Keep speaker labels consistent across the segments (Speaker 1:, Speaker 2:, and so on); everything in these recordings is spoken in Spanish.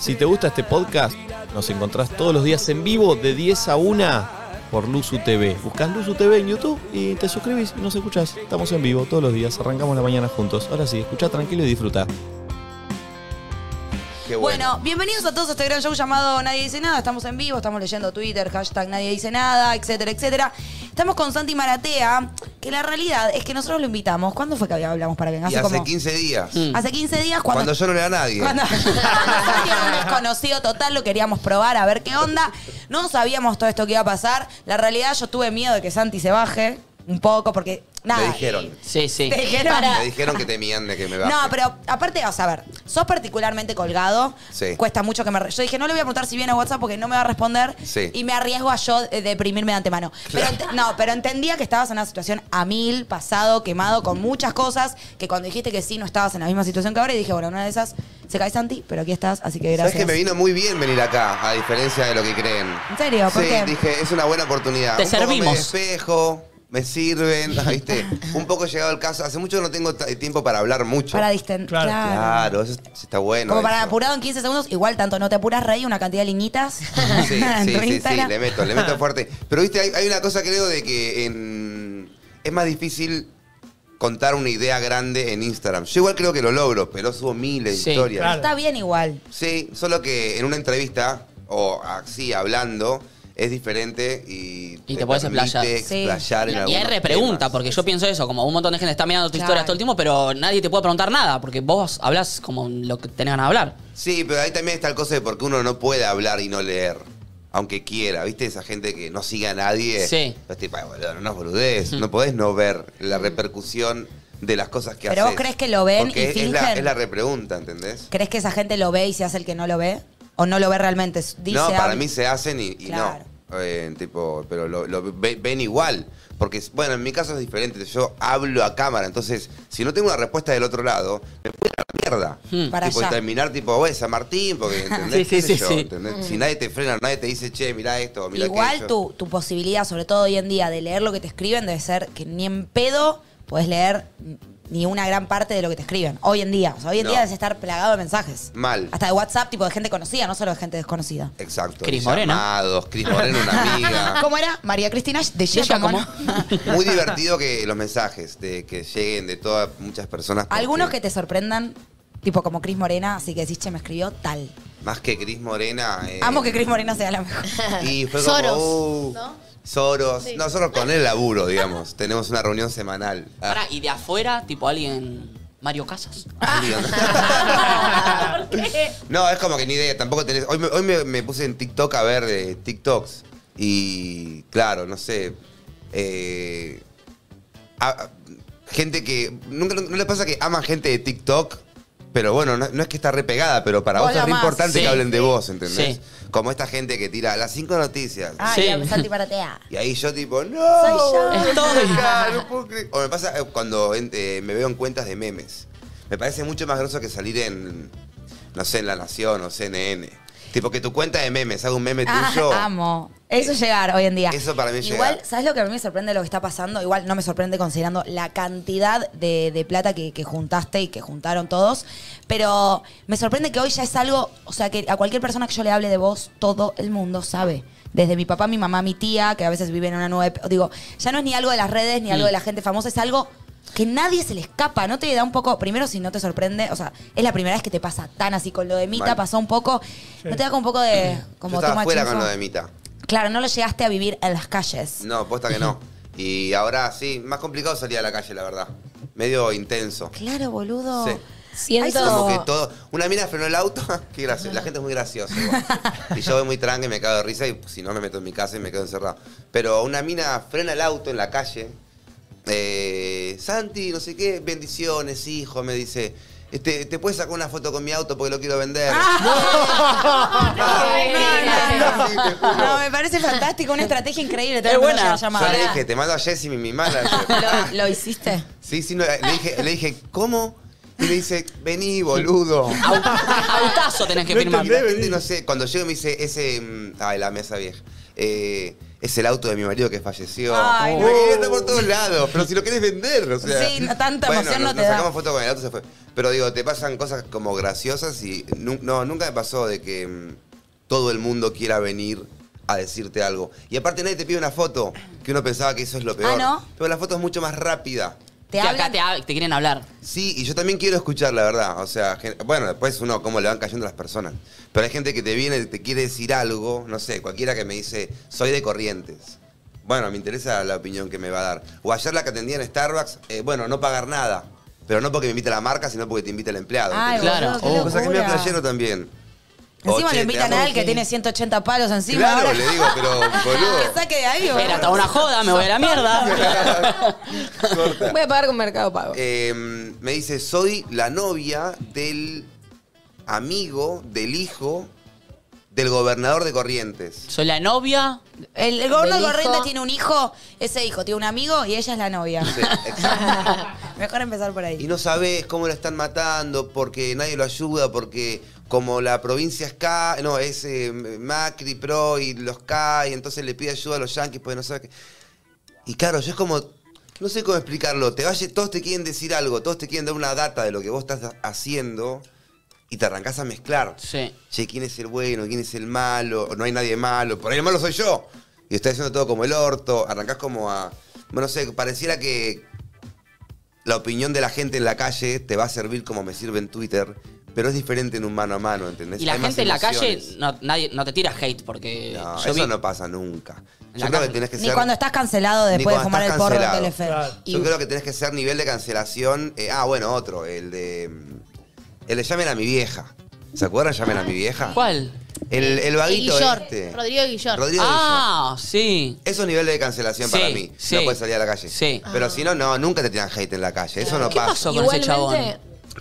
Speaker 1: Si te gusta este podcast, nos encontrás todos los días en vivo de 10 a 1 por Luzu TV. Buscás Luzu TV en YouTube y te suscribís y nos escuchás. Estamos en vivo todos los días, arrancamos la mañana juntos. Ahora sí, escuchá tranquilo y disfruta.
Speaker 2: Qué
Speaker 3: Bueno. bienvenidos a todos a este gran show llamado Nadie Dice Nada. Estamos en vivo, estamos leyendo Twitter, hashtag Nadie Dice Nada, etcétera, etcétera. Estamos con Santi Maratea, que la realidad es que nosotros lo invitamos. ¿Cuándo fue que hablamos para que venga?
Speaker 2: Y hace
Speaker 3: como-
Speaker 2: 15 días.
Speaker 3: hace 15 días cuando...
Speaker 2: Cuando yo no le a nadie.
Speaker 3: Cuando, cuando Santi era un desconocido total, lo queríamos probar a ver qué onda. No sabíamos todo esto que iba a pasar. La realidad, yo tuve miedo de que Santi se baje un poco, porque nada.
Speaker 2: Me dijeron.
Speaker 4: Sí, sí.
Speaker 3: Te dijeron.
Speaker 2: Me dijeron que temían de que me baje.
Speaker 3: No, pero aparte, o sea, a ver, sos particularmente colgado.
Speaker 2: Sí.
Speaker 3: Cuesta mucho que me. re- Yo dije, no le voy a preguntar si viene a WhatsApp porque no me va a responder.
Speaker 2: Sí.
Speaker 3: Y me arriesgo a yo eh, deprimirme de antemano. Pero ent- no, pero entendía que estabas en una situación a mil, pasado, quemado, con muchas cosas. Que cuando dijiste que sí, no estabas en la misma situación que ahora. Y dije, bueno, una de esas se cae Santi, pero aquí estás, así
Speaker 2: Sabes
Speaker 3: que gracias.
Speaker 2: que me vino muy bien venir acá, a diferencia de lo que creen.
Speaker 3: ¿En serio? ¿Por
Speaker 2: sí,
Speaker 3: qué?
Speaker 2: dije, es una buena oportunidad.
Speaker 4: Te
Speaker 2: Un poco
Speaker 4: servimos.
Speaker 2: me despejo, me sirven, ¿viste? Un poco llegado el caso. Hace mucho no tengo t- tiempo para hablar mucho.
Speaker 3: Para distender.
Speaker 5: Claro.
Speaker 2: Claro, eso está bueno.
Speaker 3: Como para
Speaker 2: eso.
Speaker 3: apurado en 15 segundos, igual tanto no te apuras, reí una cantidad de liñitas.
Speaker 2: Sí,
Speaker 3: en
Speaker 2: sí,
Speaker 3: tu
Speaker 2: sí, sí,
Speaker 3: Instagram.
Speaker 2: le meto, le meto fuerte. Pero viste, hay, hay una cosa creo de que en- es más difícil contar una idea grande en Instagram. Yo igual creo que lo logro, pero subo miles de
Speaker 4: Sí,
Speaker 2: historias.
Speaker 5: claro.
Speaker 3: Está bien igual.
Speaker 2: Sí, solo que en una entrevista o así hablando es diferente y,
Speaker 4: Y te podés
Speaker 2: permite
Speaker 4: explayar.
Speaker 3: Sí.
Speaker 2: explayar en
Speaker 4: Y hay
Speaker 2: algunos
Speaker 4: repregunta,
Speaker 2: temas.
Speaker 4: porque yo pienso eso, como un montón de gente está mirando tu
Speaker 3: Claro.
Speaker 4: historia todo el tiempo, pero nadie te puede preguntar nada, porque vos hablas como lo que tenés ganas de hablar.
Speaker 2: Sí, pero ahí también está el cosa de por qué uno no puede hablar y no leer. Aunque quiera, ¿viste? Esa gente que no sigue a nadie.
Speaker 4: Sí.
Speaker 2: Es tipo, "Ay, boludo, no nos boludez. No podés no ver la repercusión de las cosas que
Speaker 3: Pero
Speaker 2: haces.
Speaker 3: vos crees que lo ven
Speaker 2: Porque
Speaker 3: y
Speaker 2: es- es la,
Speaker 3: fingen.
Speaker 2: es la repregunta, ¿entendés?
Speaker 3: ¿Crees que esa gente lo ve y se hace el que no lo ve? ¿O no lo ve realmente? Dice,
Speaker 2: no, para
Speaker 3: ah,
Speaker 2: mí se hacen y, y
Speaker 3: Claro.
Speaker 2: no. Eh, tipo, pero lo, lo ve- ven igual. Porque, bueno, en mi caso es diferente. Yo hablo a cámara, entonces, si no tengo una respuesta del otro lado, me puede ir a la mierda.
Speaker 3: Hmm. Para
Speaker 2: tipo,
Speaker 3: allá.
Speaker 2: y terminar tipo, oye, San Martín, porque ¿entendés? ¿Qué
Speaker 4: Sí, sí,
Speaker 2: sé
Speaker 4: sí,
Speaker 2: yo?
Speaker 4: sí.
Speaker 2: ¿Entendés? Si nadie te frena, nadie te dice, che, mirá esto, mirá
Speaker 3: Hmm. Igual
Speaker 2: aquello.
Speaker 3: tu, tu posibilidad, sobre todo hoy en día, de leer lo que te escriben debe ser que ni en pedo podés leer ni una gran parte de lo que te escriben. Hoy en día. O sea, hoy en
Speaker 2: No.
Speaker 3: día debes estar plagado de mensajes.
Speaker 2: Mal.
Speaker 3: Hasta de WhatsApp, tipo de gente conocida, no solo de gente desconocida.
Speaker 2: Exacto.
Speaker 4: Cris Morena.
Speaker 2: Llamados, Cris Moreno, una amiga.
Speaker 3: ¿Cómo era? María Cristina de
Speaker 4: Giacomo.
Speaker 3: Giacomo.
Speaker 2: Muy divertido que los mensajes de, que lleguen de todas muchas personas. porque-
Speaker 3: Algunos que te sorprendan, tipo como Cris Morena, así que decís, che, me escribió tal.
Speaker 2: Más que Cris Morena. eh,
Speaker 3: Amo que Cris Morena sea la mejor.
Speaker 2: Y fue como,
Speaker 6: Soros,
Speaker 2: uh,
Speaker 6: ¿no?
Speaker 2: Soros. Nosotros con el laburo, digamos. Tenemos una reunión semanal. Ah,
Speaker 4: Pará, y de afuera, tipo alguien. Mario Casas.
Speaker 2: olvídate. no, es como que ni idea. Tampoco tenés. Hoy me, hoy me- me puse en TikTok a ver eh, TikToks. Y claro, no sé. eh, a- gente que. Nunca, ¿No le pasa que aman gente de TikTok? Pero bueno, no, no es que está repegada, pero para
Speaker 3: Vos
Speaker 2: vos, es
Speaker 3: la
Speaker 2: re
Speaker 3: amás.
Speaker 2: importante
Speaker 4: Sí,
Speaker 2: que hablen de
Speaker 3: sí. Ah,
Speaker 2: vos, ¿entendés?
Speaker 4: Sí.
Speaker 2: Como esta gente que tira las cinco noticias.
Speaker 3: Ay,
Speaker 4: Sí.
Speaker 3: Santi Maratea.
Speaker 2: Y ahí yo tipo, no,
Speaker 3: Soy yo.
Speaker 4: Estoy.
Speaker 2: acá, no puedo creer. O me pasa eh, cuando en- eh, me veo en cuentas de memes. Me parece mucho más groso que salir en, no sé, en La Nación o CNN. Tipo que tu cuenta de memes haga un meme
Speaker 3: Ah,
Speaker 2: tuyo.
Speaker 3: amo. Eso es llegar hoy en día.
Speaker 2: Eso para mí es
Speaker 3: Igual,
Speaker 2: llegar.
Speaker 3: ¿sabes lo que a mí me sorprende de lo que está pasando? Igual no me sorprende considerando la cantidad de, de plata que, que juntaste y que juntaron todos. Pero me sorprende que hoy ya es algo, o sea, que a cualquier persona que yo le hable de vos, todo el mundo sabe. Desde mi papá, mi mamá, mi tía, que a veces vive en una nube. Digo, ya no es ni algo de las redes, ni
Speaker 2: Mm.
Speaker 3: algo de la gente famosa, es algo que nadie se le escapa. ¿No te da un poco, primero si no te sorprende, o sea, es la primera vez que te pasa tan así con lo de Mita,
Speaker 2: Mal.
Speaker 3: pasó un poco, ¿no te da como un poco de... Como
Speaker 2: Yo estaba
Speaker 3: too much
Speaker 2: afuera
Speaker 3: info?
Speaker 2: con lo de Mita.
Speaker 3: Claro, no lo llegaste a vivir en las calles.
Speaker 2: No, posta que no. Y ahora sí, más complicado salir a la calle, la verdad. Medio intenso.
Speaker 3: Claro, boludo.
Speaker 2: Sí.
Speaker 6: Siento-
Speaker 3: Ay,
Speaker 2: Como
Speaker 3: sos-
Speaker 2: que todo. Una mina frenó el auto. Qué gracioso. La gente es muy graciosa. igual. Y yo voy muy tranca y me cago de risa. Y si no, me meto en mi casa y me quedo encerrado. Pero una mina frena el auto en la calle. eh, Santi, no sé qué, bendiciones, hijo. Me dice: este, ¿Te puedes sacar una foto con mi auto porque lo quiero vender?
Speaker 3: Ah. No, no,
Speaker 2: Sí,
Speaker 3: no.
Speaker 2: te juro.
Speaker 3: No, me parece fantástico, una estrategia increíble. Te
Speaker 4: Es
Speaker 3: voy a
Speaker 4: buena.
Speaker 3: mandar la llamada.
Speaker 2: Yo le dije: Te mando a Jessy, mi, mi manager.
Speaker 3: ¿Lo, lo hiciste?
Speaker 2: Sí, sí, no, le, dije, le dije: ¿Cómo? Y me dice: Vení, boludo.
Speaker 4: Autazo tenés que
Speaker 2: No
Speaker 4: firmar.
Speaker 2: entendés, vení. no sé, cuando llego me dice ese. mm, Ay, la mesa vieja. Eh, es el auto de mi marido que falleció.
Speaker 3: Ay,
Speaker 2: Me
Speaker 3: no.
Speaker 2: quería estar por todos lados, pero si lo querés vender, o sea.
Speaker 3: Sí, no, tanta
Speaker 2: Bueno,
Speaker 3: emoción
Speaker 2: nos-
Speaker 3: no te
Speaker 2: nos
Speaker 3: da.
Speaker 2: sacamos foto con el auto, se fue. Pero digo, te pasan cosas como graciosas y nu- no, nunca me pasó de que mm, todo el mundo quiera venir a decirte algo. Y aparte nadie te pide una foto, que uno pensaba que eso es lo peor.
Speaker 3: Ah, ¿no?
Speaker 2: Pero la foto es mucho más rápida.
Speaker 3: Te
Speaker 4: que
Speaker 3: hablan-
Speaker 4: acá te, hab- te quieren hablar.
Speaker 2: Sí, y yo también quiero escuchar, la verdad. O sea, gen- bueno, después uno, cómo le van cayendo las personas. Pero hay gente que te viene, te quiere decir algo, no sé, cualquiera que me dice, soy de Corrientes. Bueno, me interesa la opinión que me va a dar. O ayer la que atendía en Starbucks, eh, bueno, no pagar nada. Pero no porque me invita la marca, sino porque te invita el empleado.
Speaker 3: Ay,
Speaker 2: ¿entendés?
Speaker 4: Claro.
Speaker 3: boludo, qué
Speaker 4: Oh.
Speaker 2: Cosa que me
Speaker 3: locura.
Speaker 2: playero también.
Speaker 3: Encima
Speaker 2: O, che,
Speaker 3: lo
Speaker 2: te
Speaker 3: invitan
Speaker 2: amo.
Speaker 3: a él que tiene 180 palos encima.
Speaker 2: Claro,
Speaker 3: ahora.
Speaker 2: le digo, pero
Speaker 3: Que
Speaker 2: boludo.
Speaker 3: saque de ahí, boludo.
Speaker 4: Era toda una joda, me voy a la mierda.
Speaker 2: Corta.
Speaker 5: Voy a pagar con Mercado Pago.
Speaker 2: Eh, me dice, soy la novia del amigo, del hijo, del gobernador de Corrientes.
Speaker 4: Soy la novia.
Speaker 3: El, el gobernador
Speaker 5: Del hijo.
Speaker 3: Corrientes tiene un hijo, ese hijo tiene un amigo y ella es la novia.
Speaker 2: Sí, exacto.
Speaker 3: Mejor empezar por
Speaker 2: Y
Speaker 3: ahí.
Speaker 2: no sabes cómo lo están matando, porque nadie lo ayuda, porque como la provincia es K, no, es eh, Macri, Pro y los K, y entonces le pide ayuda a los yanquis, porque no sabe qué. Y claro, yo es como, no sé cómo explicarlo, te vas- todos te quieren decir algo, todos te quieren dar una data de lo que vos estás haciendo, y te arrancás a mezclar.
Speaker 4: Sí.
Speaker 2: che, ¿quién es el bueno? ¿Quién es el malo? No hay nadie malo, por ahí el malo soy yo. Y estás haciendo todo como el orto, arrancás como a... Bueno, no sé, pareciera que la opinión de la gente en la calle te va a servir como me sirve en Twitter, pero es diferente en un mano a mano, ¿entendés?
Speaker 4: Y la
Speaker 2: Hay más
Speaker 4: gente en la calle
Speaker 2: emociones.
Speaker 4: no, nadie, no te tira hate porque.
Speaker 2: No,
Speaker 4: yo
Speaker 2: eso
Speaker 4: vi-
Speaker 2: no pasa nunca. Yo
Speaker 4: la
Speaker 2: creo que
Speaker 4: calle.
Speaker 2: tenés que
Speaker 3: Ni
Speaker 2: ser...
Speaker 3: cuando estás cancelado
Speaker 2: Ni
Speaker 3: después de
Speaker 2: cuando
Speaker 3: fumar el
Speaker 2: estás
Speaker 3: porro de
Speaker 2: cancelado.
Speaker 3: Telefe.
Speaker 6: Claro.
Speaker 2: Yo creo que tenés que ser nivel de cancelación. eh, ah, bueno, otro, el de. El de llamen a mi vieja. ¿Se acuerdan? Llamen a mi vieja.
Speaker 4: ¿Cuál?
Speaker 2: El, el vaguito
Speaker 7: Guillor,
Speaker 2: este.
Speaker 7: Rodrigo Guillor.
Speaker 2: Rodrigo Guillor.
Speaker 4: Ah, sí.
Speaker 2: Eso es nivel de cancelación
Speaker 4: Sí,
Speaker 2: para mí.
Speaker 4: sí.
Speaker 2: No puedes salir a la calle.
Speaker 4: Sí.
Speaker 2: Pero si no, no, nunca te tiran hate en la calle. Eso no
Speaker 4: ¿Qué
Speaker 2: pasa.
Speaker 4: pasó Ah, con ese chabón?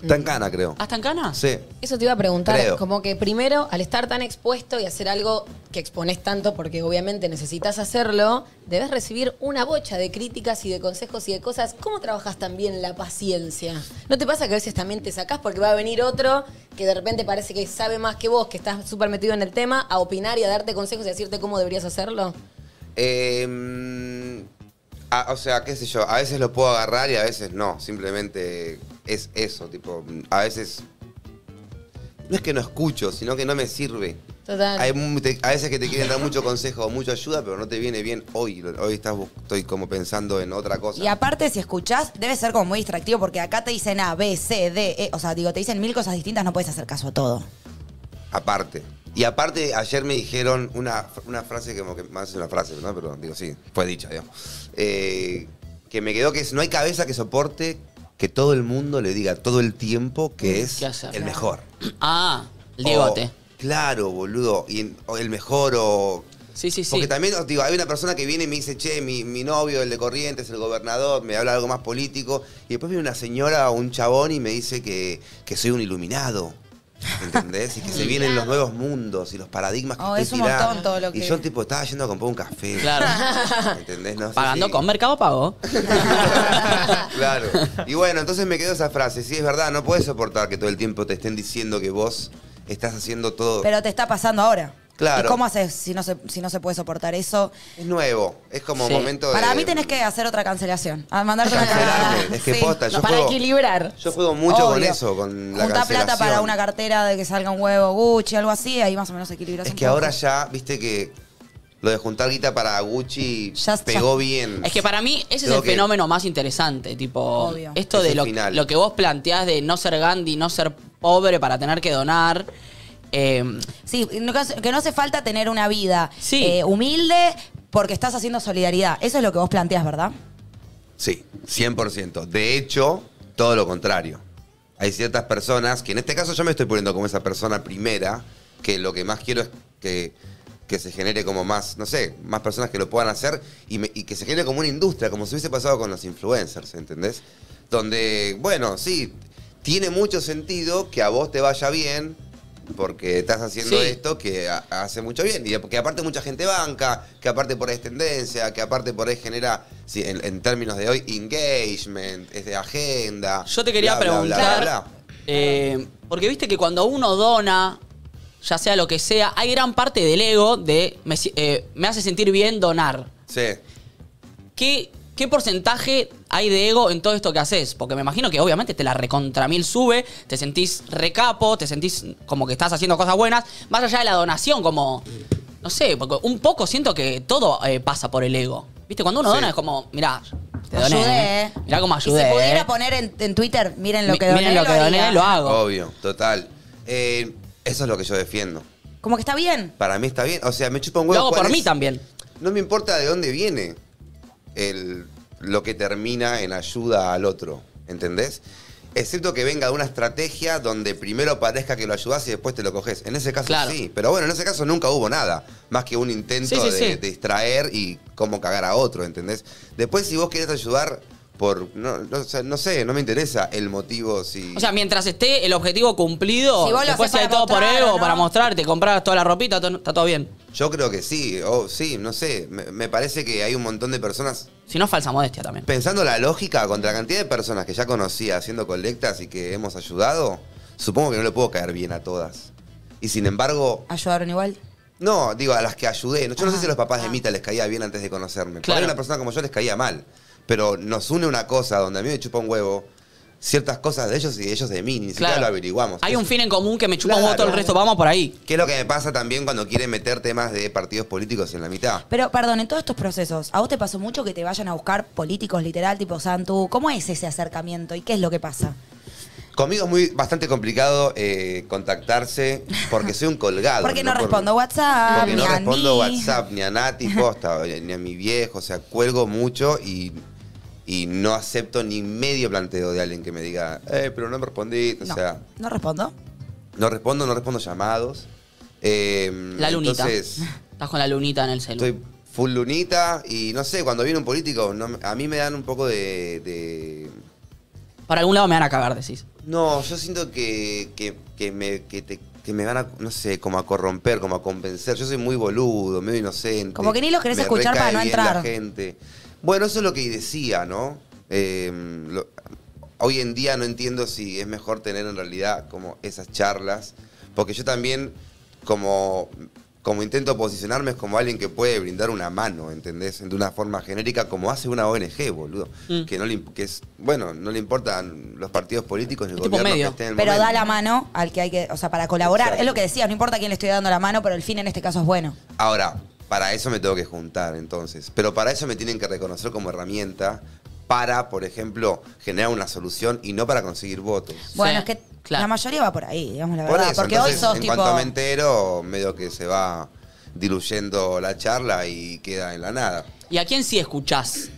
Speaker 2: Está en cana, creo.
Speaker 4: ¿Hasta en cana?
Speaker 2: Sí.
Speaker 5: Eso te iba a preguntar,
Speaker 2: Creo.
Speaker 5: como que primero, al estar tan expuesto y hacer algo que expones tanto porque obviamente necesitas hacerlo, debes recibir una bocha de críticas y de consejos y de cosas. ¿Cómo trabajas también la paciencia? ¿No te pasa que a veces también te sacás porque va a venir otro que de repente parece que sabe más que vos, que estás súper metido en el tema, a opinar y a darte consejos y a decirte cómo deberías hacerlo?
Speaker 2: Eh, ah, o sea, qué sé yo, a veces lo puedo agarrar y a veces no. Simplemente es eso, tipo, a veces. No es que no escucho, sino que no me sirve.
Speaker 5: Total.
Speaker 2: Hay mu- te- a veces que te quieren dar mucho consejo o mucha ayuda, pero no te viene bien hoy. Hoy estás, bus- estoy como pensando en otra cosa.
Speaker 3: Y aparte, si escuchás, debe ser como muy distractivo porque acá te dicen A, B, C, D, E. O sea, digo, te dicen mil cosas distintas, no puedes hacer caso a todo.
Speaker 2: Aparte. Y aparte, ayer me dijeron una, una frase, como que más es una frase, ¿no? Pero digo, sí, fue dicha, digamos. Eh, que me quedó que es, no hay cabeza que soporte que todo el mundo le diga todo el tiempo que es
Speaker 4: Mm, ¿Qué hacer?
Speaker 2: el mejor.
Speaker 4: Ah, el Diegote.
Speaker 2: O, claro, boludo. Y en- o el mejor o...
Speaker 4: Sí, sí,
Speaker 2: Oh.
Speaker 4: sí.
Speaker 2: Porque también, os digo, hay una persona que viene y me dice, che, mi, mi novio, el de Corrientes, el gobernador, me habla algo más político. Y después viene una señora o un chabón y me dice que, que soy un iluminado. ¿Entendés? Y que se vienen los nuevos mundos y los paradigmas que
Speaker 3: Oh,
Speaker 2: usted
Speaker 3: es un
Speaker 2: tirá.
Speaker 3: montón todo lo
Speaker 2: Y
Speaker 3: que-
Speaker 2: yo, tipo, estaba yendo a comprar un café.
Speaker 4: Claro.
Speaker 2: ¿Entendés? No sé
Speaker 4: Pagando
Speaker 2: si-
Speaker 4: con Mercado Pago.
Speaker 2: claro. Y bueno, entonces me quedó esa frase. Sí, es verdad, no puedes soportar que todo el tiempo te estén diciendo que vos estás haciendo todo.
Speaker 3: Pero te está pasando ahora.
Speaker 2: Claro.
Speaker 3: ¿Y cómo haces si no se, si no se puede soportar eso?
Speaker 2: Es nuevo. Es como
Speaker 4: Sí.
Speaker 2: momento de.
Speaker 3: Para mí tenés que hacer otra cancelación. A mandarte una
Speaker 2: Cancelarme. Es que
Speaker 3: Ah, Sí.
Speaker 2: posta, yo
Speaker 5: para
Speaker 2: juego-
Speaker 5: equilibrar.
Speaker 2: Yo juego mucho con
Speaker 3: Obvio.
Speaker 2: eso, con la
Speaker 3: Juntá plata
Speaker 2: cancelación.
Speaker 3: para una cartera de que salga un huevo Gucci, algo así, ahí más o menos equilibras
Speaker 2: Es
Speaker 3: un
Speaker 2: que
Speaker 3: poco.
Speaker 2: ahora ya, viste que lo de juntar guita para Gucci
Speaker 3: Ya- ya-
Speaker 2: pegó bien.
Speaker 4: Es que para mí ese es
Speaker 2: Creo
Speaker 4: el
Speaker 2: que-
Speaker 4: fenómeno más interesante, tipo,
Speaker 3: Obvio.
Speaker 4: esto
Speaker 2: Es
Speaker 4: de
Speaker 2: el
Speaker 4: lo,
Speaker 2: final.
Speaker 4: lo que vos planteás de no ser Gandhi, no ser pobre para tener que donar. eh,
Speaker 3: Sí, no- que no hace falta tener una vida
Speaker 4: Sí.
Speaker 3: eh, humilde porque estás haciendo solidaridad. Eso es lo que vos planteás, ¿verdad?
Speaker 2: Sí, 100%. De hecho, todo lo contrario. Hay ciertas personas que en este caso yo me estoy poniendo como esa persona primera, que lo que más quiero es que, que se genere como más, no sé, más personas que lo puedan hacer y, me- y que se genere como una industria, como si hubiese pasado con los influencers, ¿entendés? Donde, bueno, sí, tiene mucho sentido que a vos te vaya bien porque estás haciendo
Speaker 4: Sí.
Speaker 2: esto que ha- hace mucho bien. Y que aparte mucha gente banca, que aparte por ahí es tendencia, que aparte por ahí genera, sí, en, en términos de hoy, engagement, es de agenda.
Speaker 4: Yo te quería
Speaker 2: bla, bla, bla,
Speaker 4: preguntar,
Speaker 2: bla, bla.
Speaker 4: eh, porque viste que cuando uno dona ya sea lo que sea, hay gran parte del ego de me, si- eh, me hace sentir bien donar.
Speaker 2: Sí.
Speaker 4: ¿Qué, ¿Qué porcentaje hay de ego en todo esto que haces? Porque me imagino que obviamente te la recontra mil sube, te sentís recapo, te sentís como que estás haciendo cosas buenas, más allá de la donación, como, no sé, porque un poco siento que todo eh, pasa por el ego. ¿Viste? Cuando uno
Speaker 2: Sí.
Speaker 4: dona es como, mirá, te doné.
Speaker 3: Ayudé, eh.
Speaker 4: Mirá cómo ayudé.
Speaker 3: Y si pudiera
Speaker 4: eh.
Speaker 3: poner en, en Twitter, miren lo que
Speaker 4: Mi-
Speaker 3: doné,
Speaker 4: Miren lo que
Speaker 3: haría.
Speaker 4: doné, lo hago.
Speaker 2: Obvio, total. Eh, eso es lo que yo defiendo.
Speaker 3: Como que está bien.
Speaker 2: Para mí está bien. O sea, me chupa un
Speaker 4: Lo
Speaker 2: huevo.
Speaker 4: hago
Speaker 2: cuál
Speaker 4: por
Speaker 2: pues es.
Speaker 4: mí también.
Speaker 2: No me importa de dónde viene el, lo que termina en ayuda al otro. ¿Entendés? Excepto que venga de una estrategia donde primero parezca que lo ayudás y después te lo coges. En ese caso
Speaker 4: Claro.
Speaker 2: sí. Pero bueno, en ese caso nunca hubo nada. Más que un intento
Speaker 4: Sí, sí,
Speaker 2: de,
Speaker 4: sí.
Speaker 2: de distraer y cómo cagar a otro, ¿entendés? Después, si vos querés ayudar por. No, no, o sea, no sé, no me interesa el motivo. Si,
Speaker 4: O sea, mientras esté el objetivo cumplido,
Speaker 3: Si vos lo
Speaker 4: después
Speaker 3: haces
Speaker 4: hay
Speaker 3: para
Speaker 4: todo por
Speaker 3: mostrar
Speaker 4: ego,
Speaker 3: o no.
Speaker 4: para mostrar, te compras toda la ropita, to- está todo bien.
Speaker 2: Yo creo que sí, o sí, no sé. Me, me parece que hay un montón de personas.
Speaker 4: Si no, falsa modestia también.
Speaker 2: Pensando la lógica contra la cantidad de personas que ya conocía haciendo colectas y que hemos ayudado, supongo que no le puedo caer bien a todas. Y sin embargo,
Speaker 3: Ayudaron igual.
Speaker 2: no, digo, a las que ayudé. Yo no sé si a los papás de Mita les caía bien antes de conocerme. Por ahí
Speaker 4: Claro.
Speaker 2: una persona como yo les caía mal. Pero nos une una cosa donde a mí me chupa un huevo ciertas cosas de ellos y de ellos de mí. Ni siquiera lo averiguamos.
Speaker 4: Hay un
Speaker 2: Es-
Speaker 4: fin en común que me chupa un
Speaker 2: Claro.
Speaker 4: voto el resto, vamos por ahí.
Speaker 2: ¿Qué es lo que me pasa también cuando quieren meter temas de partidos políticos en la mitad?
Speaker 3: Pero, perdón, en todos estos procesos, ¿a vos te pasó mucho que te vayan a buscar políticos literal, tipo Santu? ¿Cómo es ese acercamiento y qué es lo que pasa?
Speaker 2: Conmigo es muy bastante complicado eh, contactarse porque soy un colgado.
Speaker 3: Porque no
Speaker 2: Ah, Por-
Speaker 3: respondo WhatsApp,
Speaker 2: Porque no
Speaker 3: ni a
Speaker 2: respondo
Speaker 3: mí.
Speaker 2: WhatsApp, ni a Nati, posta, eh, ni a mi viejo. O sea, cuelgo mucho y, y no acepto ni medio planteo de alguien que me diga, eh, pero no me respondí. O
Speaker 3: No,
Speaker 2: sea,
Speaker 3: no respondo.
Speaker 2: no respondo, no respondo llamados. Eh,
Speaker 4: La lunita.
Speaker 2: Entonces,
Speaker 4: Estás con la lunita en el celu.
Speaker 2: estoy full lunita y no sé, cuando viene un político, no me- a mí me dan un poco de- de
Speaker 4: Para algún lado me van a cagar, decís.
Speaker 2: No, yo siento que, que, que me, que, te- que me van a, no sé, como a corromper, como a convencer. Yo soy muy boludo, medio inocente.
Speaker 3: Como que ni los querés
Speaker 2: Me
Speaker 3: escuchar para
Speaker 2: recae
Speaker 3: no
Speaker 2: bien la
Speaker 3: entrar.
Speaker 2: gente. Bueno, eso es lo que decía, ¿no? Eh, lo- hoy en día no entiendo si es mejor tener en realidad como esas charlas, porque yo también como, como intento posicionarme es como alguien que puede brindar una mano, ¿entendés? De una forma genérica, como hace una ONG, boludo,
Speaker 4: Mm.
Speaker 2: que no le, imp- que es, bueno, no le importan los partidos políticos ni el
Speaker 4: Es tipo
Speaker 2: gobierno que
Speaker 4: medio.
Speaker 2: esté en el
Speaker 3: Pero da
Speaker 2: momento.
Speaker 3: la mano al que hay que, o sea, para colaborar.
Speaker 2: Exacto.
Speaker 3: Es lo que decías, no importa quién le estoy dando la mano, pero el fin en este caso es bueno.
Speaker 2: Ahora, para eso me tengo que juntar entonces. Pero para eso me tienen que reconocer como herramienta para, por ejemplo, generar una solución y no para conseguir votos.
Speaker 3: Bueno,
Speaker 4: Sí,
Speaker 3: es que
Speaker 4: claro.
Speaker 3: la mayoría va por ahí, digamos la
Speaker 2: Por
Speaker 3: verdad.
Speaker 2: eso,
Speaker 3: porque
Speaker 2: entonces,
Speaker 3: hoy sos
Speaker 2: en
Speaker 3: tipo.
Speaker 2: cuanto me entero, medio que se va diluyendo la charla y queda en la nada.
Speaker 4: ¿Y a quién sí escuchás?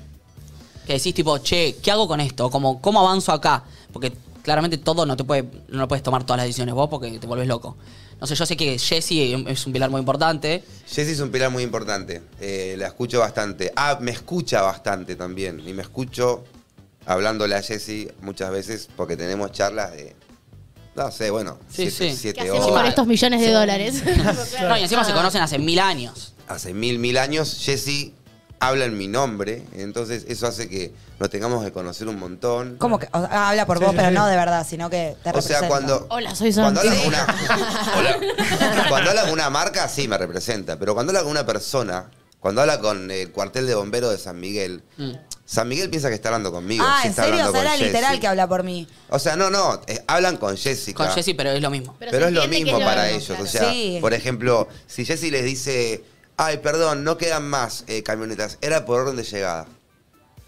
Speaker 4: Que decís tipo, che, ¿qué hago con esto? Como, ¿Cómo avanzo acá? Porque claramente todo no te puede, no lo puedes tomar todas las decisiones vos porque te volvés loco. No sé, yo sé que Jessy es un pilar muy importante.
Speaker 2: Jessy es un pilar muy importante. eh, la escucho bastante. Ah, me escucha bastante también. Y me escucho hablándole a Jessy muchas veces porque tenemos charlas de. No sé, bueno,
Speaker 4: Sí,
Speaker 2: siete,
Speaker 4: sí.
Speaker 2: siete
Speaker 6: ¿Qué hacemos
Speaker 2: horas.
Speaker 6: con estos millones de dólares?
Speaker 4: No, y encima se conocen hace mil años.
Speaker 2: hace mil, mil años, Jesse habla en mi nombre, entonces eso hace que nos tengamos que conocer un montón.
Speaker 3: ¿Cómo que? O sea, habla por
Speaker 7: Sí,
Speaker 3: vos,
Speaker 7: sí,
Speaker 3: pero
Speaker 7: sí.
Speaker 3: no de verdad, sino que te
Speaker 2: O sea,
Speaker 3: representa.
Speaker 2: cuando...
Speaker 6: Hola, soy Sam.
Speaker 2: Cuando habla, con una, Hola. cuando habla con una marca, sí me representa, pero cuando habla con una persona, cuando habla con el cuartel de bomberos de San Miguel, San Miguel piensa que está hablando conmigo.
Speaker 3: Ah,
Speaker 2: sí
Speaker 3: ¿en
Speaker 2: está
Speaker 3: serio? O
Speaker 2: hablando
Speaker 3: sea,
Speaker 2: con
Speaker 3: era
Speaker 2: Jessy.
Speaker 3: literal que habla por mí.
Speaker 2: O sea, no, no, eh, hablan con Jessica.
Speaker 4: Con Jessy, pero es lo mismo.
Speaker 6: Pero
Speaker 2: Pero,
Speaker 6: se
Speaker 2: es lo
Speaker 6: entiende que
Speaker 2: mismo
Speaker 6: es lo
Speaker 2: para
Speaker 6: mismo,
Speaker 2: ellos.
Speaker 6: claro.
Speaker 2: O sea,
Speaker 3: Sí.
Speaker 2: por ejemplo, si Jessy les dice, ay, perdón, no quedan más eh, camionetas, era por orden de llegada.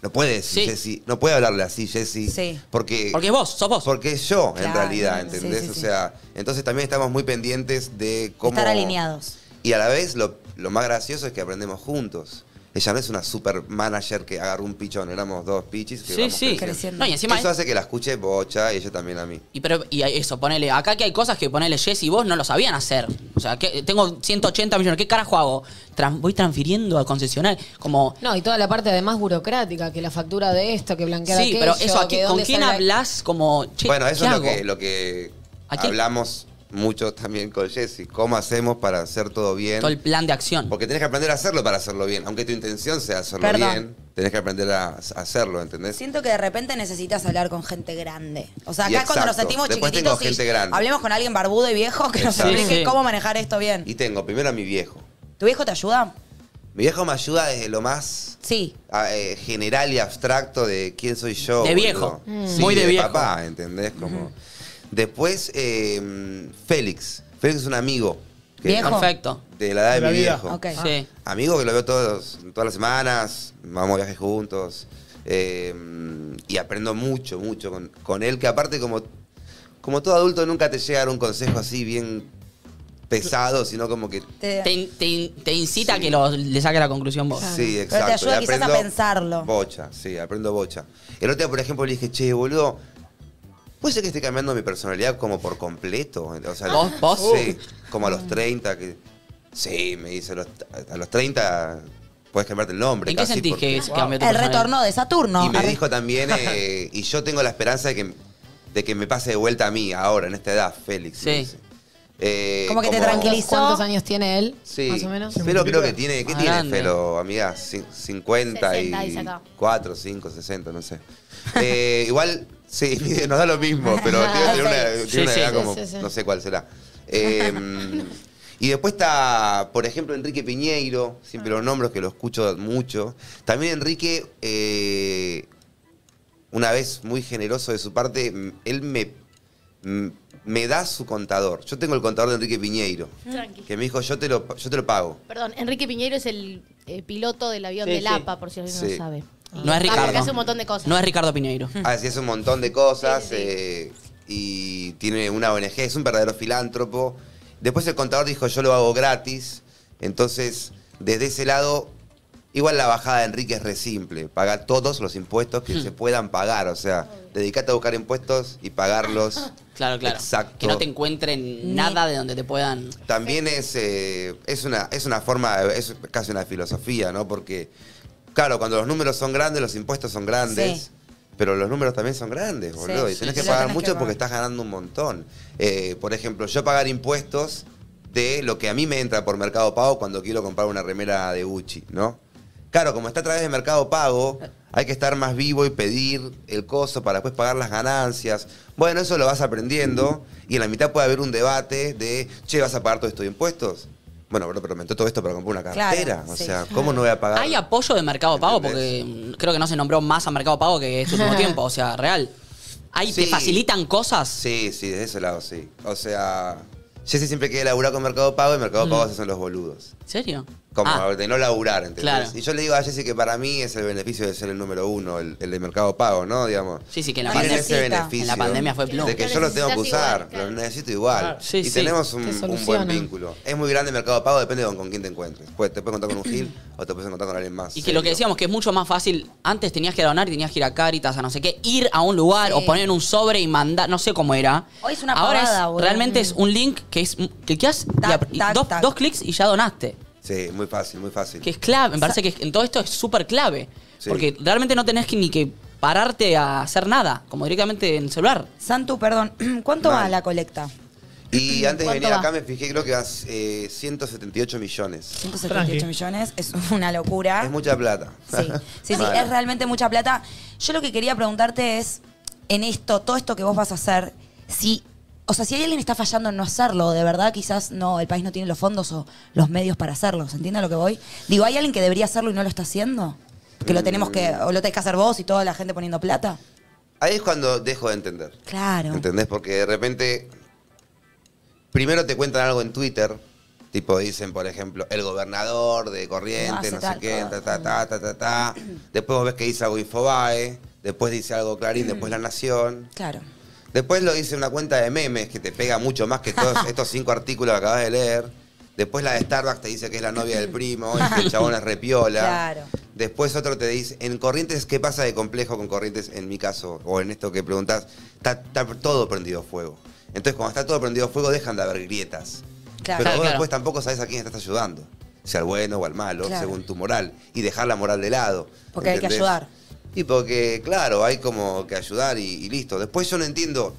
Speaker 2: No puede decir
Speaker 4: Sí.
Speaker 2: Jessy, no puede hablarle así Jessy.
Speaker 3: Sí.
Speaker 2: Porque,
Speaker 4: Porque es vos, sos vos.
Speaker 2: porque es yo, en
Speaker 3: Claro,
Speaker 2: realidad,
Speaker 3: sí,
Speaker 2: ¿entendés?
Speaker 3: sí,
Speaker 2: O
Speaker 3: sí.
Speaker 2: sea, entonces también estamos muy pendientes de cómo...
Speaker 3: Estar alineados.
Speaker 2: Y a la vez, lo, lo más gracioso es que aprendemos juntos. Ella no es una super manager que agarró un pichón, éramos dos pichis. Que
Speaker 4: Sí,
Speaker 2: vamos
Speaker 4: sí.
Speaker 3: creciendo.
Speaker 4: No, y encima
Speaker 2: Eso hace que la escuche bocha y ella también a mí.
Speaker 4: Y, pero, y eso, ponele, acá que hay cosas que ponele Jess y vos no lo sabían hacer. O sea, que tengo 180 millones, ¿qué carajo hago? Tran- voy transfiriendo a concesionar. Como,
Speaker 5: No, y toda la parte además burocrática, que la factura de esto, que blanquear
Speaker 4: sí,
Speaker 5: aquello,
Speaker 4: pero eso
Speaker 5: que
Speaker 4: aquí,
Speaker 5: dónde
Speaker 4: ¿con quién
Speaker 5: sale-
Speaker 4: hablas? Como, che,
Speaker 2: bueno,
Speaker 4: ¿qué
Speaker 2: eso es lo
Speaker 4: hago?
Speaker 2: que, lo que
Speaker 4: ¿A quién?
Speaker 2: hablamos mucho también con Jessy. ¿Cómo hacemos para hacer todo bien?
Speaker 4: Todo el plan de acción.
Speaker 2: Porque tenés que aprender a hacerlo para hacerlo bien. Aunque tu intención sea hacerlo
Speaker 3: Perdón.
Speaker 2: bien, tenés que aprender a a hacerlo, ¿entendés?
Speaker 3: Siento que de repente necesitas hablar con gente grande. O sea,
Speaker 2: Y
Speaker 3: acá cuando nos
Speaker 2: exacto.
Speaker 3: sentimos
Speaker 2: Después tengo
Speaker 3: chiquititos,
Speaker 2: gente
Speaker 3: y
Speaker 2: grande.
Speaker 3: hablemos con alguien barbudo y viejo que nos
Speaker 2: Exacto.
Speaker 3: explique
Speaker 4: Sí.
Speaker 3: cómo manejar esto bien.
Speaker 2: Y tengo primero a mi viejo.
Speaker 3: ¿Tu viejo te ayuda?
Speaker 2: Mi viejo me ayuda desde lo más
Speaker 3: Sí.
Speaker 2: ah, eh, general y abstracto de quién soy yo.
Speaker 4: De
Speaker 2: boludo.
Speaker 4: viejo. Mm.
Speaker 2: Sí,
Speaker 4: Muy de viejo.
Speaker 2: papá, ¿entendés? Como... Después, eh, Félix. Félix es un amigo. que-
Speaker 3: Viejo.
Speaker 4: Perfecto.
Speaker 2: De la edad de,
Speaker 6: De la
Speaker 2: mi
Speaker 6: vida.
Speaker 2: viejo.
Speaker 3: Ok.
Speaker 4: Sí.
Speaker 2: Amigo que lo veo todos, todas las semanas, vamos a viajes juntos. eh, y aprendo mucho, mucho con, con él, que aparte como, como todo adulto nunca te llega a dar un consejo así bien pesado, sino como que...
Speaker 3: Te-
Speaker 4: Te, te- te incita
Speaker 2: Sí.
Speaker 4: a que lo- le saque la conclusión vos.
Speaker 2: Sí,
Speaker 3: Pero te
Speaker 2: exacto.
Speaker 3: ayuda
Speaker 2: y
Speaker 3: quizás a
Speaker 2: aprendo
Speaker 3: pensarlo.
Speaker 2: Bocha, sí, aprendo bocha. El otro día, por ejemplo, le dije, che, boludo, puede ser que esté cambiando mi personalidad como por completo. O sea,
Speaker 4: ¿Vos? ¿Vos?
Speaker 2: Sí, como a los 30. Que, sí, me dice, a los, a los 30 puedes cambiarte el nombre.
Speaker 4: ¿En qué
Speaker 2: casi,
Speaker 4: sentís
Speaker 2: porque-
Speaker 4: que es cambió tu
Speaker 3: el
Speaker 4: personalidad?
Speaker 3: retorno de Saturno.
Speaker 2: y me
Speaker 3: Arre-
Speaker 2: dijo también, eh, y yo tengo la esperanza de que, de que me pase de vuelta a mí ahora, en esta edad, Félix. me
Speaker 4: Sí.
Speaker 2: dice. Eh,
Speaker 3: Como que te tranquiliza. ¿Cuántos
Speaker 5: ¿Cuántos
Speaker 3: ¿Cuántos
Speaker 5: años tiene él?
Speaker 2: Sí,
Speaker 5: Más o menos.
Speaker 2: Felo creo que tiene, ¿qué
Speaker 4: Más
Speaker 2: tiene
Speaker 4: grande.
Speaker 2: Felo, amiga? Cin- 50
Speaker 7: 60 dice
Speaker 2: y
Speaker 7: acá.
Speaker 2: 4, 5, 60, no sé. Eh, igual, sí, mide- nos da lo mismo, pero tiene, tiene una, tiene
Speaker 4: Sí,
Speaker 2: una
Speaker 4: sí.
Speaker 2: edad
Speaker 5: Sí,
Speaker 2: como,
Speaker 5: sí, sí.
Speaker 2: no sé cuál será. Eh, y después está, por ejemplo, Enrique Piñeiro, siempre
Speaker 4: Ah.
Speaker 2: lo nombro, que lo escucho mucho. También Enrique, eh, una vez muy generoso de su parte, m- él me, m- me da su contador. Yo tengo el contador de Enrique Piñeiro.
Speaker 7: Tranqui.
Speaker 2: Que me dijo, yo te lo, yo te lo pago.
Speaker 7: Perdón, Enrique Piñeiro es el eh, piloto del avión
Speaker 4: Sí,
Speaker 7: del
Speaker 4: sí.
Speaker 7: APA, por si alguien no
Speaker 2: Sí.
Speaker 7: lo sabe.
Speaker 4: No es
Speaker 7: Ah, porque
Speaker 4: Ricardo.
Speaker 7: hace un montón de cosas.
Speaker 4: No es Ricardo Piñeiro.
Speaker 2: Así es Ah, un montón de cosas
Speaker 7: Sí, sí.
Speaker 2: eh, y tiene una ONG, es un verdadero filántropo. Después el contador dijo, yo lo hago gratis. Entonces, desde ese lado, igual la bajada de Enrique es re simple. Paga todos los impuestos que se puedan pagar. O sea, dedicate a buscar impuestos y pagarlos.
Speaker 4: Claro, claro.
Speaker 2: Exacto.
Speaker 4: Que no te encuentren nada de donde te puedan.
Speaker 2: También es, eh, es, una, es una forma, es casi una filosofía, ¿no? Porque, claro, cuando los números son grandes, los impuestos son grandes,
Speaker 3: Sí.
Speaker 2: pero los números también son grandes,
Speaker 3: Sí,
Speaker 2: boludo. y
Speaker 3: sí,
Speaker 2: tenés
Speaker 3: sí.
Speaker 2: que
Speaker 3: Lo
Speaker 2: pagar
Speaker 3: tenés
Speaker 2: mucho
Speaker 3: que
Speaker 2: porque
Speaker 3: pagar.
Speaker 2: estás ganando un montón. Eh, por ejemplo, yo pagar impuestos de lo que a mí me entra por Mercado Pago cuando quiero comprar una remera de Gucci, ¿no? Claro, como está a través de Mercado Pago, hay que estar más vivo y pedir el coso para después pagar las ganancias. Bueno, eso lo vas aprendiendo y en la mitad puede haber un debate de, che, ¿vas a pagar todos estos impuestos? Bueno, bro, pero me entró todo esto para comprar una
Speaker 3: Claro,
Speaker 2: cartera. o
Speaker 3: sí.
Speaker 2: sea, ¿cómo no voy a pagar?
Speaker 4: Hay apoyo de Mercado Pago, porque
Speaker 2: ¿Entendés?
Speaker 4: mm, creo que no se nombró más a Mercado Pago que este último tiempo. O sea, real. Ahí te
Speaker 2: Sí.
Speaker 4: facilitan cosas.
Speaker 2: Sí, sí, de ese lado sí. O sea, Jesse siempre quiere laburar con Mercado Pago y
Speaker 3: Mm.
Speaker 2: Mercado Pago se hacen los boludos.
Speaker 4: ¿En serio?
Speaker 2: Como
Speaker 4: Ah,
Speaker 2: de no laburar, ¿entendés?
Speaker 4: Claro.
Speaker 2: Y yo le digo a Jesse que para mí es el beneficio de ser el número uno, el, el de Mercado Pago, ¿no? Digamos.
Speaker 4: sí, sí, que en la
Speaker 3: No
Speaker 2: Tienen
Speaker 4: pandemia.
Speaker 2: ese
Speaker 3: necesita.
Speaker 2: beneficio.
Speaker 4: En la pandemia fue plum.
Speaker 2: De que
Speaker 7: Lo
Speaker 2: yo lo tengo que
Speaker 7: necesitas
Speaker 2: usar,
Speaker 7: igual, claro.
Speaker 2: lo necesito igual.
Speaker 6: Claro.
Speaker 4: Sí,
Speaker 2: y
Speaker 4: sí.
Speaker 2: tenemos un,
Speaker 5: Te
Speaker 2: un
Speaker 5: soluciona.
Speaker 2: buen vínculo. Es muy grande el mercado pago, depende de con quién te encuentres. Pues, te puedes contar con un Gil o te puedes encontrar con alguien más.
Speaker 4: Y que lo que
Speaker 2: serio.
Speaker 4: decíamos que es mucho más fácil, antes tenías que donar, y tenías que ir a Caritas, a no sé qué, ir a un lugar
Speaker 3: Sí.
Speaker 4: o poner en un sobre y mandar, no sé cómo era.
Speaker 3: Hoy es una
Speaker 4: Ahora es-
Speaker 3: pavada, boludo.
Speaker 4: realmente es un link que es cliqueas y
Speaker 3: Tac,
Speaker 4: ap- y
Speaker 3: tac,
Speaker 4: dos,
Speaker 3: tac.
Speaker 4: dos clics y ya donaste.
Speaker 2: Sí, muy fácil, muy fácil.
Speaker 4: Que es clave, me parece que es- en todo esto es súper clave.
Speaker 2: Sí.
Speaker 4: Porque realmente no tenés que, ni que pararte a hacer nada, como directamente en el celular.
Speaker 3: Santu, perdón, ¿cuánto
Speaker 2: Mal.
Speaker 3: va la colecta?
Speaker 2: Y antes de
Speaker 7: ¿Cuánto
Speaker 2: venir
Speaker 7: va?
Speaker 2: acá me fijé, creo que vas eh, 178 millones.
Speaker 3: 178
Speaker 6: Tranqui.
Speaker 3: millones, es una locura.
Speaker 4: ¿Ah?
Speaker 2: Es mucha plata.
Speaker 3: Sí, sí, sí,
Speaker 2: Mal.
Speaker 3: es realmente mucha plata. Yo lo que quería preguntarte es, en esto, todo esto que vos vas a hacer, si, o sea, si alguien está fallando en no hacerlo, de verdad quizás no, el país no tiene los fondos o los medios para hacerlo, ¿se entiende a lo que voy? Digo, ¿hay alguien que debería hacerlo y no lo está haciendo? Que lo tenemos que, o lo tenés que hacer vos y toda la gente poniendo plata.
Speaker 2: Ahí es cuando dejo de entender.
Speaker 3: Claro.
Speaker 2: ¿Entendés? Porque de repente, primero te cuentan algo en Twitter, tipo dicen, por ejemplo, el gobernador de
Speaker 3: No
Speaker 2: Corrientes,
Speaker 3: hace
Speaker 2: no, sé
Speaker 3: tal
Speaker 2: qué, ta,
Speaker 3: cosa.
Speaker 2: ta, ta, ta, ta, ta. Después vos ves que dice algo Infobae, después dice algo
Speaker 3: Mm.
Speaker 2: Clarín, después La Nación.
Speaker 3: Claro.
Speaker 2: Después lo dice una cuenta de memes que te pega mucho más que todos estos cinco artículos que acabas de leer. Después la de Starbucks te dice que es la novia del primo y que el chabón es repiola.
Speaker 3: Claro.
Speaker 2: Después otro te dice, en Corrientes, ¿qué pasa de complejo con Corrientes en mi caso? O en esto que preguntás, está, está todo prendido fuego. Entonces, cuando está todo prendido fuego, dejan de haber grietas.
Speaker 3: Claro.
Speaker 2: Pero
Speaker 4: Claro,
Speaker 2: vos
Speaker 4: claro.
Speaker 2: después tampoco sabes a quién estás ayudando. Si al bueno o al malo,
Speaker 3: Claro.
Speaker 2: según tu moral. Y dejar la moral de lado.
Speaker 3: Porque hay que ayudar.
Speaker 2: Y porque, claro, hay como que ayudar y, y listo. Después yo no entiendo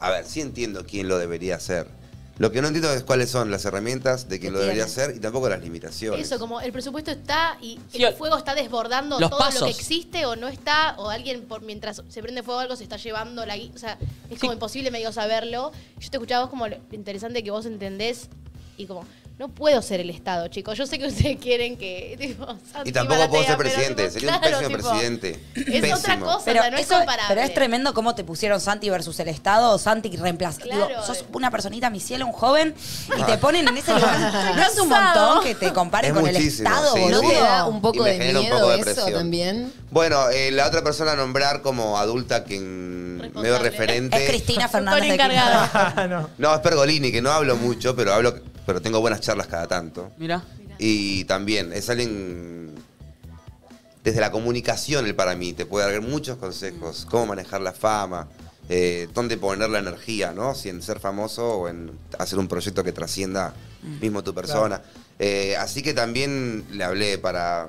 Speaker 2: a ver, sí entiendo quién lo debería hacer. Lo que no entiendo es cuáles son las herramientas de quien
Speaker 3: Que
Speaker 2: lo debería
Speaker 3: tiene.
Speaker 2: hacer y tampoco las limitaciones.
Speaker 7: Eso, como el presupuesto está y
Speaker 4: Sí,
Speaker 7: el
Speaker 4: o-
Speaker 7: fuego está desbordando
Speaker 4: los
Speaker 7: todo
Speaker 4: pasos.
Speaker 7: lo que existe o no está, o alguien por mientras se prende fuego algo se está llevando la gui- O sea, es como imposible medio saberlo. Yo te escuchaba vos como lo interesante que vos entendés y como, no puedo ser el Estado, chicos. Yo sé que ustedes quieren que. tipo, Santi
Speaker 2: Y tampoco puedo ser
Speaker 7: Maratea, pero,
Speaker 2: presidente,
Speaker 7: tipo,
Speaker 2: sería un
Speaker 7: claro,
Speaker 2: pésimo
Speaker 7: tipo,
Speaker 2: presidente.
Speaker 7: es
Speaker 2: pésimo.
Speaker 7: otra cosa.
Speaker 3: Pero,
Speaker 7: o sea, no es
Speaker 3: eso-
Speaker 7: comparable.
Speaker 3: pero es tremendo cómo te pusieron Santi versus el Estado, Santi reemplazó.
Speaker 7: Claro.
Speaker 3: Digo, sos una personita, mi cielo, un joven, y te ponen en ese lugar. ¿No es un montón que te comparen
Speaker 2: Es
Speaker 3: con
Speaker 2: muchísimo,
Speaker 3: el Estado,
Speaker 2: sí,
Speaker 5: ¿No
Speaker 3: boludo?
Speaker 2: sí.
Speaker 5: te da un poco
Speaker 2: Y me
Speaker 5: de
Speaker 2: genera
Speaker 5: miedo
Speaker 2: un poco de
Speaker 5: eso
Speaker 2: presión.
Speaker 5: también?
Speaker 2: Bueno, eh, la otra persona a nombrar como adulta quien medio
Speaker 7: Responsable.
Speaker 2: referente.
Speaker 3: Es Cristina Fernández
Speaker 7: Con
Speaker 3: de
Speaker 7: encargado.
Speaker 3: Kirchner.
Speaker 2: No, es Pergolini, que no hablo mucho, pero hablo, pero tengo buenas charlas cada tanto.
Speaker 4: Mira.
Speaker 2: Y también, es alguien desde la comunicación, él para mí, te puede dar muchos consejos, cómo manejar la fama, eh, dónde poner la energía, ¿no? Si en ser famoso o en hacer un proyecto que trascienda mismo tu persona. Eh, así que también le hablé para...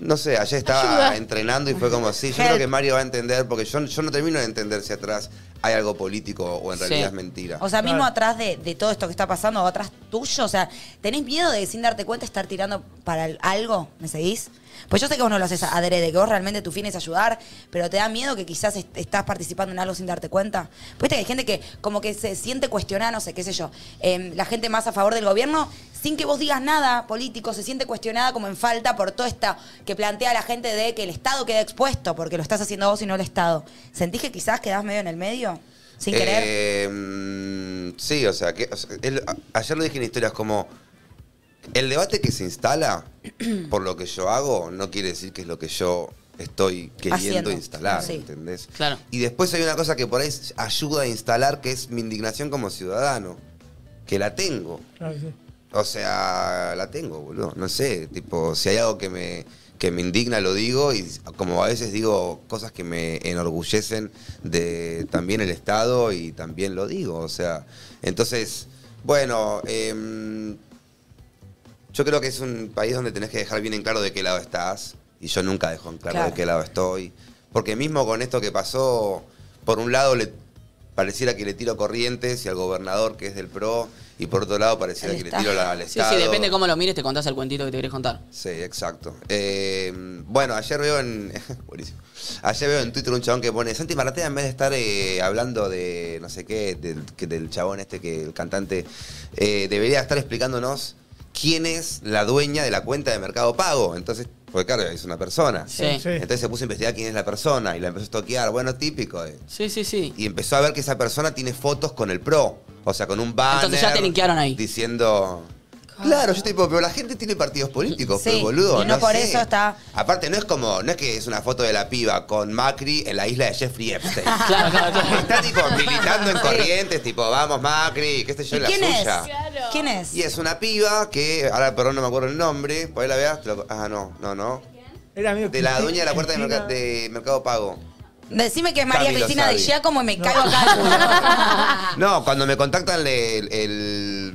Speaker 2: No sé, ayer estaba
Speaker 7: Ayuda.
Speaker 2: entrenando y fue como así. Yo creo que Mario va a entender, porque yo, yo no termino de entender si atrás hay algo político o en
Speaker 4: Sí.
Speaker 2: realidad es mentira.
Speaker 3: O sea, mismo atrás de, de todo esto que está pasando, o atrás tuyo, o sea, ¿tenés miedo de sin darte cuenta estar tirando para el- algo? ¿Me seguís? Pues yo sé que vos no lo haces adrede, que vos realmente tu fin es ayudar, pero ¿te da miedo que quizás est- estás participando en algo sin darte cuenta? Viste que hay gente que como que se siente cuestionada, no sé, qué sé yo, em, la gente más a favor del gobierno, sin que vos digas nada político, se siente cuestionada como en falta por todo esta que plantea la gente de que el Estado queda expuesto, porque lo estás haciendo vos y no el Estado. ¿Sentís que quizás quedás medio en el medio? Sin querer.
Speaker 2: Eh, mm, sí, o sea, que, o sea, él- a- ayer lo dije en historias como. El debate que se instala por lo que yo hago no quiere decir que es lo que yo estoy queriendo
Speaker 3: Haciendo.
Speaker 2: instalar,
Speaker 3: Sí.
Speaker 2: ¿entendés?
Speaker 4: Claro.
Speaker 2: Y después hay una cosa que por ahí ayuda a instalar, que es mi indignación como ciudadano, que la tengo.
Speaker 6: Claro, sí.
Speaker 2: O sea, la tengo, boludo. No sé, tipo, si hay algo que me, que me indigna, lo digo. Y como a veces digo cosas que me enorgullecen de también el Estado y también lo digo. O sea, entonces, bueno, em, yo creo que es un país donde tenés que dejar bien en claro de qué lado estás. Y yo nunca dejo en claro,
Speaker 3: Claro.
Speaker 2: de qué lado estoy. Porque mismo con esto que pasó, por un lado le pareciera que le tiro corrientes y al gobernador que es del PRO, y por otro lado pareciera
Speaker 3: Al
Speaker 2: que le
Speaker 3: Estado.
Speaker 2: tiro la, al
Speaker 4: Sí,
Speaker 2: Estado.
Speaker 4: sí, depende cómo lo mires, te contás el cuentito que te querés contar.
Speaker 2: Sí, exacto. Eh, bueno, ayer veo en. buenísimo. Ayer veo en Twitter un chabón que pone. Santi Maratea, en vez de estar eh, hablando de no sé qué, del, que- del chabón este que el cantante, eh, debería estar explicándonos quién es la dueña de la cuenta de Mercado Pago. Entonces, porque claro, es una persona.
Speaker 4: Sí.
Speaker 6: Sí.
Speaker 2: Entonces se puso a investigar quién es la persona y la empezó a toquear. Bueno, típico. eh.
Speaker 4: Sí, sí, sí.
Speaker 2: Y empezó a ver que esa persona tiene fotos con el pro. O sea, con un banner.
Speaker 4: Entonces ya te linkearon ahí.
Speaker 2: Diciendo. Claro, yo tipo, pero la gente tiene partidos políticos,
Speaker 3: Sí,
Speaker 2: pero boludo.
Speaker 3: y no por
Speaker 2: sé.
Speaker 3: eso está-
Speaker 2: Aparte, no es como, no es que es una foto de la piba con Macri en la isla de Jeffrey Epstein.
Speaker 4: Claro, claro, claro.
Speaker 2: Está tipo militando en corrientes, tipo, vamos Macri, qué sé yo,
Speaker 3: ¿Y
Speaker 2: la
Speaker 3: quién es?
Speaker 2: suya.
Speaker 7: Claro.
Speaker 3: ¿Quién es?
Speaker 2: Y es una piba que, ahora perdón, no me acuerdo el nombre, por ahí la veas. te lo- Ah, no, no, no.
Speaker 6: Era medio
Speaker 2: De la
Speaker 6: Cristi-
Speaker 2: dueña de la puerta de,
Speaker 6: Cristina-
Speaker 2: merca- de Mercado Pago.
Speaker 3: Decime que es María
Speaker 2: Cami lo
Speaker 3: Cristina de
Speaker 2: sabe.
Speaker 3: Giacomo y me caigo acá.
Speaker 2: No, cuando me contactan le- el, el-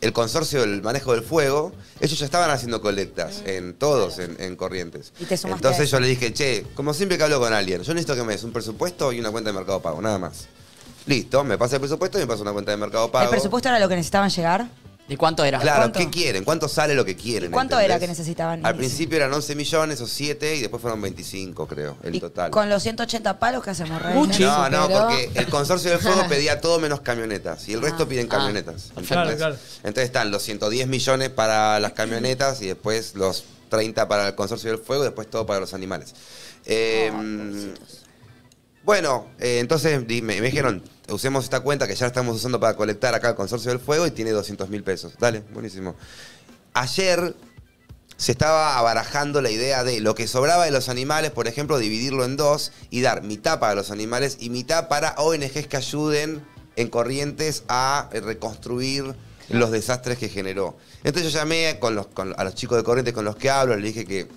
Speaker 2: el consorcio del manejo del fuego, ellos ya estaban haciendo colectas en todos, en, en Corrientes.
Speaker 3: Mm. Y te sumaste a
Speaker 2: Entonces
Speaker 3: eso.
Speaker 2: yo le dije, che, como siempre que hablo con alguien, yo necesito que me des un presupuesto y una cuenta de Mercado Pago, nada más. Listo, me pasa el presupuesto y me pasa una cuenta de Mercado Pago.
Speaker 3: ¿El presupuesto era lo que necesitaban llegar?
Speaker 4: ¿Y cuánto era?
Speaker 2: Claro,
Speaker 3: ¿Cuánto?
Speaker 2: ¿qué quieren? ¿Cuánto sale lo que quieren?
Speaker 3: ¿Y cuánto
Speaker 2: entendés?
Speaker 3: era que necesitaban?
Speaker 2: Al principio eran 11 millones o 7 y después fueron 25, creo, el
Speaker 3: Y
Speaker 2: total.
Speaker 3: Con los 180 palos que hacemos, rey.
Speaker 2: No, no,
Speaker 5: Pero-
Speaker 2: porque el consorcio del fuego pedía todo menos camionetas y el resto piden camionetas. ¿entendés?
Speaker 6: Claro, claro.
Speaker 2: Entonces están los 110 millones para las camionetas y después los 30 para el consorcio del fuego y después todo para los animales. Eh, bueno, eh, entonces di- me, me dijeron, usemos esta cuenta que ya la estamos usando para colectar acá el consorcio del fuego y tiene 200 mil pesos. Dale, buenísimo. Ayer se estaba abarajando la idea de lo que sobraba de los animales, por ejemplo, dividirlo en dos y dar mitad para los animales y mitad para ONGs que ayuden en corrientes a reconstruir los desastres que generó. Entonces yo llamé con los- con- a los chicos de corrientes con los que hablo, les dije que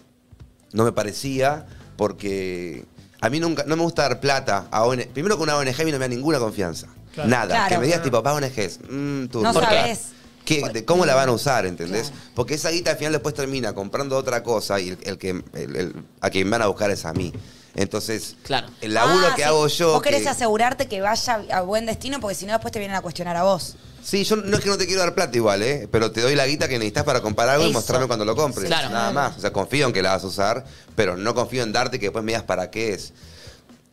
Speaker 2: no me parecía porque a mí nunca no me gusta dar plata a ONG. Primero que una ONG a mí no me da ninguna confianza.
Speaker 6: Claro.
Speaker 2: Nada.
Speaker 3: Claro.
Speaker 2: que me digas tipo, va ONGs. mm, tú,
Speaker 3: No
Speaker 2: ¿por qué?
Speaker 3: sabes.
Speaker 2: ¿Qué- de ¿Cómo la van a usar, entendés? Porque esa guita al final después termina comprando otra cosa y el, el que, el- el- a quien van a buscar es a mí. Entonces,
Speaker 4: Claro.
Speaker 2: el laburo
Speaker 3: Ah,
Speaker 2: que
Speaker 3: sí.
Speaker 2: hago yo.
Speaker 3: Vos querés
Speaker 2: que-
Speaker 3: asegurarte que vaya a buen destino porque si no después te vienen a cuestionar a vos.
Speaker 2: Sí, yo no es que no te quiero dar plata igual, ¿eh? Pero te doy la guita que necesitas para comprar algo y
Speaker 3: Eso.
Speaker 2: mostrarme cuando lo compres.
Speaker 4: Claro.
Speaker 2: Nada más. O sea, confío en que la vas a usar, pero no confío en darte que después me digas para qué es.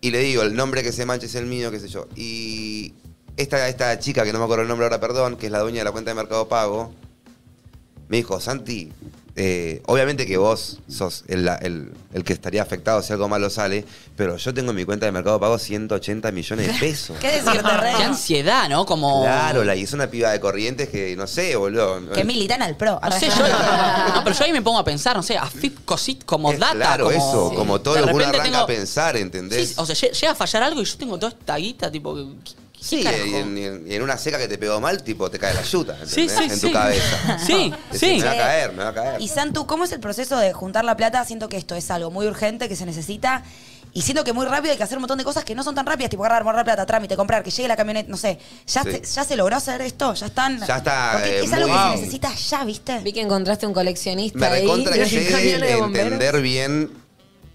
Speaker 2: Y le digo, el nombre que se manche es el mío, qué sé yo. Y esta, esta chica, que no me acuerdo el nombre ahora, perdón, que es la dueña de la cuenta de Mercado Pago, me dijo, Santi, eh, obviamente que vos sos el, la- el- el que estaría afectado si algo malo sale, pero yo tengo en mi cuenta de Mercado Pago 180 millones de pesos.
Speaker 3: ¿Qué decirte, Rey?
Speaker 4: Qué ansiedad, ¿no? Como.
Speaker 2: Claro, la, y es una piba de corrientes que no sé, boludo.
Speaker 3: Que militan al pro.
Speaker 4: No sé, yo. No, pero yo ahí me pongo a pensar, no sé, a FIP cosit como
Speaker 2: Es
Speaker 4: data.
Speaker 2: Claro,
Speaker 4: como,
Speaker 2: eso, como todo
Speaker 4: De
Speaker 2: lo que uno
Speaker 4: repente
Speaker 2: arranca a
Speaker 4: tengo-
Speaker 2: pensar,
Speaker 4: Sí,
Speaker 2: ¿entendés?
Speaker 4: o sea, lle- llega a fallar algo y yo tengo toda esta guita, tipo. ¿qué- qué
Speaker 2: Sí,
Speaker 4: carajo?
Speaker 2: y en, y en- y en una seca que te pegó mal, tipo, te cae la yuta, ¿entendés?
Speaker 4: sí, sí,
Speaker 2: en
Speaker 4: sí.
Speaker 2: tu cabeza.
Speaker 4: Sí,
Speaker 2: Decís,
Speaker 4: sí.
Speaker 2: Me va a caer, me va a caer.
Speaker 3: Y Santu, ¿cómo es el proceso de juntar la plata? Siento que esto es algo muy urgente, que se necesita. Y siento que muy rápido hay que hacer un montón de cosas que no son tan rápidas, tipo agarrar, borrar plata, trámite, comprar, que llegue la camioneta, no sé. ¿Ya,
Speaker 2: Sí.
Speaker 3: se, ya se logró hacer esto? ¿Ya están?
Speaker 2: Ya está,
Speaker 3: Porque
Speaker 2: eh,
Speaker 3: es algo
Speaker 2: muy-
Speaker 3: que
Speaker 2: Wow.
Speaker 3: se necesita ya,
Speaker 5: Vi
Speaker 3: ¿viste?
Speaker 5: que encontraste un coleccionista
Speaker 2: Me
Speaker 5: ahí.
Speaker 2: recontra que
Speaker 5: de camiones de bomberos.
Speaker 2: entender bien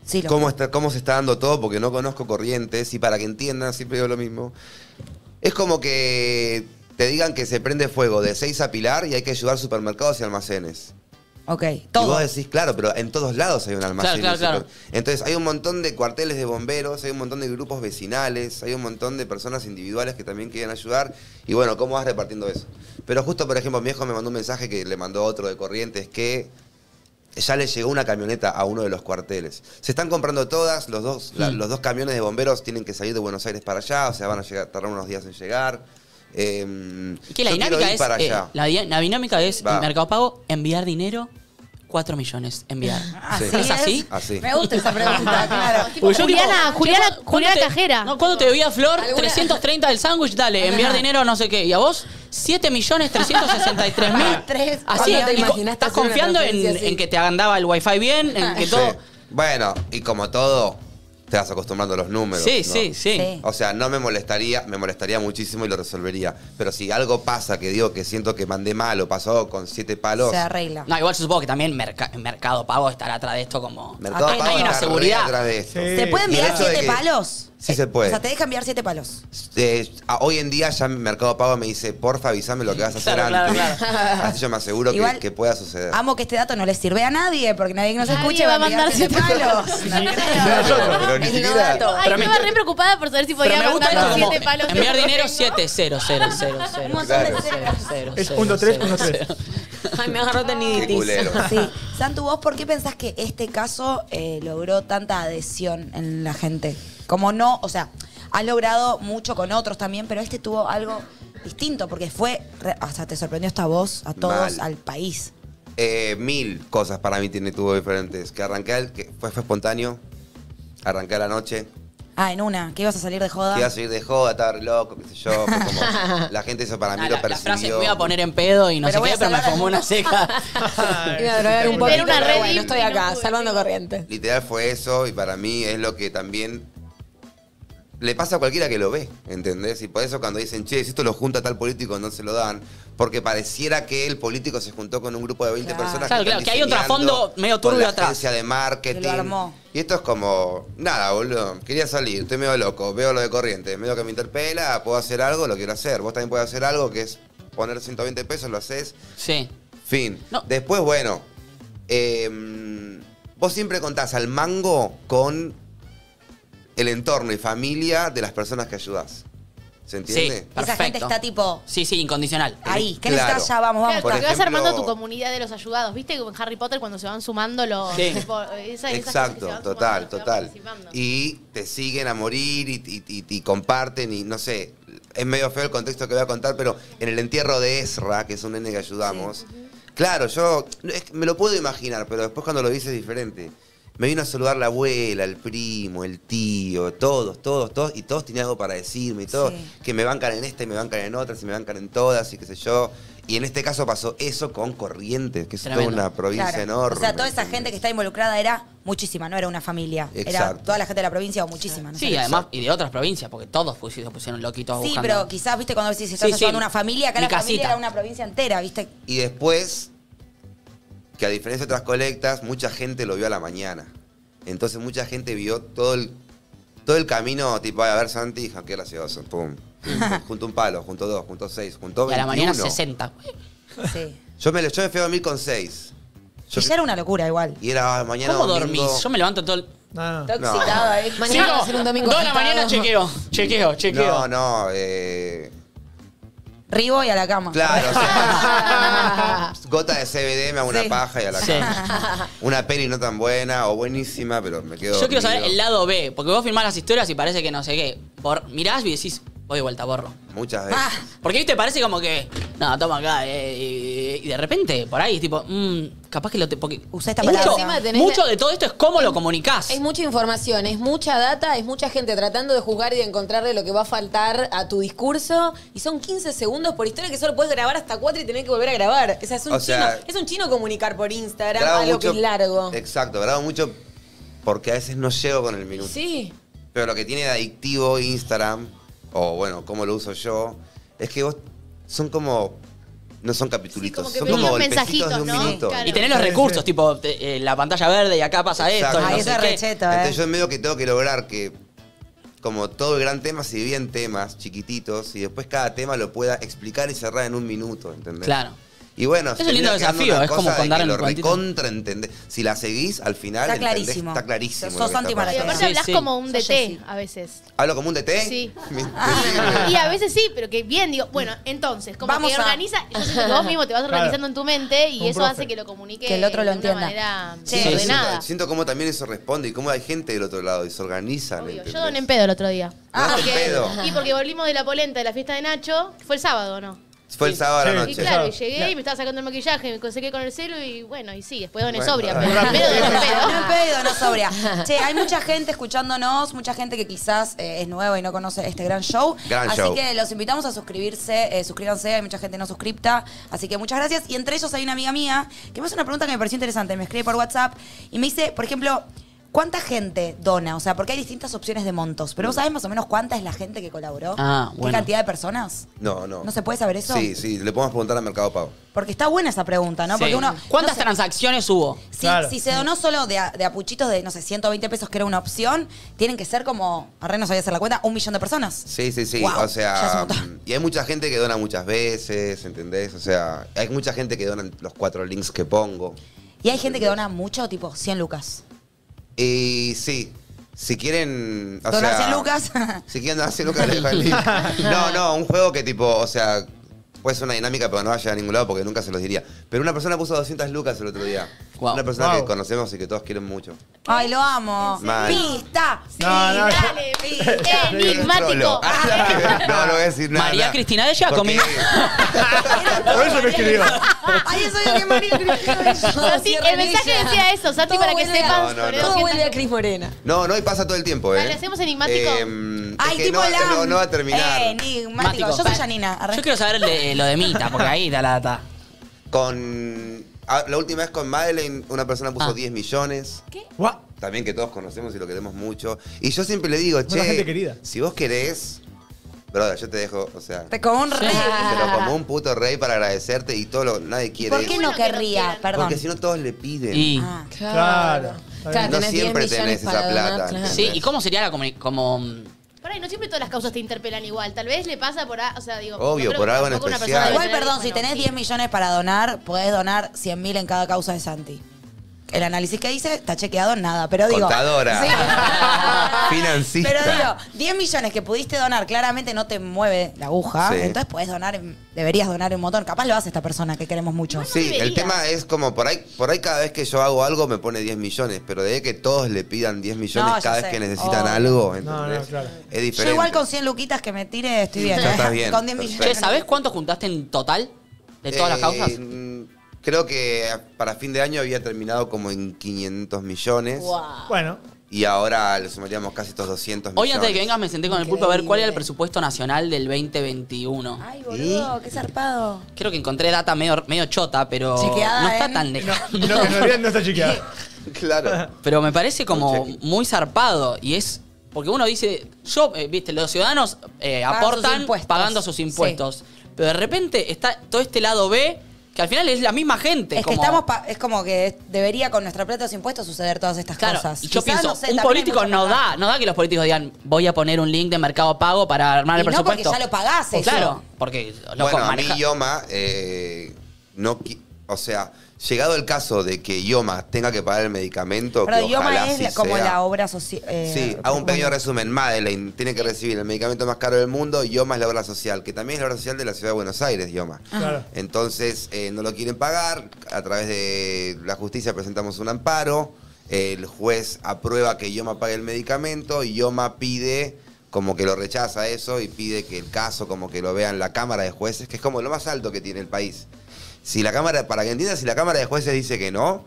Speaker 3: Sí, lo-
Speaker 2: cómo, está, cómo se está dando todo, porque no conozco corrientes, y para que entiendan, siempre digo lo mismo. Es como que te digan que se prende fuego de 6 a Pilar y hay que ayudar supermercados y almacenes.
Speaker 3: Ok,
Speaker 2: Y
Speaker 3: todo.
Speaker 2: vos decís, claro, pero en todos lados hay un almacén.
Speaker 4: Claro, claro,
Speaker 2: ¿no es cierto? Entonces hay un montón de cuarteles de bomberos, hay un montón de grupos vecinales, hay un montón de personas individuales que también quieren ayudar. Y bueno, ¿cómo vas repartiendo eso? Pero justo, por ejemplo, mi hijo me mandó un mensaje que le mandó otro de Corrientes que ya le llegó una camioneta a uno de los cuarteles. Se están comprando todas, los dos,
Speaker 4: Mm.
Speaker 2: la- los dos camiones de bomberos tienen que salir de Buenos Aires para allá, o sea, van a llegar, tardar unos días en llegar. Em,
Speaker 4: Que la
Speaker 2: yo quiero
Speaker 4: dinámica
Speaker 2: ir
Speaker 4: es.
Speaker 2: para
Speaker 4: eh,
Speaker 2: allá.
Speaker 4: la, di- la dinámica es
Speaker 2: Va.
Speaker 4: el Mercado Pago, enviar dinero, 4 millones, enviar.
Speaker 3: Así
Speaker 2: Sí.
Speaker 4: ¿Es así?
Speaker 2: Así.
Speaker 3: Me gusta esa pregunta, claro.
Speaker 4: Porque yo digo,
Speaker 7: Juliana,
Speaker 4: che,
Speaker 7: Juliana-
Speaker 4: ¿cuándo
Speaker 7: Juliana
Speaker 4: te-
Speaker 7: cajera.
Speaker 4: No, ¿Cuándo te debía Flor?
Speaker 5: ¿Alguna?
Speaker 4: 330 del sándwich, dale, enviar dinero, no sé qué. ¿Y a vos? 7.363.000.
Speaker 3: Tres.
Speaker 4: Así,
Speaker 5: ¿Cuándo te
Speaker 4: Nico,
Speaker 5: imaginaste
Speaker 4: estás
Speaker 5: hacer una
Speaker 4: confiando en,
Speaker 5: transferencia así?
Speaker 4: en que te andaba el wifi bien, en que
Speaker 2: Sí.
Speaker 4: todo...
Speaker 2: Bueno, y como todo, te vas acostumbrando a los números.
Speaker 4: Sí,
Speaker 2: ¿no?
Speaker 4: sí, sí.
Speaker 3: Sí.
Speaker 2: O sea, no me molestaría, me molestaría muchísimo y lo resolvería. Pero si algo pasa que digo que siento que mandé mal o pasó con siete palos.
Speaker 3: Se arregla.
Speaker 4: No, igual supongo que también merca- Mercado Pago estará atrás de esto como...
Speaker 2: Mercado
Speaker 3: Acá
Speaker 2: Pago
Speaker 4: hay una
Speaker 2: está re
Speaker 4: seguridad.
Speaker 2: atrás de esto.
Speaker 3: ¿Te puede
Speaker 2: Y el
Speaker 3: enviar
Speaker 2: hecho de
Speaker 3: siete
Speaker 2: que-
Speaker 3: palos?
Speaker 2: Sí
Speaker 3: Eh,
Speaker 2: se puede.
Speaker 3: O sea, te deja enviar siete palos.
Speaker 2: Eh, a- hoy en día ya Mercado Pago me dice, porfa, avísame lo que vas a hacer
Speaker 4: Claro, claro,
Speaker 2: antes. Así yo me aseguro que-
Speaker 3: Igual-
Speaker 2: que, pueda suceder.
Speaker 3: Amo que este dato no le sirve a nadie, porque nadie que nos
Speaker 7: Nadie
Speaker 3: escuche va a mandar siete palos. No creo.
Speaker 2: Pero- pero ni
Speaker 5: Es no
Speaker 2: siquiera-
Speaker 5: dato.
Speaker 7: Ay,
Speaker 4: Pero
Speaker 7: estaba
Speaker 4: me-
Speaker 7: re preocupada por saber si
Speaker 4: Pero
Speaker 7: podía
Speaker 4: me gusta esto
Speaker 7: mandar
Speaker 4: como
Speaker 7: siete palos.
Speaker 4: enviar dinero 7, 0, 0, 0, 0.
Speaker 2: Claro.
Speaker 6: Es 1, 3, 1, 3.
Speaker 5: Ay, me agarró
Speaker 2: Qué
Speaker 5: teniditis.
Speaker 2: culero.
Speaker 3: Sí. Santu, ¿vos por qué pensás que este caso eh, logró tanta adhesión en la gente? Como no, o sea, has logrado mucho con otros también, pero este tuvo algo distinto, porque fue, re- o sea, te sorprendió esta voz a todos,
Speaker 2: Mal.
Speaker 3: al país.
Speaker 2: Eh, mil cosas para mí tiene tuvo diferentes. Que arranqué, al- que fue, fue espontáneo. Arranqué a la noche.
Speaker 3: Ah, en una, que ibas a salir de
Speaker 4: Ah.
Speaker 3: joda.
Speaker 2: Que iba a salir de joda, estaba re loco, qué sé yo. fue como- la gente eso para mí
Speaker 4: Ah,
Speaker 2: lo
Speaker 4: la, la
Speaker 2: percibió.
Speaker 4: frase me iba a poner en pedo y no
Speaker 3: Pero voy
Speaker 4: sé
Speaker 3: a
Speaker 4: qué, pero me
Speaker 3: salvar a-
Speaker 4: formó una seca.
Speaker 5: Iba a drogar un
Speaker 7: Era
Speaker 5: poquito,
Speaker 7: una
Speaker 5: pero
Speaker 7: red
Speaker 5: bueno, estoy
Speaker 7: y no
Speaker 5: acá,
Speaker 7: pude.
Speaker 5: salvando corriente.
Speaker 2: Literal fue eso y para mí es lo que también le pasa a cualquiera que lo ve, ¿entendés? Y por eso cuando dicen, che, si esto lo junta tal político, no se lo dan. Porque pareciera que el político se juntó con un grupo de 20
Speaker 3: Claro.
Speaker 2: personas.
Speaker 4: Claro,
Speaker 2: están
Speaker 4: claro, que hay otro
Speaker 2: diseñando,
Speaker 4: fondo medio
Speaker 2: con
Speaker 4: turbio
Speaker 2: la
Speaker 4: atrás.
Speaker 2: agencia de marketing.
Speaker 3: Que lo armó.
Speaker 2: Y esto es como, nada, boludo, quería salir, estoy medio loco, veo lo de corriente, medio que me interpela, puedo hacer algo, lo quiero hacer. Vos también puedes hacer algo que es poner 120 pesos, lo haces.
Speaker 4: Sí.
Speaker 2: Fin.
Speaker 4: No.
Speaker 2: Después, bueno, em, vos siempre contás al mango con el entorno y familia de las personas que ayudás. ¿Se entiende?
Speaker 4: Sí, perfecto.
Speaker 3: Esa gente está tipo,
Speaker 4: Sí, sí, incondicional.
Speaker 3: ahí, ¿qué
Speaker 2: Claro.
Speaker 3: necesitas? Ya, vamos, vamos.
Speaker 7: Claro,
Speaker 2: Por
Speaker 7: porque vas
Speaker 2: ejemplo-
Speaker 7: armando tu comunidad de los ayudados. ¿Viste como en Harry Potter cuando se van sumando los.
Speaker 4: Sí.
Speaker 7: tipo, esa- esas
Speaker 2: Exacto,
Speaker 7: cosas que se van
Speaker 2: total,
Speaker 7: sumando, los que van
Speaker 2: total.
Speaker 7: participando?
Speaker 2: Y te siguen a morir y, y- y- y comparten y no sé, es medio feo el contexto que voy a contar, pero en el entierro de Ezra, que es un nene que ayudamos, claro, yo no, es que me lo puedo imaginar, pero después cuando lo hice es diferente. Me vino a saludar la abuela, el primo, el tío, todos, todos, todos, y todos tenían algo para decirme, y todos,
Speaker 3: Sí.
Speaker 2: que me bancan en esta y me bancan en otra, y me bancan en todas, y qué sé yo. Y en este caso pasó eso con Corrientes, que es
Speaker 4: Tremendo.
Speaker 2: toda una provincia
Speaker 3: Claro.
Speaker 2: enorme.
Speaker 3: O sea, toda esa
Speaker 2: ¿entendés?
Speaker 3: gente que está involucrada era muchísima, no era una familia. Era
Speaker 2: Exacto.
Speaker 3: toda la gente de la provincia o muchísima. No
Speaker 4: Sí,
Speaker 3: sé.
Speaker 4: además, y de otras provincias, porque todos pusi- se pusieron loquitos
Speaker 3: Sí,
Speaker 4: buscando.
Speaker 3: pero quizás, viste, cuando decís, estás
Speaker 4: Sí, sí.
Speaker 3: ayudando a una familia, acá
Speaker 4: Mi
Speaker 3: la familia
Speaker 4: casita.
Speaker 3: era una provincia entera, viste.
Speaker 2: Y después, que a diferencia de otras colectas, mucha gente lo vio a la mañana. Entonces mucha gente vio todo el, todo el camino, tipo, a ver Santi, hija, qué gracioso, pum. junto un palo, junto dos, junto seis, junto
Speaker 4: Y a la
Speaker 2: 21.
Speaker 4: mañana 60.
Speaker 3: Sí.
Speaker 2: Yo me, yo me fui a dormir con seis. Yo-
Speaker 3: Y ya era una locura igual.
Speaker 2: y era ah, mañana
Speaker 4: ¿Cómo
Speaker 2: domingo.
Speaker 4: dormís? Yo me levanto todo el...
Speaker 5: Está
Speaker 2: No.
Speaker 5: excitada, ¿eh? Mañana va a ser un domingo
Speaker 4: Dos de la
Speaker 5: agitado.
Speaker 4: mañana chequeo. Chequeo,
Speaker 2: No,
Speaker 4: chequeo.
Speaker 2: no, eh...
Speaker 3: Ribo y a la cama.
Speaker 2: Claro, o sea, gota de CBD, me hago
Speaker 3: Sí.
Speaker 2: una paja y a la
Speaker 4: Sí.
Speaker 2: cama. Una peli no tan buena o buenísima, pero me quedo
Speaker 4: Yo quiero saber
Speaker 2: dormido.
Speaker 4: el lado B, porque vos filmás las historias y parece que no sé qué. Bor- mirás y decís, voy de vuelta, borro.
Speaker 2: Muchas veces.
Speaker 3: Ah,
Speaker 4: Porque ahí te parece como que, no, toma acá, eh, y, y de repente, por ahí, tipo, mm, capaz que lo te. Porque
Speaker 3: Usá esta
Speaker 4: mucho,
Speaker 5: palabra.
Speaker 4: mucho de todo esto es cómo lo comunicás.
Speaker 5: Es mucha información, es mucha data, es mucha gente tratando de jugar y de encontrarle lo que va a faltar a tu discurso. Y son 15 segundos por historia que solo puedes grabar hasta 4 y tener que volver a grabar. O sea, es un,
Speaker 2: O sea,
Speaker 5: chino, es un chino comunicar por Instagram
Speaker 2: Grabo
Speaker 5: algo
Speaker 2: mucho-
Speaker 5: que es largo.
Speaker 2: Exacto, grabo mucho porque a veces no llego con el minuto.
Speaker 5: Sí.
Speaker 2: Pero lo que tiene de adictivo Instagram, o bueno, cómo lo uso yo, es que vos son como. No son capitulitos,
Speaker 7: como que
Speaker 2: son
Speaker 7: pedís
Speaker 2: como
Speaker 7: los
Speaker 2: golpecitos de un
Speaker 7: mensajitos, ¿no?
Speaker 2: minuto.
Speaker 7: Claro.
Speaker 4: Y tenés los recursos, tipo, te- eh, la pantalla verde y acá pasa
Speaker 2: Exacto.
Speaker 4: esto. y
Speaker 3: Ahí
Speaker 4: no
Speaker 2: Ay,
Speaker 4: sé
Speaker 3: ese
Speaker 4: qué.
Speaker 3: recheto, eh.
Speaker 2: Entonces yo medio que tengo que lograr que, como todo el gran tema, si bien temas chiquititos, y después cada tema lo pueda explicar y cerrar en un minuto, ¿entendés?
Speaker 4: Claro.
Speaker 2: Y bueno,
Speaker 4: Es un
Speaker 2: termina
Speaker 4: lindo
Speaker 2: quedando
Speaker 4: desafío,
Speaker 2: una
Speaker 4: es
Speaker 2: cosa
Speaker 4: como
Speaker 2: de
Speaker 4: contar
Speaker 2: que
Speaker 4: en
Speaker 2: lo
Speaker 4: un cuentito.
Speaker 2: recontra entendés. Si la seguís, al final
Speaker 3: Está
Speaker 2: entendés que
Speaker 3: clarísimo.
Speaker 2: está clarísimo.
Speaker 3: Sos
Speaker 2: lo que está
Speaker 3: antimaratón.
Speaker 7: Y
Speaker 2: pasando.
Speaker 7: aparte
Speaker 4: Sí,
Speaker 7: hablas
Speaker 4: sí.
Speaker 7: como un
Speaker 5: Yo ya
Speaker 7: DT
Speaker 5: sí.
Speaker 7: a veces.
Speaker 2: ¿Hablo como un DT?
Speaker 7: Sí. Ah,
Speaker 2: Me- me
Speaker 7: Y
Speaker 2: sirve.
Speaker 7: a veces sí, pero que bien, digo, bueno, entonces, como
Speaker 3: Vamos
Speaker 7: que
Speaker 3: a-
Speaker 7: organiza, yo siento que vos mismo te vas organizando en tu mente y
Speaker 6: Un
Speaker 7: eso
Speaker 6: profe.
Speaker 7: hace que lo comunique
Speaker 3: Que el otro lo
Speaker 7: de
Speaker 3: entienda.
Speaker 7: una manera
Speaker 3: Sí,
Speaker 2: Yo
Speaker 4: sí.
Speaker 2: siento-
Speaker 7: ordenada.
Speaker 2: Siento como también eso responde y cómo hay gente del otro lado y se organizan.
Speaker 7: Obvio.
Speaker 2: ¿entendés?
Speaker 7: Yo doné en pedo el otro día.
Speaker 2: Ah,
Speaker 7: Porque-
Speaker 2: en pedo.
Speaker 7: Y porque volvimos de la polenta de la fiesta de Nacho, que fue el sábado, ¿no?
Speaker 2: Fue el sábado a la
Speaker 7: Y
Speaker 6: Sí.
Speaker 2: noche.
Speaker 7: claro, y
Speaker 6: Claro.
Speaker 7: llegué y me estaba sacando el maquillaje, me conseguí con el celu y bueno, y sí, después doné
Speaker 2: Bueno,
Speaker 7: sobria,
Speaker 2: ah.
Speaker 7: pero primero doné en
Speaker 3: No
Speaker 7: pedo. Ah,
Speaker 3: en pedo, no sobria. Che, hay mucha gente escuchándonos, mucha gente que quizás eh, es nueva y no conoce este gran show.
Speaker 2: Gran
Speaker 3: así
Speaker 2: show.
Speaker 3: que los invitamos a suscribirse, eh, suscríbanse, hay mucha gente no suscripta. Así que muchas gracias. Y entre ellos hay una amiga mía que me hace una pregunta que me pareció interesante. Me escribe por WhatsApp y me dice, por ejemplo. ¿Cuánta gente dona? O sea, porque hay distintas opciones de montos. Pero vos sabés más o menos cuánta es la gente que colaboró.
Speaker 4: Ah, bueno.
Speaker 3: ¿Qué cantidad de personas?
Speaker 2: No, no.
Speaker 3: ¿No se puede saber eso?
Speaker 2: Sí, sí, le podemos preguntar a Mercado Pago.
Speaker 3: Porque está buena esa pregunta, ¿no?
Speaker 4: Sí.
Speaker 3: Porque uno.
Speaker 4: ¿Cuántas
Speaker 3: no sé.
Speaker 4: transacciones hubo?
Speaker 3: Si,
Speaker 6: Claro.
Speaker 3: si se donó solo de, a- de apuchitos de, no sé, 120 pesos, que era una opción, tienen que ser como, arre no sabía hacer la cuenta, un millón de personas.
Speaker 2: Sí, sí, sí.
Speaker 3: Guau,
Speaker 2: o
Speaker 3: ya es un
Speaker 2: sea, mm,
Speaker 3: montón.
Speaker 2: y hay mucha gente que dona muchas veces, ¿entendés? O sea, hay mucha gente que dona los cuatro links que pongo.
Speaker 3: Y hay gente que dona mucho, tipo 100 lucas.
Speaker 2: Y sí, si quieren. O
Speaker 3: Donar
Speaker 2: sea,
Speaker 3: 100 lucas.
Speaker 2: Si quieren donar 100 lucas, les dejo el link. No, no, un juego que tipo, o sea, puede ser una dinámica, pero no vaya a ningún lado porque nunca se los diría. Pero una persona puso 200 lucas el otro día.
Speaker 4: Guau.
Speaker 2: Una persona que
Speaker 6: Guau.
Speaker 2: conocemos y que todos quieren mucho.
Speaker 3: Ay, lo amo.
Speaker 2: Mal.
Speaker 3: Pista.
Speaker 6: No, no,
Speaker 3: pista,
Speaker 7: Dale,
Speaker 3: pista.
Speaker 7: enigmático. Ah,
Speaker 2: No, no voy a decir nada.
Speaker 4: María
Speaker 2: nada.
Speaker 4: Cristina de Giacomo.
Speaker 2: Porque-
Speaker 6: Por eso me escribió.
Speaker 3: Ay, eso es lo que María Cristina hizo.
Speaker 7: Santi,
Speaker 3: Cierra
Speaker 7: el mensaje
Speaker 3: ella.
Speaker 7: decía eso, Santi,
Speaker 5: Todo
Speaker 7: para que
Speaker 5: vuelve a-
Speaker 7: sepas.
Speaker 2: No, no,
Speaker 7: pero
Speaker 2: no.
Speaker 5: Todo
Speaker 7: siento-
Speaker 5: vuelve a Cris Morena.
Speaker 2: No, no, y pasa todo el tiempo, ¿eh?
Speaker 7: Dale, hacemos enigmático.
Speaker 2: Eh, es
Speaker 3: Ay,
Speaker 2: que
Speaker 3: tipo
Speaker 2: no,
Speaker 3: la. Eh,
Speaker 2: no, no va a terminar.
Speaker 3: Enigmático.
Speaker 4: Mático.
Speaker 3: Yo soy Janina. arre.
Speaker 4: Yo quiero saber de- lo de Mita, porque ahí está la data.
Speaker 2: Con. ah, La última vez con Madeleine, una persona puso
Speaker 4: Ah.
Speaker 2: 10 millones.
Speaker 6: Guau.
Speaker 2: También que todos conocemos y lo queremos mucho. Y yo siempre le digo, che.
Speaker 6: gente querida.
Speaker 2: Si vos querés. Brother, yo te dejo, o sea.
Speaker 3: Te como un rey.
Speaker 2: Pero como un puto rey para agradecerte y todo lo. Nadie quiere.
Speaker 3: ¿Por qué
Speaker 2: eso.
Speaker 3: no
Speaker 7: Bueno que no
Speaker 3: querría?
Speaker 7: quieran.
Speaker 3: Perdón.
Speaker 2: Porque si no, todos le piden.
Speaker 4: Y,
Speaker 3: Ah.
Speaker 6: Claro.
Speaker 5: Claro,
Speaker 2: No
Speaker 5: tenés 10
Speaker 2: siempre
Speaker 5: millones
Speaker 2: tenés esa
Speaker 5: para donar,
Speaker 2: plata,
Speaker 5: claro.
Speaker 4: sí, ¿y cómo sería la comuni- como mm,
Speaker 7: Por ahí, no siempre todas las causas te interpelan igual. Tal vez le pasa por. a- O sea, digo.
Speaker 2: Obvio,
Speaker 7: no creo
Speaker 2: por
Speaker 7: que
Speaker 2: algo en
Speaker 7: tampoco una
Speaker 2: especial.
Speaker 7: persona
Speaker 3: Igual,
Speaker 7: debe
Speaker 3: perdón,
Speaker 7: tener,
Speaker 3: si
Speaker 7: bueno,
Speaker 3: tenés
Speaker 7: sí.
Speaker 3: 10 millones para donar, podés donar 100 mil en cada causa de Santi. El análisis que hice está chequeado en nada, pero digo.
Speaker 2: Contadora.
Speaker 3: Sí.
Speaker 2: Financista.
Speaker 3: Pero digo, 10 millones que pudiste donar claramente no te mueve la aguja,
Speaker 2: Sí.
Speaker 3: entonces podés donar, en- deberías donar un montón. Capaz lo hace esta persona que queremos mucho.
Speaker 7: no
Speaker 2: Sí, el
Speaker 7: deberías.
Speaker 2: tema es como por ahí, por ahí cada vez que yo hago algo me pone 10 millones, pero de ahí que todos le pidan 10 millones
Speaker 3: No, ya
Speaker 2: cada vez
Speaker 3: sé.
Speaker 2: que necesitan
Speaker 3: Obvio.
Speaker 2: algo,
Speaker 6: No,
Speaker 2: ¿entendés?
Speaker 6: no, claro.
Speaker 2: Es diferente.
Speaker 3: Yo igual con 100 luquitas que me tire estoy bien.
Speaker 2: Ya
Speaker 3: ¿eh?
Speaker 2: estás bien,
Speaker 3: Con 10
Speaker 2: perfecto.
Speaker 4: Che,
Speaker 3: millones.
Speaker 4: ¿sabés cuánto juntaste en total de todas las
Speaker 2: Eh,
Speaker 4: causas?
Speaker 2: mm, Creo que para fin de año había terminado como en 500 millones
Speaker 5: Wow.
Speaker 6: Bueno,
Speaker 2: y ahora le sumaríamos casi estos 200 millones.
Speaker 4: Hoy antes de que vengas me senté con el pulpo a ver cuál era el
Speaker 3: Increíble.
Speaker 4: presupuesto nacional del 2021.
Speaker 3: Ay, boludo, qué zarpado.
Speaker 4: Creo que encontré data medio, medio chota, pero
Speaker 3: Chequeada,
Speaker 4: no está
Speaker 3: ¿eh?
Speaker 4: tan lejos.
Speaker 6: no, no, en realidad no está chequeado.
Speaker 2: Claro.
Speaker 4: Pero me parece como
Speaker 2: Un cheque.
Speaker 4: muy zarpado y es... Porque uno dice, yo, eh, viste, los ciudadanos eh,
Speaker 3: Pagan sus
Speaker 4: aportan
Speaker 3: impuestos.
Speaker 4: pagando sus impuestos. Pero de repente está todo este lado B Que al final es la misma gente.
Speaker 3: Es que
Speaker 4: como-
Speaker 3: estamos pa- es como que debería con nuestra plata de los impuestos suceder todas estas
Speaker 4: Claro,
Speaker 3: cosas.
Speaker 4: y yo
Speaker 3: Quizás,
Speaker 4: pienso,
Speaker 3: no sé,
Speaker 4: un
Speaker 3: también hay
Speaker 4: político
Speaker 3: mucha
Speaker 4: no
Speaker 3: maldad.
Speaker 4: da, no da que los políticos digan, voy a poner un link de Mercado Pago para armar
Speaker 3: Y
Speaker 4: el
Speaker 3: no, porque
Speaker 4: presupuesto. Pues
Speaker 3: ya lo pagás eso.
Speaker 4: Claro, porque lo
Speaker 2: bueno, a
Speaker 4: maneja-
Speaker 2: mí Ioma, eh, no, qui- o sea, llegado el caso de que Ioma tenga que pagar el medicamento,
Speaker 3: Pero
Speaker 2: que ojalá
Speaker 3: idioma es
Speaker 2: sí
Speaker 3: la- como
Speaker 2: sea.
Speaker 3: la obra eh, social.
Speaker 2: Sí, hago un pequeño resumen. Madeleine tiene que recibir el medicamento más caro del mundo, Ioma es la obra social, que también es la obra social de la ciudad de Buenos Aires, Ioma.
Speaker 6: Claro.
Speaker 2: Entonces, eh, no lo quieren pagar. A través de la justicia presentamos un amparo. El juez aprueba que Ioma pague el medicamento. Ioma pide, como que lo rechaza eso, y pide que el caso, como que lo vean la Cámara de Jueces, que es como lo más alto que tiene el país. Si la Cámara, para que entiendas, si la Cámara de Jueces dice que no,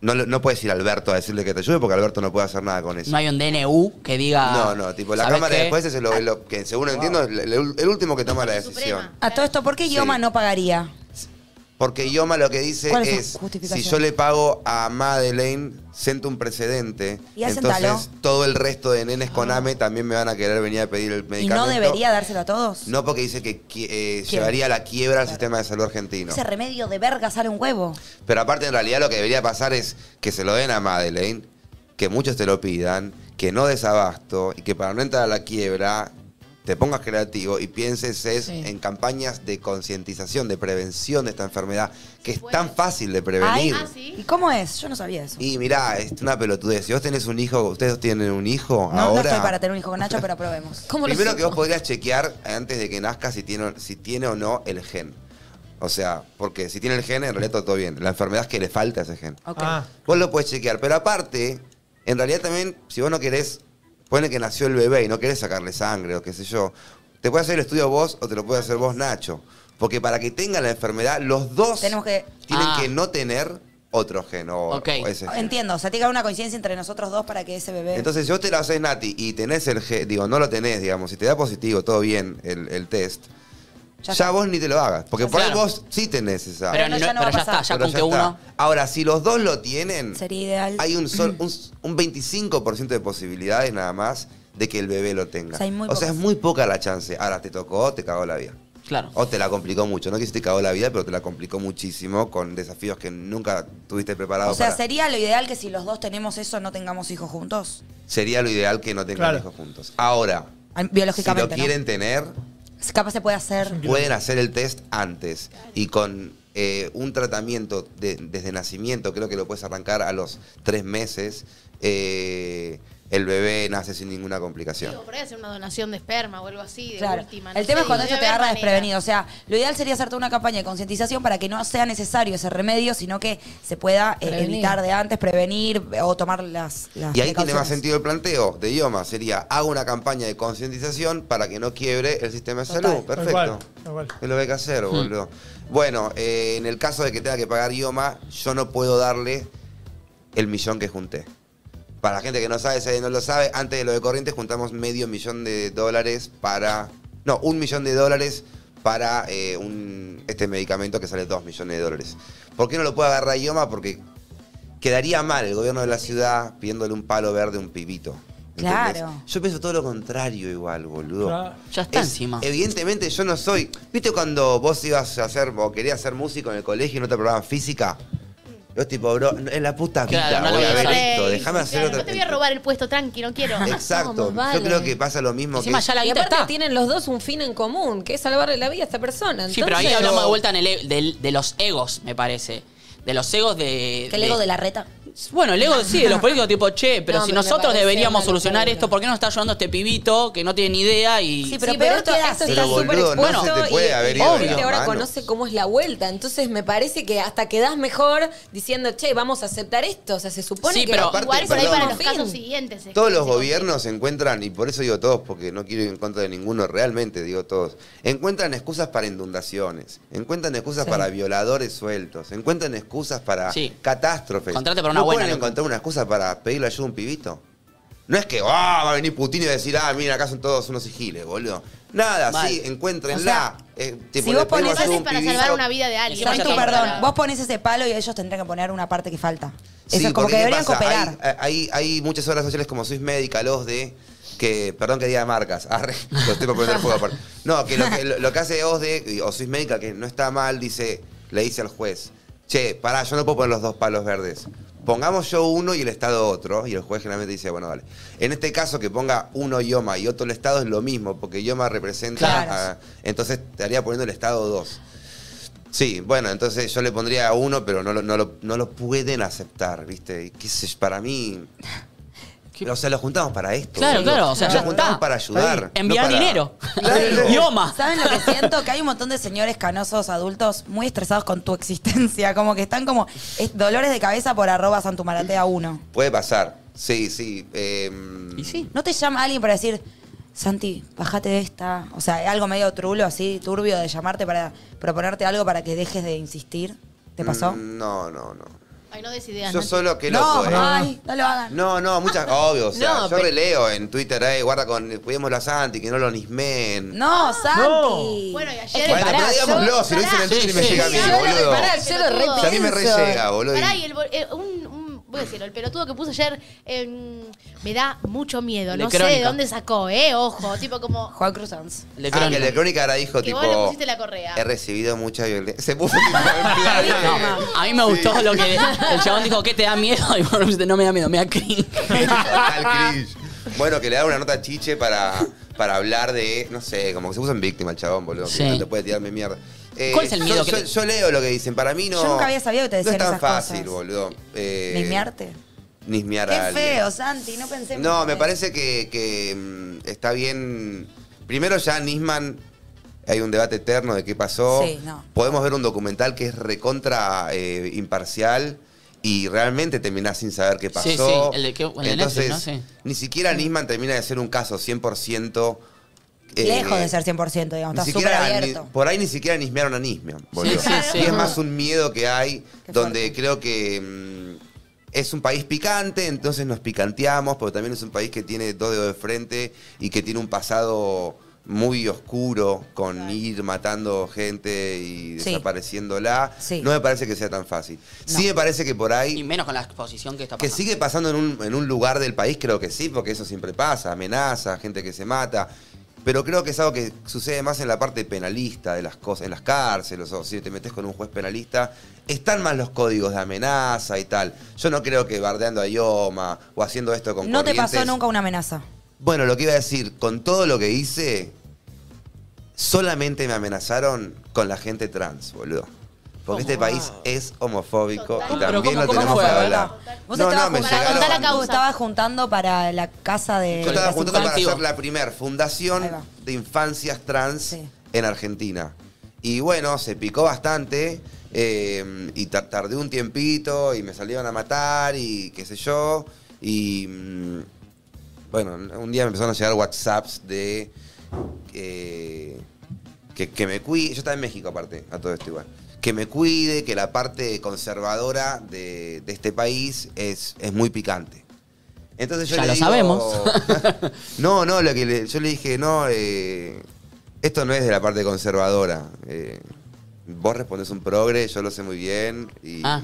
Speaker 2: no, lo- no puedes ir a Alberto a decirle que te ayude, porque Alberto no puede hacer nada con eso.
Speaker 4: No hay un DNU que diga.
Speaker 2: No,
Speaker 3: Ah,
Speaker 2: no, tipo, la
Speaker 4: "¿Sabes
Speaker 2: Cámara
Speaker 4: qué?
Speaker 2: de Jueces es lo, es lo que, según entiendo, es el, el último que toma la decisión.
Speaker 7: Suprema.
Speaker 3: A todo esto, ¿por qué idioma
Speaker 2: Sí.
Speaker 3: no pagaría?
Speaker 2: Porque Ioma lo que dice
Speaker 3: ¿Cuál es su
Speaker 2: es, si
Speaker 3: justificación?
Speaker 2: yo le pago a Madeleine, siento un precedente,
Speaker 3: Y
Speaker 2: entonces
Speaker 3: acéntalo.
Speaker 2: todo el resto de nenes con AME también me van a querer venir a pedir el
Speaker 3: ¿Y
Speaker 2: medicamento.
Speaker 3: no debería dárselo a todos?
Speaker 2: No, porque dice que qui- eh,
Speaker 3: ¿Quién?
Speaker 2: llevaría a la quiebra al sistema de salud argentino.
Speaker 3: Ese remedio de verga sale un huevo.
Speaker 2: Pero aparte, en realidad, lo que debería pasar es que se lo den a Madeleine, que muchos te lo pidan, que no desabasto y que para no entrar a la quiebra te pongas creativo y pienses es
Speaker 5: Sí.
Speaker 2: en campañas de concientización, de prevención de esta enfermedad, que es
Speaker 7: puede.
Speaker 2: tan fácil de
Speaker 3: Ay,
Speaker 2: prevenir.
Speaker 7: Ah, sí.
Speaker 3: ¿Y cómo es? Yo no sabía eso.
Speaker 2: Y mirá, es una pelotudez. Si vos tenés un hijo, ustedes dos tienen un hijo,
Speaker 3: No, no
Speaker 2: ahora.
Speaker 3: estoy para tener un hijo con Nacho, pero probemos.
Speaker 5: ¿Cómo lo
Speaker 2: Primero que
Speaker 5: supo?
Speaker 2: vos podrías chequear antes de que nazca si tiene, si tiene o no el gen. O sea, porque si tiene el gen, en realidad todo bien. La enfermedad es que le falta ese gen.
Speaker 3: Ok.
Speaker 6: Ah,
Speaker 2: Vos lo puedes chequear, pero aparte, en realidad también, si vos no querés, pone que nació el bebé y no querés sacarle sangre o qué sé yo, te puede hacer el estudio vos o te lo puede hacer vos, Nacho. Porque para que tenga la enfermedad, los dos
Speaker 3: Tenemos que-
Speaker 2: tienen
Speaker 4: Ah.
Speaker 2: que no tener otro gen o,
Speaker 4: Ok.
Speaker 2: o ese gen.
Speaker 3: Entiendo, o sea, tiene que haber una coincidencia entre nosotros dos para que ese bebé.
Speaker 2: Entonces, si vos te lo haces, Nati, y tenés el gen, digo, no lo tenés, digamos, si te da positivo, todo bien el, el test,
Speaker 3: Ya
Speaker 2: ya,
Speaker 3: está.
Speaker 2: vos ni te lo hagas. Porque
Speaker 4: Ya
Speaker 2: por ahí
Speaker 4: está.
Speaker 2: vos sí tenés esa.
Speaker 4: Pero,
Speaker 3: Pero no,
Speaker 4: no- pero
Speaker 3: ya
Speaker 4: ya,
Speaker 3: no va a
Speaker 4: está,
Speaker 3: pasar.
Speaker 4: ya
Speaker 2: Pero
Speaker 4: con
Speaker 2: ya
Speaker 4: que
Speaker 2: está.
Speaker 4: uno.
Speaker 2: Ahora, si los dos lo tienen,
Speaker 3: Sería ideal.
Speaker 2: hay un, sol- un, s- un 25% de posibilidades nada más de que el bebé lo tenga.
Speaker 3: O sea, hay muy
Speaker 2: es
Speaker 3: pocas.
Speaker 2: muy poca la chance. Ahora, te tocó, te cagó la vida.
Speaker 4: Claro.
Speaker 2: O te la complicó mucho. No que se te cagó la vida, pero te la complicó muchísimo con desafíos que nunca tuviste preparado.
Speaker 3: O sea,
Speaker 2: para-
Speaker 3: sería lo ideal que si los dos tenemos eso, no tengamos hijos juntos.
Speaker 2: Sería lo ideal que no tengan
Speaker 6: Claro.
Speaker 2: hijos juntos. Ahora,
Speaker 3: Al-
Speaker 2: si lo
Speaker 3: Biológicamente. ¿no?
Speaker 2: quieren tener,
Speaker 3: Capaz se puede hacer.
Speaker 2: pueden hacer el test antes. Y con eh, un tratamiento de- desde nacimiento, creo que lo puedes arrancar a los tres meses, eh, el bebé nace sin ninguna complicación.
Speaker 7: Digo, por ahí hacer una donación de esperma o algo así, de
Speaker 3: Claro.
Speaker 7: última. no
Speaker 3: El tema
Speaker 7: sé,
Speaker 3: es cuando
Speaker 7: digo,
Speaker 3: eso te
Speaker 7: debe haber
Speaker 3: agarra
Speaker 7: manera.
Speaker 3: desprevenido. O sea, lo ideal sería hacerte una campaña de concientización para que no sea necesario ese remedio, sino que se pueda eh,
Speaker 5: Prevenir.
Speaker 3: evitar de antes, prevenir eh, o tomar las. las
Speaker 2: Y ahí tiene más
Speaker 3: precauciones.
Speaker 2: sentido el planteo de idioma. Sería, hago una campaña de concientización para que no quiebre el sistema de
Speaker 3: Total.
Speaker 2: salud.
Speaker 6: Tal
Speaker 2: Perfecto.
Speaker 6: cual, tal cual.
Speaker 2: Es lo que hay que hacer, boludo. Bueno, eh, en el caso de que tenga que pagar idioma, yo no puedo darle el millón que junté. Para la gente que no sabe, si alguien no lo sabe, antes de lo de Corrientes juntamos medio millón de dólares para... No, un millón de dólares para eh, un, este medicamento que sale dos millones de dólares. ¿Por qué no lo puede agarrar idioma? Porque quedaría mal el gobierno de la ciudad pidiéndole un palo verde a un pibito. ¿entendés?
Speaker 3: Claro.
Speaker 2: Yo pienso todo lo contrario igual, boludo.
Speaker 6: Claro.
Speaker 4: Ya está
Speaker 2: Es-
Speaker 4: encima.
Speaker 2: Evidentemente yo no soy... ¿Viste cuando vos ibas a hacer o querías ser músico en el colegio y no te aprobaban física? Yo tipo, bro, no, es la puta vida,
Speaker 4: Claro, no lo
Speaker 2: voy a
Speaker 4: voy a
Speaker 2: ver
Speaker 4: hacer.
Speaker 2: esto,
Speaker 7: Ey,
Speaker 2: déjame
Speaker 7: sí,
Speaker 2: hacer
Speaker 7: claro,
Speaker 2: otra...
Speaker 7: No te voy a robar el puesto, tranqui, no quiero.
Speaker 2: Exacto,
Speaker 5: No, más
Speaker 2: yo
Speaker 5: vale.
Speaker 2: creo que pasa lo mismo
Speaker 4: Encima
Speaker 2: que...
Speaker 4: ya la
Speaker 5: Y
Speaker 4: guita
Speaker 5: aparte
Speaker 4: está.
Speaker 5: tienen los dos un fin en común, que es salvarle la vida a esta persona.
Speaker 4: Sí, pero ahí
Speaker 5: Entonces-
Speaker 4: hablamos de vuelta en el e- del- de los egos, me parece. De los egos de.
Speaker 3: Que el ego de la reta.
Speaker 4: Bueno, el ego sí, de los políticos tipo, che, pero
Speaker 5: No,
Speaker 4: si
Speaker 5: pero me
Speaker 4: nosotros
Speaker 5: parece
Speaker 4: deberíamos
Speaker 5: una
Speaker 4: solucionar
Speaker 5: locura.
Speaker 4: esto, ¿por qué nos está ayudando este pibito que no tiene ni idea? Y
Speaker 3: Sí,
Speaker 5: Sí, pero,
Speaker 3: Pero peor
Speaker 5: esto,
Speaker 3: queda
Speaker 5: esto
Speaker 3: así.
Speaker 5: está
Speaker 2: Pero, boludo,
Speaker 5: súper expuesto
Speaker 2: no se te puede
Speaker 5: y-
Speaker 2: haber
Speaker 5: y
Speaker 2: ido
Speaker 5: la
Speaker 2: de
Speaker 5: gente
Speaker 2: las
Speaker 5: ahora
Speaker 2: manos.
Speaker 5: conoce cómo es la vuelta. Entonces me parece que hasta quedás mejor diciendo, che, vamos a aceptar esto. O sea, se supone
Speaker 4: Sí,
Speaker 5: que...
Speaker 4: pero-
Speaker 2: Aparte,
Speaker 7: Igual por ahí
Speaker 2: perdón.
Speaker 7: para los
Speaker 5: Fin.
Speaker 7: casos siguientes. es-
Speaker 2: Todos los
Speaker 7: se consigue.
Speaker 2: gobiernos encuentran, y por eso digo todos, porque no quiero ir en contra de ninguno realmente, digo todos, encuentran excusas para inundaciones, encuentran excusas para violadores sueltos, encuentran excusas para
Speaker 4: Sí.
Speaker 2: catástrofes.
Speaker 4: Contrate para una
Speaker 2: ¿No
Speaker 4: buena,
Speaker 2: pueden
Speaker 4: loco.
Speaker 2: encontrar una excusa para pedirle ayuda a un pibito? No es que ah, va a venir Putin y va a decir, ah, mira, acá son todos unos sigiles, boludo. Nada,
Speaker 4: Mal.
Speaker 2: sí, encuéntrenla.
Speaker 3: O sea,
Speaker 2: Eh,
Speaker 3: si vos
Speaker 2: le pedimos
Speaker 3: ponés-
Speaker 2: ayuda a un
Speaker 7: Entonces, para
Speaker 2: pibito.
Speaker 7: salvar una vida de alguien.
Speaker 4: Exacto,
Speaker 7: no
Speaker 3: tu
Speaker 7: para-
Speaker 3: perdón.
Speaker 7: para-
Speaker 3: Vos ponés ese palo y ellos tendrán que poner una parte que falta.
Speaker 2: Sí,
Speaker 3: Eso es como
Speaker 2: porque
Speaker 3: que
Speaker 2: ¿qué
Speaker 3: deberían
Speaker 2: pasa? eh,
Speaker 3: cooperar.
Speaker 2: Hay, hay- hay muchas obras sociales como Swiss Medical, los de que, perdón que diga marcas, arre, lo estoy por prender fuego aparte. No, que lo que, lo- lo que hace OSDE y- o Swiss Medical, que no está mal, dice, le dice al juez, che, pará, yo no puedo poner los dos palos verdes. Pongamos yo uno y el Estado otro. Y el juez generalmente dice, bueno, vale. En este caso, que ponga uno Yoma y otro el Estado es lo mismo, porque Yoma representa...
Speaker 3: Claro.
Speaker 2: a- entonces estaría poniendo el Estado dos. Sí, bueno, entonces yo le pondría a uno, pero no lo, no lo- no lo pueden aceptar, ¿viste? Y qué sé yo, para mí... O sea, lo juntamos para esto.
Speaker 4: Claro,
Speaker 2: boludo.
Speaker 4: claro, o sea,
Speaker 2: Lo
Speaker 4: ya
Speaker 2: juntamos
Speaker 4: está.
Speaker 2: para ayudar.
Speaker 4: Enviar
Speaker 2: no para-
Speaker 4: dinero.
Speaker 2: Claro.
Speaker 4: Idioma.
Speaker 3: ¿Saben lo que siento? Que hay un montón de señores canosos adultos muy estresados con tu existencia. Como que están como es- dolores de cabeza por arroba santumaratea 1.
Speaker 2: Puede pasar. Sí, sí. em,
Speaker 4: Y sí.
Speaker 3: ¿No te llama alguien para decir, Santi, bájate de esta? O sea, algo medio trulo, así, turbio, de llamarte para proponerte algo para que dejes de insistir. ¿Te pasó?
Speaker 2: mm, No, no, no.
Speaker 7: Ay, no des ideas.
Speaker 2: Yo
Speaker 7: Nacho.
Speaker 2: solo que
Speaker 3: no,
Speaker 2: loco, eh.
Speaker 3: ay, no lo hagan.
Speaker 2: No, no, muchas. Obvio, o sea,
Speaker 5: No,
Speaker 2: yo
Speaker 5: pe-
Speaker 2: releo en Twitter, eh, guarda con. Cuidémoslo a Santi, que no lo nismen.
Speaker 3: No, Santi. Eh,
Speaker 7: Bueno, y ayer.
Speaker 5: Es que
Speaker 2: bueno,
Speaker 5: pará,
Speaker 2: pero digámoslo,
Speaker 5: yo-
Speaker 2: si lo dicen en
Speaker 4: pará.
Speaker 2: Twitter y me
Speaker 4: Sí,
Speaker 2: llega a
Speaker 5: sí,
Speaker 2: mí,
Speaker 5: yo lo-
Speaker 2: boludo.
Speaker 5: pará, yo lo
Speaker 7: Pelotudo.
Speaker 2: Si a mí me
Speaker 5: pienso.
Speaker 2: rellega, boludo. y-
Speaker 7: Pará, y el, bol- eh, un, un- voy a decirlo, el pelotudo que puso ayer em, me da mucho miedo.
Speaker 4: El
Speaker 7: No
Speaker 4: de
Speaker 7: sé de
Speaker 4: Crónica.
Speaker 7: dónde sacó, ¿eh? Ojo, tipo como
Speaker 3: Juan Cruz Sanz.
Speaker 4: Le
Speaker 2: Ah, que
Speaker 4: crónica.
Speaker 2: el de Crónica ahora dijo,
Speaker 7: que
Speaker 2: tipo.
Speaker 7: vos le pusiste la correa.
Speaker 2: He recibido mucha violencia. Se puso tipo, en plan, eh,
Speaker 4: No, a mí me gustó lo que el chabón dijo, ¿qué te da miedo? Y vos dijiste, no me da miedo, me da cringe.
Speaker 2: Total cringe. Bueno, que le da una nota a chiche para, para hablar de, no sé, como que se puso en víctima el chabón, boludo.
Speaker 4: Sí.
Speaker 2: Que no te puede tirarme mierda. Eh,
Speaker 4: ¿Cuál es el miedo
Speaker 2: Yo,
Speaker 4: que
Speaker 2: yo-
Speaker 4: te-
Speaker 2: yo leo lo que dicen, para mí no.
Speaker 3: Yo nunca había sabido que te decían
Speaker 2: No es tan
Speaker 3: esas
Speaker 2: fácil,
Speaker 3: cosas.
Speaker 2: boludo. Eh,
Speaker 3: Nismearte.
Speaker 2: Nismear a
Speaker 3: Qué
Speaker 2: alguien.
Speaker 3: feo, Santi, no pensé en
Speaker 2: No, me
Speaker 3: eso.
Speaker 2: parece que, que, mm, está bien. Primero ya Nisman, hay un debate eterno de qué pasó.
Speaker 3: Sí, no.
Speaker 2: Podemos ver un documental que es recontra eh, imparcial y realmente terminás sin saber qué pasó.
Speaker 4: Sí, sí, el de que- el de
Speaker 2: Entonces,
Speaker 4: Netflix, ¿no? Sí.
Speaker 2: ni siquiera Nisman termina de ser un caso 100%. eh,
Speaker 3: Lejos de ser 100%, digamos,
Speaker 2: ni
Speaker 3: está súper
Speaker 2: siquiera-
Speaker 3: abierto.
Speaker 2: ni- por ahí ni siquiera nismearon a Nisman. boludo.
Speaker 4: sí, sí.
Speaker 2: Y es más un miedo que hay,
Speaker 3: Qué
Speaker 2: donde
Speaker 3: fuerte.
Speaker 2: creo que mm, es un país picante, entonces nos picanteamos, pero también es un país que tiene dos dedos de frente y que tiene un pasado muy oscuro con ir matando gente y
Speaker 3: Sí.
Speaker 2: desapareciéndola.
Speaker 3: Sí.
Speaker 2: No me parece que sea tan fácil. Sí
Speaker 3: No.
Speaker 2: me parece que por ahí...
Speaker 4: Y menos con la exposición que está
Speaker 2: Que
Speaker 4: pasando.
Speaker 2: sigue pasando en un, en un lugar del país, creo que sí, porque eso siempre pasa, amenazas, gente que se mata. Pero creo que es algo que sucede más en la parte penalista de las cosas, en las cárceles, o si te metes con un juez penalista, están más los códigos de amenaza y tal. Yo no creo que bardeando a Ioma o haciendo esto con
Speaker 3: No te
Speaker 2: Corrientes-
Speaker 3: pasó nunca una amenaza.
Speaker 2: Bueno, lo que iba a decir, con todo lo que hice, solamente me amenazaron con la gente trans, boludo. Porque este país es homofóbico
Speaker 7: Total.
Speaker 2: y
Speaker 7: Pero
Speaker 2: también
Speaker 4: ¿cómo-
Speaker 2: lo
Speaker 4: cómo
Speaker 2: tenemos
Speaker 4: fue,
Speaker 2: que
Speaker 4: verdad?
Speaker 2: hablar.
Speaker 3: Vos
Speaker 2: No,
Speaker 3: estabas,
Speaker 2: no, me
Speaker 3: juntando-
Speaker 7: llegaron-
Speaker 3: contá la
Speaker 7: Contá la
Speaker 3: causa.
Speaker 7: causa.
Speaker 3: estabas juntando para la casa de...
Speaker 2: Yo estaba
Speaker 3: de
Speaker 2: juntando para
Speaker 4: Activo.
Speaker 2: hacer la primer fundación
Speaker 3: Ahí va.
Speaker 2: de infancias trans
Speaker 3: Sí.
Speaker 2: en Argentina. Y bueno, se picó bastante eh, y tar- tardé un tiempito y me salieron a matar y qué sé yo. Y mm, bueno, un día me empezaron a llegar WhatsApps de... eh, que, que me cuide, yo estaba en México aparte, a todo esto igual, que me cuide, que la parte conservadora de, de este país es, es muy picante. Entonces yo
Speaker 4: Ya
Speaker 2: le
Speaker 4: lo
Speaker 2: digo-
Speaker 4: sabemos.
Speaker 2: no, no, lo que le- yo le dije, no, eh, esto no es de la parte conservadora. eh, vos respondés un progre, yo lo sé muy bien. Y,
Speaker 4: Ah.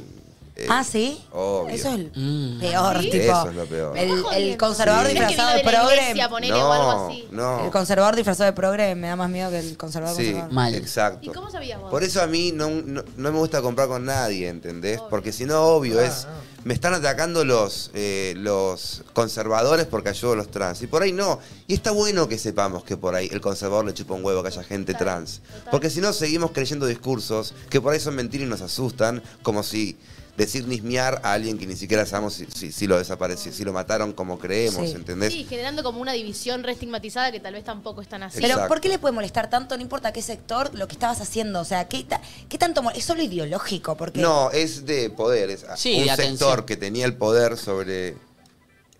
Speaker 2: eh,
Speaker 3: Ah, ¿sí.
Speaker 2: obvio.
Speaker 3: Eso es el
Speaker 4: Mm.
Speaker 3: peor,
Speaker 7: ¿Sí?
Speaker 3: tipo.
Speaker 2: Eso es lo peor.
Speaker 3: El, el
Speaker 7: Joder.
Speaker 3: conservador
Speaker 2: Sí.
Speaker 3: disfrazado de
Speaker 7: ¿Crees que vino la
Speaker 3: progre.
Speaker 7: iglesia, ponele, o algo
Speaker 2: no,
Speaker 7: así?
Speaker 2: no.
Speaker 3: El conservador disfrazado de progre me da más miedo que el conservador
Speaker 2: Sí,
Speaker 3: conservador.
Speaker 4: Mal.
Speaker 2: exacto.
Speaker 7: ¿Y cómo sabías vos?
Speaker 2: Por eso a mí no, no- no me gusta comprar con nadie, ¿entendés? Porque si no, obvio, es. Me están atacando los, eh, los conservadores porque ayudo a los trans. Y por ahí no. Y está bueno que sepamos que por ahí el conservador le chupa un huevo que haya gente trans. Porque si no, seguimos creyendo discursos que por ahí son mentiras y nos asustan, como si. Decir nismear a alguien que ni siquiera sabemos si, si- si lo desapareció, si lo mataron como creemos,
Speaker 3: Sí.
Speaker 2: ¿entendés?
Speaker 7: Sí, generando como una división restigmatizada que tal vez tampoco es tan así.
Speaker 3: Pero
Speaker 2: Exacto.
Speaker 3: ¿por qué le puede molestar tanto, no importa qué sector, lo que estabas haciendo? O sea, ¿qué, ta- qué tanto mol- Es solo ideológico, porque...
Speaker 2: No, es de poder. Es
Speaker 4: Sí,
Speaker 2: un
Speaker 4: de atención.
Speaker 2: sector que tenía el poder sobre.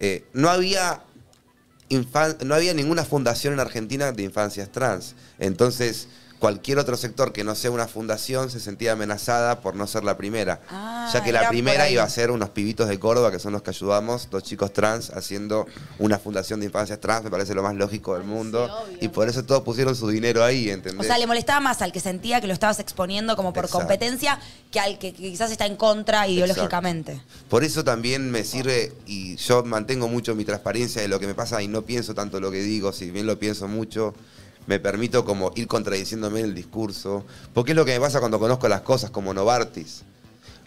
Speaker 2: eh, no había. infan- no había ninguna fundación en Argentina de infancias trans. Entonces, cualquier otro sector que no sea una fundación se sentía amenazada por no ser la primera.
Speaker 3: Ah,
Speaker 2: ya que
Speaker 3: era
Speaker 2: la
Speaker 3: por
Speaker 2: primera
Speaker 3: ahí.
Speaker 2: iba a ser unos pibitos de Córdoba, que son los que ayudamos, dos chicos trans, haciendo una fundación de infancias trans, me parece lo más lógico del
Speaker 7: Sí,
Speaker 2: mundo.
Speaker 7: obvio.
Speaker 2: y por eso todos pusieron su dinero ahí,
Speaker 3: O
Speaker 2: ¿entendés?
Speaker 3: sea, le molestaba más al que sentía que lo estabas exponiendo como por
Speaker 2: Exacto.
Speaker 3: competencia que al que quizás está en contra ideológicamente.
Speaker 2: Por eso también me sirve y yo mantengo mucho mi transparencia de lo que me pasa y no pienso tanto lo que digo, si bien lo pienso mucho. me permito como ir contradiciéndome en el discurso, porque es lo que me pasa cuando conozco las cosas, como Novartis.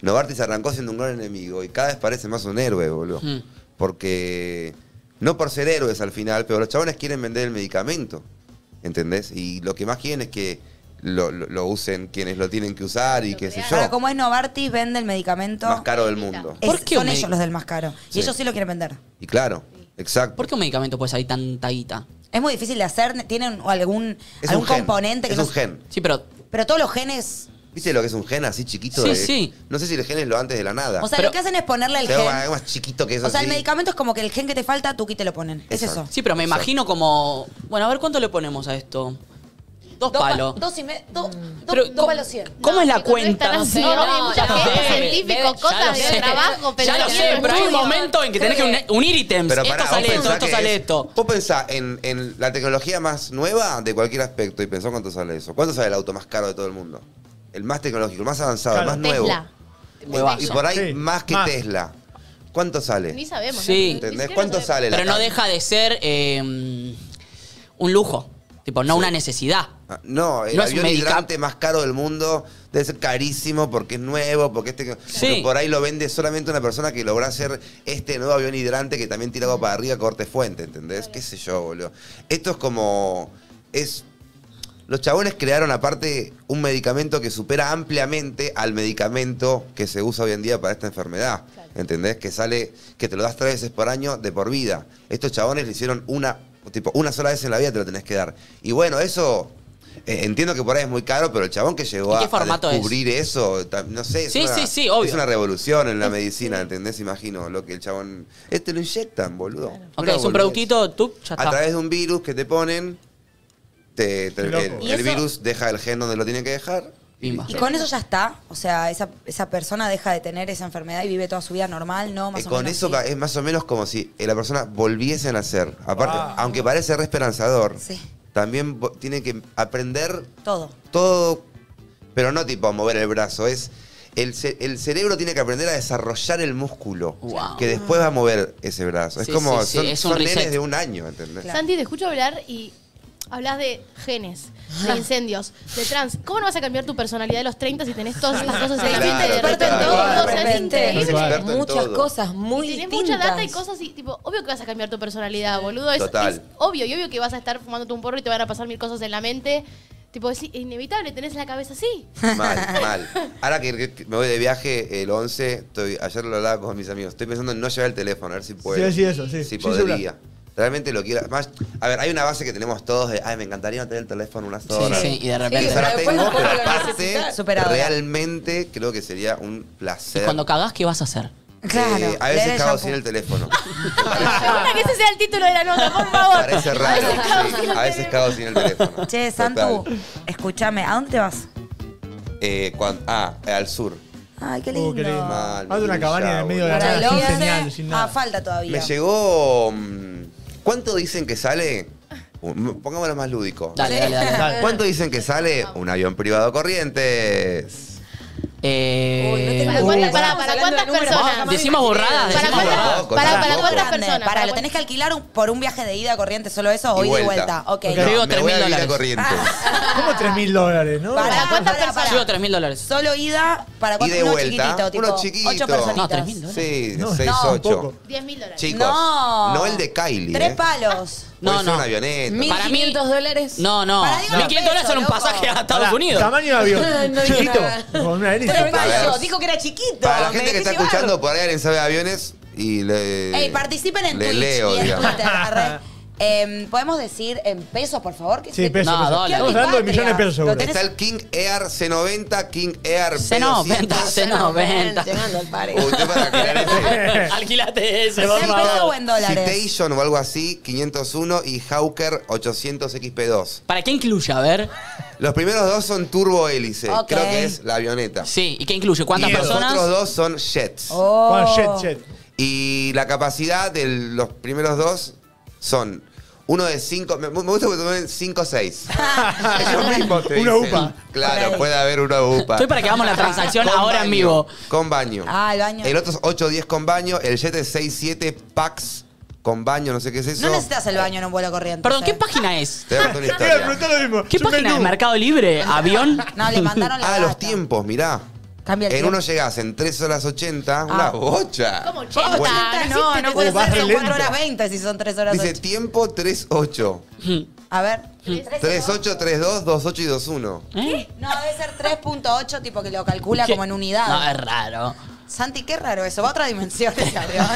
Speaker 2: Novartis arrancó siendo un gran enemigo y cada vez parece más un héroe, boludo.
Speaker 4: Mm.
Speaker 2: Porque, no por ser héroes al final, pero los chabones quieren vender el medicamento, ¿entendés? Y lo que más quieren es que lo, lo- lo usen quienes lo tienen que usar y qué sé
Speaker 3: Ahora,
Speaker 2: yo.
Speaker 3: como es Novartis, vende el medicamento.
Speaker 2: Más caro del mundo.
Speaker 3: Es-
Speaker 4: ¿Por qué
Speaker 3: son
Speaker 4: un
Speaker 3: ellos
Speaker 4: medic-
Speaker 3: los del más caro. Y
Speaker 2: Sí.
Speaker 3: ellos sí lo quieren vender.
Speaker 2: Y claro, exacto.
Speaker 4: ¿Por qué un medicamento puede salir tanta guita?
Speaker 3: Es muy difícil de hacer. Tienen algún,
Speaker 2: Es
Speaker 3: algún
Speaker 2: un gen,
Speaker 3: componente que
Speaker 2: es
Speaker 3: no
Speaker 2: un
Speaker 3: se-
Speaker 2: gen.
Speaker 4: Sí, pero.
Speaker 3: Pero todos los genes.
Speaker 2: ¿Viste lo que es un gen así chiquito?
Speaker 4: Sí,
Speaker 2: de-
Speaker 4: sí.
Speaker 2: No sé si el gen es lo antes de la nada.
Speaker 3: O sea,
Speaker 4: Pero-
Speaker 3: lo que hacen es ponerle el
Speaker 2: Se
Speaker 3: gen.
Speaker 2: llama algo más chiquito que eso.
Speaker 3: o sea, el
Speaker 2: sí.
Speaker 3: medicamento es como que el gen que te falta, tú aquí te lo ponen. Es
Speaker 2: Exacto.
Speaker 3: eso.
Speaker 4: Sí, pero me
Speaker 2: Exacto.
Speaker 4: imagino como. Bueno, a ver cuánto le ponemos a esto. Dos,
Speaker 8: pa-
Speaker 4: palos.
Speaker 8: Dos y medio. Dos,
Speaker 4: Pero,
Speaker 8: dos
Speaker 4: ¿cómo-
Speaker 8: palos cien.
Speaker 4: ¿Cómo es la
Speaker 7: chicos, no es
Speaker 4: cuenta?
Speaker 7: tan así,
Speaker 5: No,
Speaker 7: ¿no?
Speaker 5: no,
Speaker 7: Hay mucha
Speaker 5: no,
Speaker 7: gente,
Speaker 5: debe-
Speaker 7: científico,
Speaker 5: debe-
Speaker 7: cosas
Speaker 4: ya
Speaker 7: de
Speaker 4: lo sé.
Speaker 7: trabajo, pero
Speaker 4: ya lo
Speaker 7: no
Speaker 4: sé,
Speaker 7: es
Speaker 4: pero hay un
Speaker 7: estudio.
Speaker 4: momento en que tenés que uni- unir ítems.
Speaker 2: Pero
Speaker 4: esto
Speaker 2: pará, vos
Speaker 4: sale esto,
Speaker 2: pensá
Speaker 4: esto
Speaker 2: que
Speaker 4: sale
Speaker 2: es-
Speaker 4: esto.
Speaker 2: Vos pensá en, en la tecnología más nueva de cualquier aspecto y pensá cuánto sale eso. ¿Cuánto sale el auto más caro de todo el mundo? El más tecnológico, el más avanzado,
Speaker 6: Claro.
Speaker 2: el más nuevo.
Speaker 7: Tesla.
Speaker 2: Y, y
Speaker 4: Huevazo.
Speaker 2: por ahí
Speaker 6: Sí,
Speaker 2: más que
Speaker 6: más.
Speaker 2: Tesla. ¿Cuánto sale?
Speaker 7: Ni sabemos.
Speaker 4: Sí.
Speaker 7: ¿no? Ni
Speaker 2: ¿Entendés?
Speaker 7: siquiera
Speaker 2: ¿Cuánto
Speaker 7: sabemos.
Speaker 2: sale? la
Speaker 4: Pero no
Speaker 2: cam-
Speaker 4: deja de ser eh, un lujo. Tipo, no una necesidad.
Speaker 2: Ah, No, el
Speaker 4: No es un
Speaker 2: avión
Speaker 4: medica-
Speaker 2: hidrante más caro del mundo debe ser carísimo porque es nuevo, porque este
Speaker 4: Sí.
Speaker 2: porque por ahí lo vende solamente una persona que logra hacer este nuevo avión hidrante que también tira agua para arriba, corte fuente, ¿entendés? ¿Qué sé yo, boludo? Esto es como es los chabones crearon aparte un medicamento que supera ampliamente al medicamento que se usa hoy en día para esta enfermedad. ¿Entendés? Que sale, que te lo das tres veces por año de por vida. Estos chabones le hicieron una, tipo, una sola vez en la vida te lo tenés que dar. Y bueno, eso. eh, entiendo que por ahí es muy caro, pero el chabón que llegó
Speaker 4: ¿Y qué
Speaker 2: a, a
Speaker 4: formato es?
Speaker 2: descubrir eso, ta- no sé, es,
Speaker 4: Sí,
Speaker 2: una,
Speaker 4: sí, sí, obvio.
Speaker 2: es una revolución en la medicina, ¿entendés? Imagino lo que el chabón... Este lo inyectan, boludo.
Speaker 4: Ok,
Speaker 2: Una
Speaker 4: es un
Speaker 2: boludez.
Speaker 4: productito, tú, ya
Speaker 2: A
Speaker 4: está.
Speaker 2: través de un virus que te ponen, te- te-
Speaker 6: Qué loco.
Speaker 2: el,
Speaker 3: ¿Y
Speaker 2: el
Speaker 3: eso?
Speaker 2: virus deja el gen donde lo tiene que dejar.
Speaker 4: Pimba.
Speaker 3: Y con eso ya está. O sea, esa, esa persona deja de tener esa enfermedad y vive toda su vida normal, ¿no? Más
Speaker 2: Eh,
Speaker 3: o
Speaker 2: con
Speaker 3: menos,
Speaker 2: eso
Speaker 3: sí.
Speaker 2: pa- es más o menos como si eh, la persona volviese a nacer. Aparte,
Speaker 6: Wow.
Speaker 2: aunque parece re esperanzador,
Speaker 3: Sí.
Speaker 2: también vo- tiene que aprender
Speaker 3: Todo.
Speaker 2: todo, pero no tipo a mover el brazo, es el, ce- el cerebro tiene que aprender a desarrollar el músculo
Speaker 4: Wow.
Speaker 2: que después va a mover ese brazo.
Speaker 4: Sí,
Speaker 2: es como
Speaker 4: sí, sí,
Speaker 2: son,
Speaker 4: es un
Speaker 2: son
Speaker 4: reset.
Speaker 2: nenes de un año, ¿entendés?
Speaker 3: Claro.
Speaker 7: Santi, te escucho hablar y hablas de genes,
Speaker 2: Ah.
Speaker 7: de incendios, de trans. ¿Cómo no vas a cambiar tu personalidad a los 30 si tenés todas estas cosas en la
Speaker 2: Claro,
Speaker 7: mente de
Speaker 2: experto
Speaker 7: repente?
Speaker 2: en
Speaker 7: O
Speaker 2: todo,
Speaker 7: sea,
Speaker 5: de
Speaker 7: es
Speaker 5: repente.
Speaker 7: increíble.
Speaker 6: Claro.
Speaker 2: Experto en
Speaker 5: Muchas
Speaker 2: todo.
Speaker 5: cosas muy
Speaker 7: Tenés
Speaker 5: distintas.
Speaker 7: mucha data y cosas y, tipo, obvio que vas a cambiar tu personalidad, boludo. Es,
Speaker 2: Total.
Speaker 7: es obvio, y obvio que vas a estar fumándote un porro y te van a pasar mil cosas en la mente. Tipo, es inevitable, tenés la cabeza así.
Speaker 2: Mal, mal. Ahora que, que me voy de viaje el 11, estoy, ayer lo hablaba con mis amigos, estoy pensando en no llevar el teléfono, a ver si puedo.
Speaker 6: Sí, sí, eso, sí.
Speaker 2: Si
Speaker 6: Sí, celular.
Speaker 2: podría. Realmente lo quiero. Más, a ver, hay una base que tenemos todos de, ay, me encantaría no tener el teléfono unas
Speaker 4: Sí,
Speaker 2: horas.
Speaker 4: sí, y de
Speaker 2: Y
Speaker 4: repente.
Speaker 2: yo la
Speaker 5: Pero después
Speaker 2: tengo,
Speaker 5: no
Speaker 2: pero
Speaker 5: puedo
Speaker 2: aparte,
Speaker 5: necesitar.
Speaker 3: Superadora.
Speaker 2: realmente creo que sería un
Speaker 4: Y
Speaker 2: placer.
Speaker 4: cuando cagás, ¿qué vas a hacer?
Speaker 3: Claro.
Speaker 2: Eh, a
Speaker 3: leer
Speaker 2: veces
Speaker 3: el
Speaker 2: cago
Speaker 3: shampoo.
Speaker 2: sin el teléfono.
Speaker 7: Segura que ese sea el título de la nota, por favor.
Speaker 2: Parece raro. sí. A veces cago sin el teléfono.
Speaker 3: Che, Santu,
Speaker 2: Total.
Speaker 3: escúchame, ¿a dónde te vas?
Speaker 2: Eh, cuan- ah, eh, al sur.
Speaker 3: Ay, qué lindo.
Speaker 6: Uh, qué lindo.
Speaker 2: Mal,
Speaker 6: Haz una
Speaker 2: Villa,
Speaker 6: cabaña en el medio de la
Speaker 3: Para
Speaker 6: nada,
Speaker 3: el
Speaker 6: sin
Speaker 3: once-
Speaker 6: señal, sin
Speaker 3: Ah,
Speaker 6: nada.
Speaker 3: falta todavía.
Speaker 2: Me llegó. mm, ¿Cuánto dicen que sale? Un- Pongámoslo más lúdico.
Speaker 4: Dale, dale, dale. dale.
Speaker 2: ¿Cuánto dicen que sale un avión privado corrientes?
Speaker 4: Eh,
Speaker 7: ¿Para
Speaker 6: Uh,
Speaker 7: cuántas,
Speaker 6: pará,
Speaker 7: para- para cuántas personas?
Speaker 4: Decimos borradas,
Speaker 7: ¿Para
Speaker 4: decimos borradas.
Speaker 7: cuántas,
Speaker 2: Poco,
Speaker 7: para,
Speaker 2: tampoco.
Speaker 7: para cuántas
Speaker 3: Grande.
Speaker 7: personas?
Speaker 3: Para, lo
Speaker 7: cuántas-
Speaker 3: tenés que alquilar un- por un viaje de ida a corriente, solo eso, o Oh, ida y vuelta. Ok. Ah,
Speaker 2: No,
Speaker 4: Yo digo
Speaker 2: me voy
Speaker 4: 3.000
Speaker 2: a vivir a
Speaker 4: dólares.
Speaker 2: corrientes.
Speaker 6: ¿Cómo 3 mil dólares, no?
Speaker 3: Para,
Speaker 7: ¿Para cuántas
Speaker 3: para, para.
Speaker 7: personas?
Speaker 4: Llevo 3 mil dólares.
Speaker 3: Solo ida para cuatro,
Speaker 2: Ida y
Speaker 3: uno
Speaker 2: vuelta,
Speaker 3: chiquitito,
Speaker 2: uno
Speaker 3: tipo
Speaker 2: chiquito.
Speaker 3: ocho personitas.
Speaker 4: No, tres mil dólares.
Speaker 2: Sí,
Speaker 6: No,
Speaker 2: 6,
Speaker 3: no,
Speaker 2: 8.
Speaker 6: tampoco.
Speaker 7: 10 mil dólares.
Speaker 2: Chicos,
Speaker 3: No.
Speaker 2: no. el de Kylie.
Speaker 3: Tres
Speaker 2: eh.
Speaker 3: palos.
Speaker 2: Puede
Speaker 4: No,
Speaker 2: ser
Speaker 4: no.
Speaker 2: una avioneta.
Speaker 4: Mi- Para mí-
Speaker 5: 1500 dólares.
Speaker 4: No, no.
Speaker 3: Para, digo,
Speaker 4: 1.500 dólares son un
Speaker 3: peso,
Speaker 4: pasaje a
Speaker 3: loco.
Speaker 4: Estados
Speaker 6: Pará,
Speaker 4: Unidos.
Speaker 6: Tamaño de avión.
Speaker 5: No dije
Speaker 6: Chiquito.
Speaker 5: nada.
Speaker 6: Con una hélice.
Speaker 8: Tres palos.
Speaker 2: ver.
Speaker 8: Dijo que era chiquito.
Speaker 2: Para la
Speaker 8: me
Speaker 2: gente que
Speaker 8: dejé
Speaker 2: está
Speaker 8: llevar.
Speaker 2: escuchando por ahí, alguien sabe de aviones y le.
Speaker 3: Ey, participen en
Speaker 2: le
Speaker 3: Twitch
Speaker 2: leo,
Speaker 3: y en
Speaker 2: digamos.
Speaker 3: Twitter. arre. Em, ¿Podemos decir en pesos, por favor? Que
Speaker 6: Sí, pesos.
Speaker 4: No,
Speaker 6: pesos.
Speaker 4: dólares.
Speaker 6: Estamos hablando de millones de pesos seguro.
Speaker 3: Lo tenés-
Speaker 2: Está el King Air C90, King Air
Speaker 4: C90,
Speaker 2: B200.
Speaker 4: C90.
Speaker 5: Llegando al pared.
Speaker 2: Uy, estoy para crear ese.
Speaker 4: Alquilate ese,
Speaker 3: ¿Está
Speaker 4: por
Speaker 3: en pesos o
Speaker 4: favor.
Speaker 3: en dólares?
Speaker 2: Citation o algo así, 501 y Hawker 800 XP2.
Speaker 4: ¿Para qué incluye? A ver.
Speaker 2: Los primeros dos son turbo hélice,
Speaker 3: Ok.
Speaker 2: creo que es la avioneta.
Speaker 4: Sí, ¿y qué incluye? ¿Cuántas
Speaker 2: y los otros
Speaker 4: personas?
Speaker 2: dos son jets.
Speaker 3: Oh.
Speaker 6: Bueno, jet, jet.
Speaker 2: Y la capacidad de los primeros dos son uno de cinco, me, me gusta que tomen 5 o 6.
Speaker 6: Una upa.
Speaker 2: Claro,
Speaker 3: Ok.
Speaker 2: puede haber una upa.
Speaker 4: Estoy para que hagamos la transacción
Speaker 2: Con
Speaker 4: ahora
Speaker 2: baño,
Speaker 4: en vivo.
Speaker 2: Con baño.
Speaker 3: Ah, el baño.
Speaker 2: El otro es 8 10 con baño, el jet es 6 7 packs con baño, no sé qué es eso.
Speaker 3: No necesitas el baño en un vuelo corriente.
Speaker 4: Perdón, ¿qué
Speaker 3: ¿eh?
Speaker 4: página es?
Speaker 2: Te voy a contar una
Speaker 6: Te voy a
Speaker 2: historia.
Speaker 6: preguntar lo mismo.
Speaker 4: ¿Qué
Speaker 6: Es un
Speaker 4: página es?
Speaker 6: menú.
Speaker 4: ¿Mercado Libre? ¿Avión?
Speaker 3: No, le mandaron la
Speaker 2: Ah, los
Speaker 3: data.
Speaker 2: tiempos, mirá.
Speaker 3: Cambia el
Speaker 2: en
Speaker 3: tiempo.
Speaker 2: uno llegás en 3 horas 80, una
Speaker 3: Ah.
Speaker 2: bocha.
Speaker 7: ¿Cómo
Speaker 3: Posta,
Speaker 7: 80?
Speaker 2: Bueno,
Speaker 4: Ah,
Speaker 3: no, no puede
Speaker 6: Oh, vas
Speaker 3: ser.
Speaker 6: re
Speaker 3: Son 4
Speaker 6: lento.
Speaker 3: horas 20 si son 3 horas
Speaker 2: Dice
Speaker 3: 8.
Speaker 2: tiempo 38.
Speaker 3: A ver.
Speaker 2: 38, 32, 28 y 21.
Speaker 4: ¿Eh?
Speaker 3: No, debe ser 3.8, tipo que lo calcula
Speaker 4: ¿Qué?
Speaker 3: como en
Speaker 4: No,
Speaker 3: unidad.
Speaker 4: es raro.
Speaker 3: Santi, qué raro eso. Va a otra dimensión ese avión.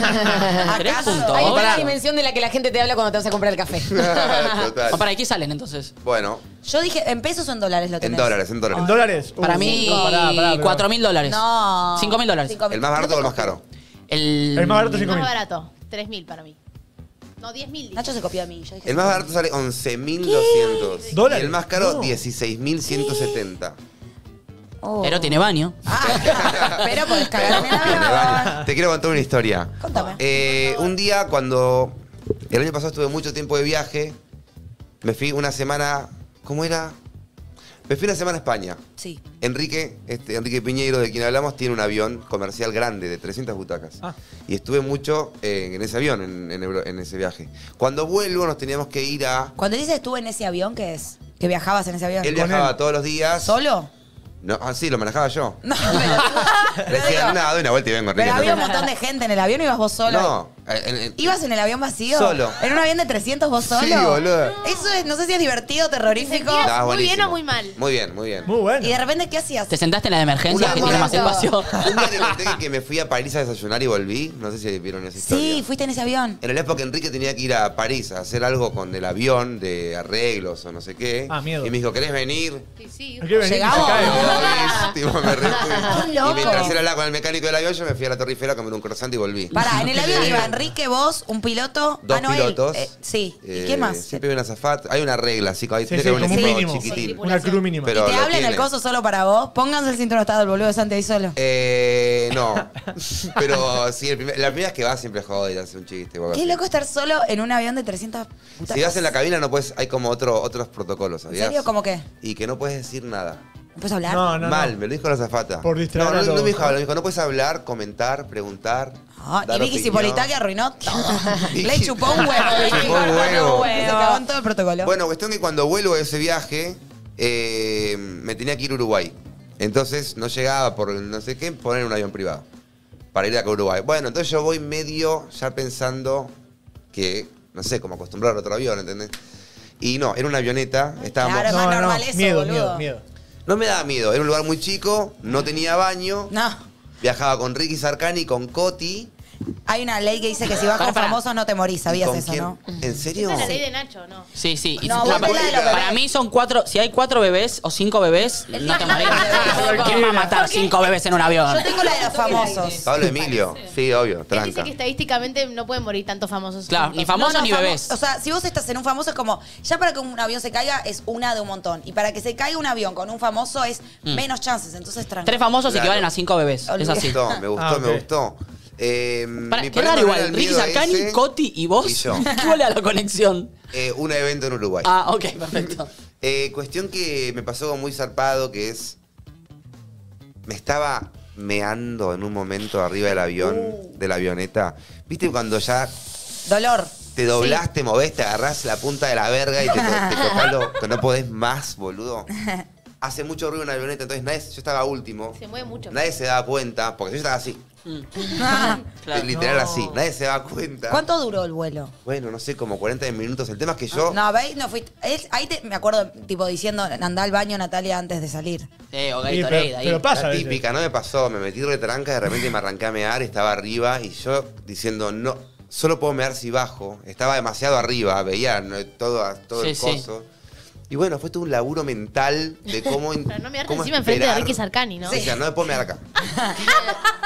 Speaker 4: ¿Tres
Speaker 5: Hay
Speaker 4: Oh,
Speaker 5: otra
Speaker 4: pará.
Speaker 5: dimensión de la que la gente te habla cuando te vas a comprar el café.
Speaker 2: Total.
Speaker 4: Ah, ¿Para qué salen entonces?
Speaker 2: Bueno,
Speaker 3: Yo dije, ¿en pesos o en dólares lo
Speaker 2: en
Speaker 3: tenés?
Speaker 2: dólares, en dólares.
Speaker 6: ¿En dólares?
Speaker 4: Para
Speaker 6: Uh,
Speaker 4: mí,
Speaker 6: pará, pará, pará.
Speaker 4: 4 mil dólares.
Speaker 3: No.
Speaker 4: 5 mil dólares.
Speaker 3: Cinco mil.
Speaker 2: ¿El más barato o el más caro?
Speaker 4: El...
Speaker 6: El más barato
Speaker 7: El
Speaker 6: 5
Speaker 7: más
Speaker 6: mil.
Speaker 7: barato, 3.000 para mí. No, 10.000. dije.
Speaker 3: Nacho se copió a mí. Yo dije,
Speaker 2: El más barato sale 11.200.
Speaker 6: ¿Dólares?
Speaker 2: Y el más caro,
Speaker 6: No.
Speaker 2: 16.170.
Speaker 3: Oh.
Speaker 4: Pero tiene baño.
Speaker 3: Ah, pero podés cagar en el avión.
Speaker 2: Te quiero contar una historia.
Speaker 3: Contame.
Speaker 2: Eh, un día cuando el año pasado estuve mucho tiempo de viaje, me fui una semana, ¿cómo era? Me fui una semana a España.
Speaker 3: Sí.
Speaker 2: Enrique, este, Enrique Piñeiro, de quien hablamos, tiene un avión comercial grande de 300 butacas.
Speaker 4: Ah.
Speaker 2: Y estuve mucho eh, en ese avión, en, en Euro- en ese viaje. Cuando vuelvo nos teníamos que ir a...
Speaker 3: Cuando dices estuve en ese avión, ¿qué es? ¿Que viajabas en ese avión?
Speaker 2: Él viajaba todos los días.
Speaker 3: ¿Solo?
Speaker 2: No, ah, sí, lo manejaba yo.
Speaker 3: No, pero,
Speaker 2: Le decía, nada, doy una vuelta y vengo, Enrique.
Speaker 3: pero
Speaker 2: no
Speaker 3: había un
Speaker 2: te-
Speaker 3: montón de gente en el avión y ibas vos solo.
Speaker 2: No, eh, en- en-
Speaker 3: ¿Ibas en el avión vacío?
Speaker 2: Solo.
Speaker 3: ¿En un avión de 300 vos
Speaker 2: Sí,
Speaker 3: solo?
Speaker 2: boludo.
Speaker 3: Eso es, no sé si es divertido, terrorífico.
Speaker 7: ¿Te
Speaker 2: Nada,
Speaker 7: ¿Muy
Speaker 2: buenísimo.
Speaker 7: bien o muy mal?
Speaker 2: Muy bien, muy bien.
Speaker 6: Muy bueno.
Speaker 3: Y de repente, ¿qué hacías?
Speaker 4: ¿Te sentaste en la de emergencia
Speaker 2: Una
Speaker 4: que tiene más
Speaker 2: vuelta.
Speaker 4: espacio?
Speaker 2: Un día te conté que me fui a París a desayunar y volví. No sé si vieron esa historia.
Speaker 3: Sí, fuiste en ese avión.
Speaker 2: En la época Enrique tenía que ir a París a hacer algo con el avión de arreglos o no sé qué.
Speaker 6: Ah, miedo.
Speaker 2: Y me dijo, ¿querés venir?
Speaker 7: Sí, sí.
Speaker 6: Hay que venir y se
Speaker 3: Llegamos.
Speaker 6: cae.
Speaker 2: Obis, tipo, me re-
Speaker 3: Un
Speaker 2: y
Speaker 3: loco.
Speaker 2: mientras él hablaba con el mecánico del avión, yo me fui a la Torre Eiffel a comer un croissant y volví.
Speaker 3: Pará, en el avión iba Enrique, vos, un piloto.
Speaker 2: Dos
Speaker 3: ah, no, él.
Speaker 2: pilotos.
Speaker 3: Eh, sí. ¿Y
Speaker 2: Eh,
Speaker 3: qué más?
Speaker 2: Siempre hay una zafata. Hay una regla, así que hay
Speaker 6: Sí, sí, como
Speaker 2: un
Speaker 6: un
Speaker 3: Sí.
Speaker 2: equipo
Speaker 6: mínimo.
Speaker 2: chiquitín.
Speaker 6: Una crew mínima.
Speaker 2: Pero-
Speaker 3: ¿Y te
Speaker 2: lo
Speaker 3: hablan el
Speaker 2: tiene.
Speaker 3: coso solo para vos? Pónganse el cinturón estado el boludo de Santi ahí solo.
Speaker 2: Eh, no. Pero sí, el primer- la primera vez que vas siempre jode y hace un chiste. o algo
Speaker 3: Qué
Speaker 2: así.
Speaker 3: loco estar solo en un avión de 300 putas.
Speaker 2: Si vas en la cabina no puedes, hay como otro, otros protocolos,
Speaker 3: ¿En
Speaker 2: ¿sabías?
Speaker 3: serio? ¿Cómo qué?
Speaker 2: Y que no puedes decir nada.
Speaker 3: ¿No puedes hablar?
Speaker 6: No, no, no.
Speaker 2: Mal, me lo dijo la zafata.
Speaker 6: Por distraer
Speaker 2: No,
Speaker 6: a
Speaker 2: no, no
Speaker 6: los-
Speaker 2: me dijo, hablar, me dijo, no puedes hablar, comentar, preguntar.
Speaker 3: Ah,
Speaker 2: dar
Speaker 3: y Vicky
Speaker 2: opinión".
Speaker 3: Cipolitá que arruinó todo. Le
Speaker 2: Vicky-
Speaker 3: chupó un huevo,
Speaker 2: Le
Speaker 3: Vicky.
Speaker 2: chupó un huevo.
Speaker 3: Se cagó en todo el protocolo.
Speaker 2: Bueno, cuestión que cuando vuelvo de ese viaje, eh, me tenía que ir a Uruguay. Entonces no llegaba por no sé qué, poner un avión privado para ir acá a Uruguay. Bueno, entonces yo voy medio ya pensando que, no sé, como acostumbrar a otro avión, ¿entendés? Y no, era una avioneta, estábamos...
Speaker 3: claro. Pero más normal eso,
Speaker 6: miedo,
Speaker 3: boludo.
Speaker 6: miedo, miedo.
Speaker 2: No me daba miedo, era un lugar muy chico, no tenía baño,
Speaker 3: No.
Speaker 2: viajaba con Ricky Sarcani, con Coti.
Speaker 3: Hay una ley que dice que si vas con
Speaker 4: Pará.
Speaker 3: famosos no te morís,
Speaker 2: ¿Y
Speaker 3: ¿sabías
Speaker 2: con
Speaker 3: eso,
Speaker 2: quién?
Speaker 3: no?
Speaker 2: ¿En serio?
Speaker 7: Esa es la ley de Nacho, ¿no?
Speaker 4: Sí, sí. Y-
Speaker 3: No,
Speaker 4: para,
Speaker 3: vos tenés la de los bebés.
Speaker 4: para mí son cuatro. Si hay cuatro bebés o cinco bebés, no te morís. ¿Quién va a matar cinco bebés en un avión?
Speaker 3: Yo tengo la de los famosos.
Speaker 2: Pablo Emilio, sí, obvio,
Speaker 7: Él dice
Speaker 2: tranca.
Speaker 7: que estadísticamente no pueden morir tantos famosos.
Speaker 4: Claro,
Speaker 7: juntos.
Speaker 4: ni famosos
Speaker 3: No, no,
Speaker 4: ni
Speaker 3: famo-
Speaker 4: bebés.
Speaker 3: O sea, si vos estás en un famoso es como, ya para que un avión se caiga es una de un montón. Y para que se caiga un avión con un famoso es menos chances. Entonces,
Speaker 4: Tres
Speaker 3: tranquilo.
Speaker 4: famosos
Speaker 2: Claro.
Speaker 4: equivalen a cinco bebés. Es
Speaker 3: Olvidé.
Speaker 2: Me
Speaker 4: así.
Speaker 2: gustó, me gustó,
Speaker 6: Ah, ok.
Speaker 2: me gustó. Eh,
Speaker 4: Pará,
Speaker 2: mi
Speaker 4: qué
Speaker 2: problema
Speaker 4: raro
Speaker 2: no era
Speaker 4: igual.
Speaker 2: el
Speaker 4: Ricky
Speaker 2: miedo
Speaker 4: Sarcani,
Speaker 2: ese,
Speaker 4: Coti y vos.
Speaker 2: Y yo.
Speaker 4: ¿Qué vale a la conexión?
Speaker 2: Eh, un evento en Uruguay.
Speaker 4: Ah, ok, perfecto.
Speaker 2: Eh, cuestión que me pasó muy zarpado, que es... Me estaba meando en un momento arriba del avión,
Speaker 4: Uh.
Speaker 2: de la avioneta. ¿Viste cuando ya
Speaker 3: Dolor.
Speaker 2: te doblás, te movés, te agarrás la punta de la verga y te, to- te tocás lo que no podés más, boludo? Hace mucho ruido una avioneta, entonces nadie, yo estaba último.
Speaker 7: Se mueve mucho.
Speaker 2: Nadie se daba cuenta, porque yo estaba así, literal así, nadie se daba cuenta.
Speaker 3: ¿Cuánto duró el vuelo?
Speaker 2: Bueno, no sé, como 40 minutos. El tema es que yo.
Speaker 3: No, ¿veis? No fuiste. es- ahí te- me acuerdo, tipo, diciendo, andá al baño, Natalia, antes de salir.
Speaker 4: Sí, o
Speaker 6: Sí,
Speaker 4: Gatorade
Speaker 6: pero,
Speaker 4: ahí.
Speaker 6: pero pasa. a
Speaker 2: la
Speaker 6: veces.
Speaker 2: típica, no me pasó. Me metí retranca, de repente me arranqué a mear, estaba arriba y yo diciendo, no, solo puedo mear si bajo. Estaba demasiado arriba, veía ¿no? todo, a- todo el
Speaker 4: Sí, sí.
Speaker 2: coso. Y bueno, fue todo un laburo mental de cómo.
Speaker 7: Para no mearte
Speaker 2: cómo
Speaker 7: encima enfrente de
Speaker 2: esperar.
Speaker 7: Ricky Sarcani, ¿no?
Speaker 2: O sea, no me puedo mear acá.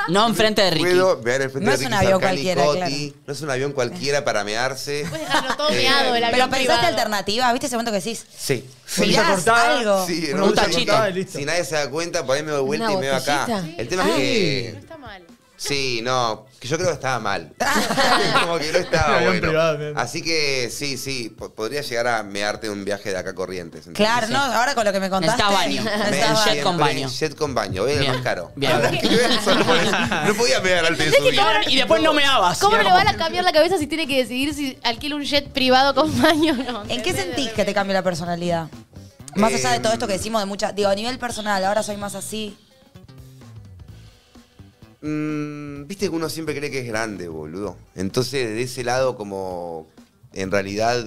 Speaker 4: No enfrente de Ricky.
Speaker 2: Puedo mear enfrente
Speaker 3: No
Speaker 2: de
Speaker 3: es un
Speaker 2: Ricky
Speaker 3: avión
Speaker 2: Sarcani,
Speaker 3: cualquiera,
Speaker 2: Coti. No es un avión cualquiera para mearse.
Speaker 7: Puedes dejarlo todo
Speaker 2: Eh,
Speaker 7: meado el
Speaker 3: Pero
Speaker 7: avión
Speaker 3: pensaste
Speaker 7: privado.
Speaker 3: alternativas, ¿viste ese momento que decís?
Speaker 2: Sí.
Speaker 6: Una
Speaker 3: Mirás
Speaker 6: bolsa cortada,
Speaker 3: algo.
Speaker 2: Sí,
Speaker 6: una
Speaker 2: en
Speaker 6: bolsa
Speaker 4: tachito.
Speaker 6: cortada y listo.
Speaker 2: Si nadie se da cuenta, por ahí me doy vuelta
Speaker 5: Una
Speaker 2: y me veo acá.
Speaker 5: botellita.
Speaker 2: El tema es
Speaker 7: No
Speaker 2: que
Speaker 7: está mal.
Speaker 2: Sí, no, que yo creo que estaba mal. Como que no
Speaker 6: Me
Speaker 2: estaba
Speaker 6: habían privado,
Speaker 2: bueno.
Speaker 6: bien.
Speaker 2: Así que sí, sí, po- podría llegar a mearte un viaje de acá a corrientes. ¿entendés?
Speaker 3: Claro, no, ahora con lo que me contaste.
Speaker 4: Necesitaba baño.
Speaker 2: Me-
Speaker 3: Necesitaba
Speaker 4: Necesitaba
Speaker 3: baño.
Speaker 4: jet con
Speaker 2: siempre
Speaker 4: baño.
Speaker 2: Jet con baño, voy a ir
Speaker 4: Bien,
Speaker 2: más caro.
Speaker 4: bien.
Speaker 2: Habrá que ver solo por eso. No podía pegar al de su vida.
Speaker 4: Y después no me dabas.
Speaker 7: ¿Cómo
Speaker 4: Era
Speaker 7: le
Speaker 4: como-
Speaker 7: van a cambiar la cabeza si tiene que decidir si alquila un jet privado con baño o no?
Speaker 3: ¿En qué sentís que te cambió la personalidad?
Speaker 2: Eh,
Speaker 3: Más allá de todo esto que decimos de muchas. Digo, a nivel personal, ahora soy más así.
Speaker 2: Mm, Viste que uno siempre cree que es grande, boludo. Entonces, de ese lado, como en realidad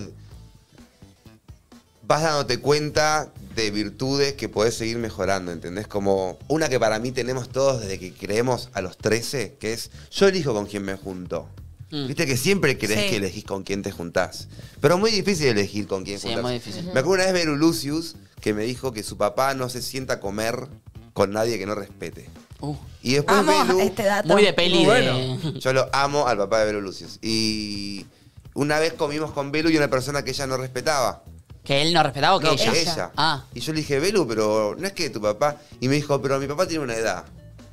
Speaker 2: vas dándote cuenta de virtudes que podés seguir mejorando, ¿entendés? Como una que para mí tenemos todos desde que creemos a los 13, que es yo elijo con quién me junto.
Speaker 4: Mm.
Speaker 2: Viste que siempre crees
Speaker 3: Sí.
Speaker 2: que elegís con quién te juntás. Pero muy difícil elegir con quién
Speaker 4: Sí, es
Speaker 2: juntarse.
Speaker 4: muy difícil.
Speaker 2: Me acuerdo una vez ver a Lucius que me dijo que su papá no se sienta a comer con nadie que no respete.
Speaker 4: Uh,
Speaker 2: Y después
Speaker 3: Amo
Speaker 2: Belu-
Speaker 3: este dato.
Speaker 4: muy de peli de...
Speaker 6: Muy bueno.
Speaker 2: yo lo amo al papá de Vero Lucius. Y una vez comimos con Belu y una persona que ella no respetaba.
Speaker 4: Que él no respetaba o que
Speaker 2: No,
Speaker 4: ella.
Speaker 2: que
Speaker 4: Ah.
Speaker 2: Y yo le dije, Belu, pero no es que tu papá. Y me dijo, pero mi papá tiene una edad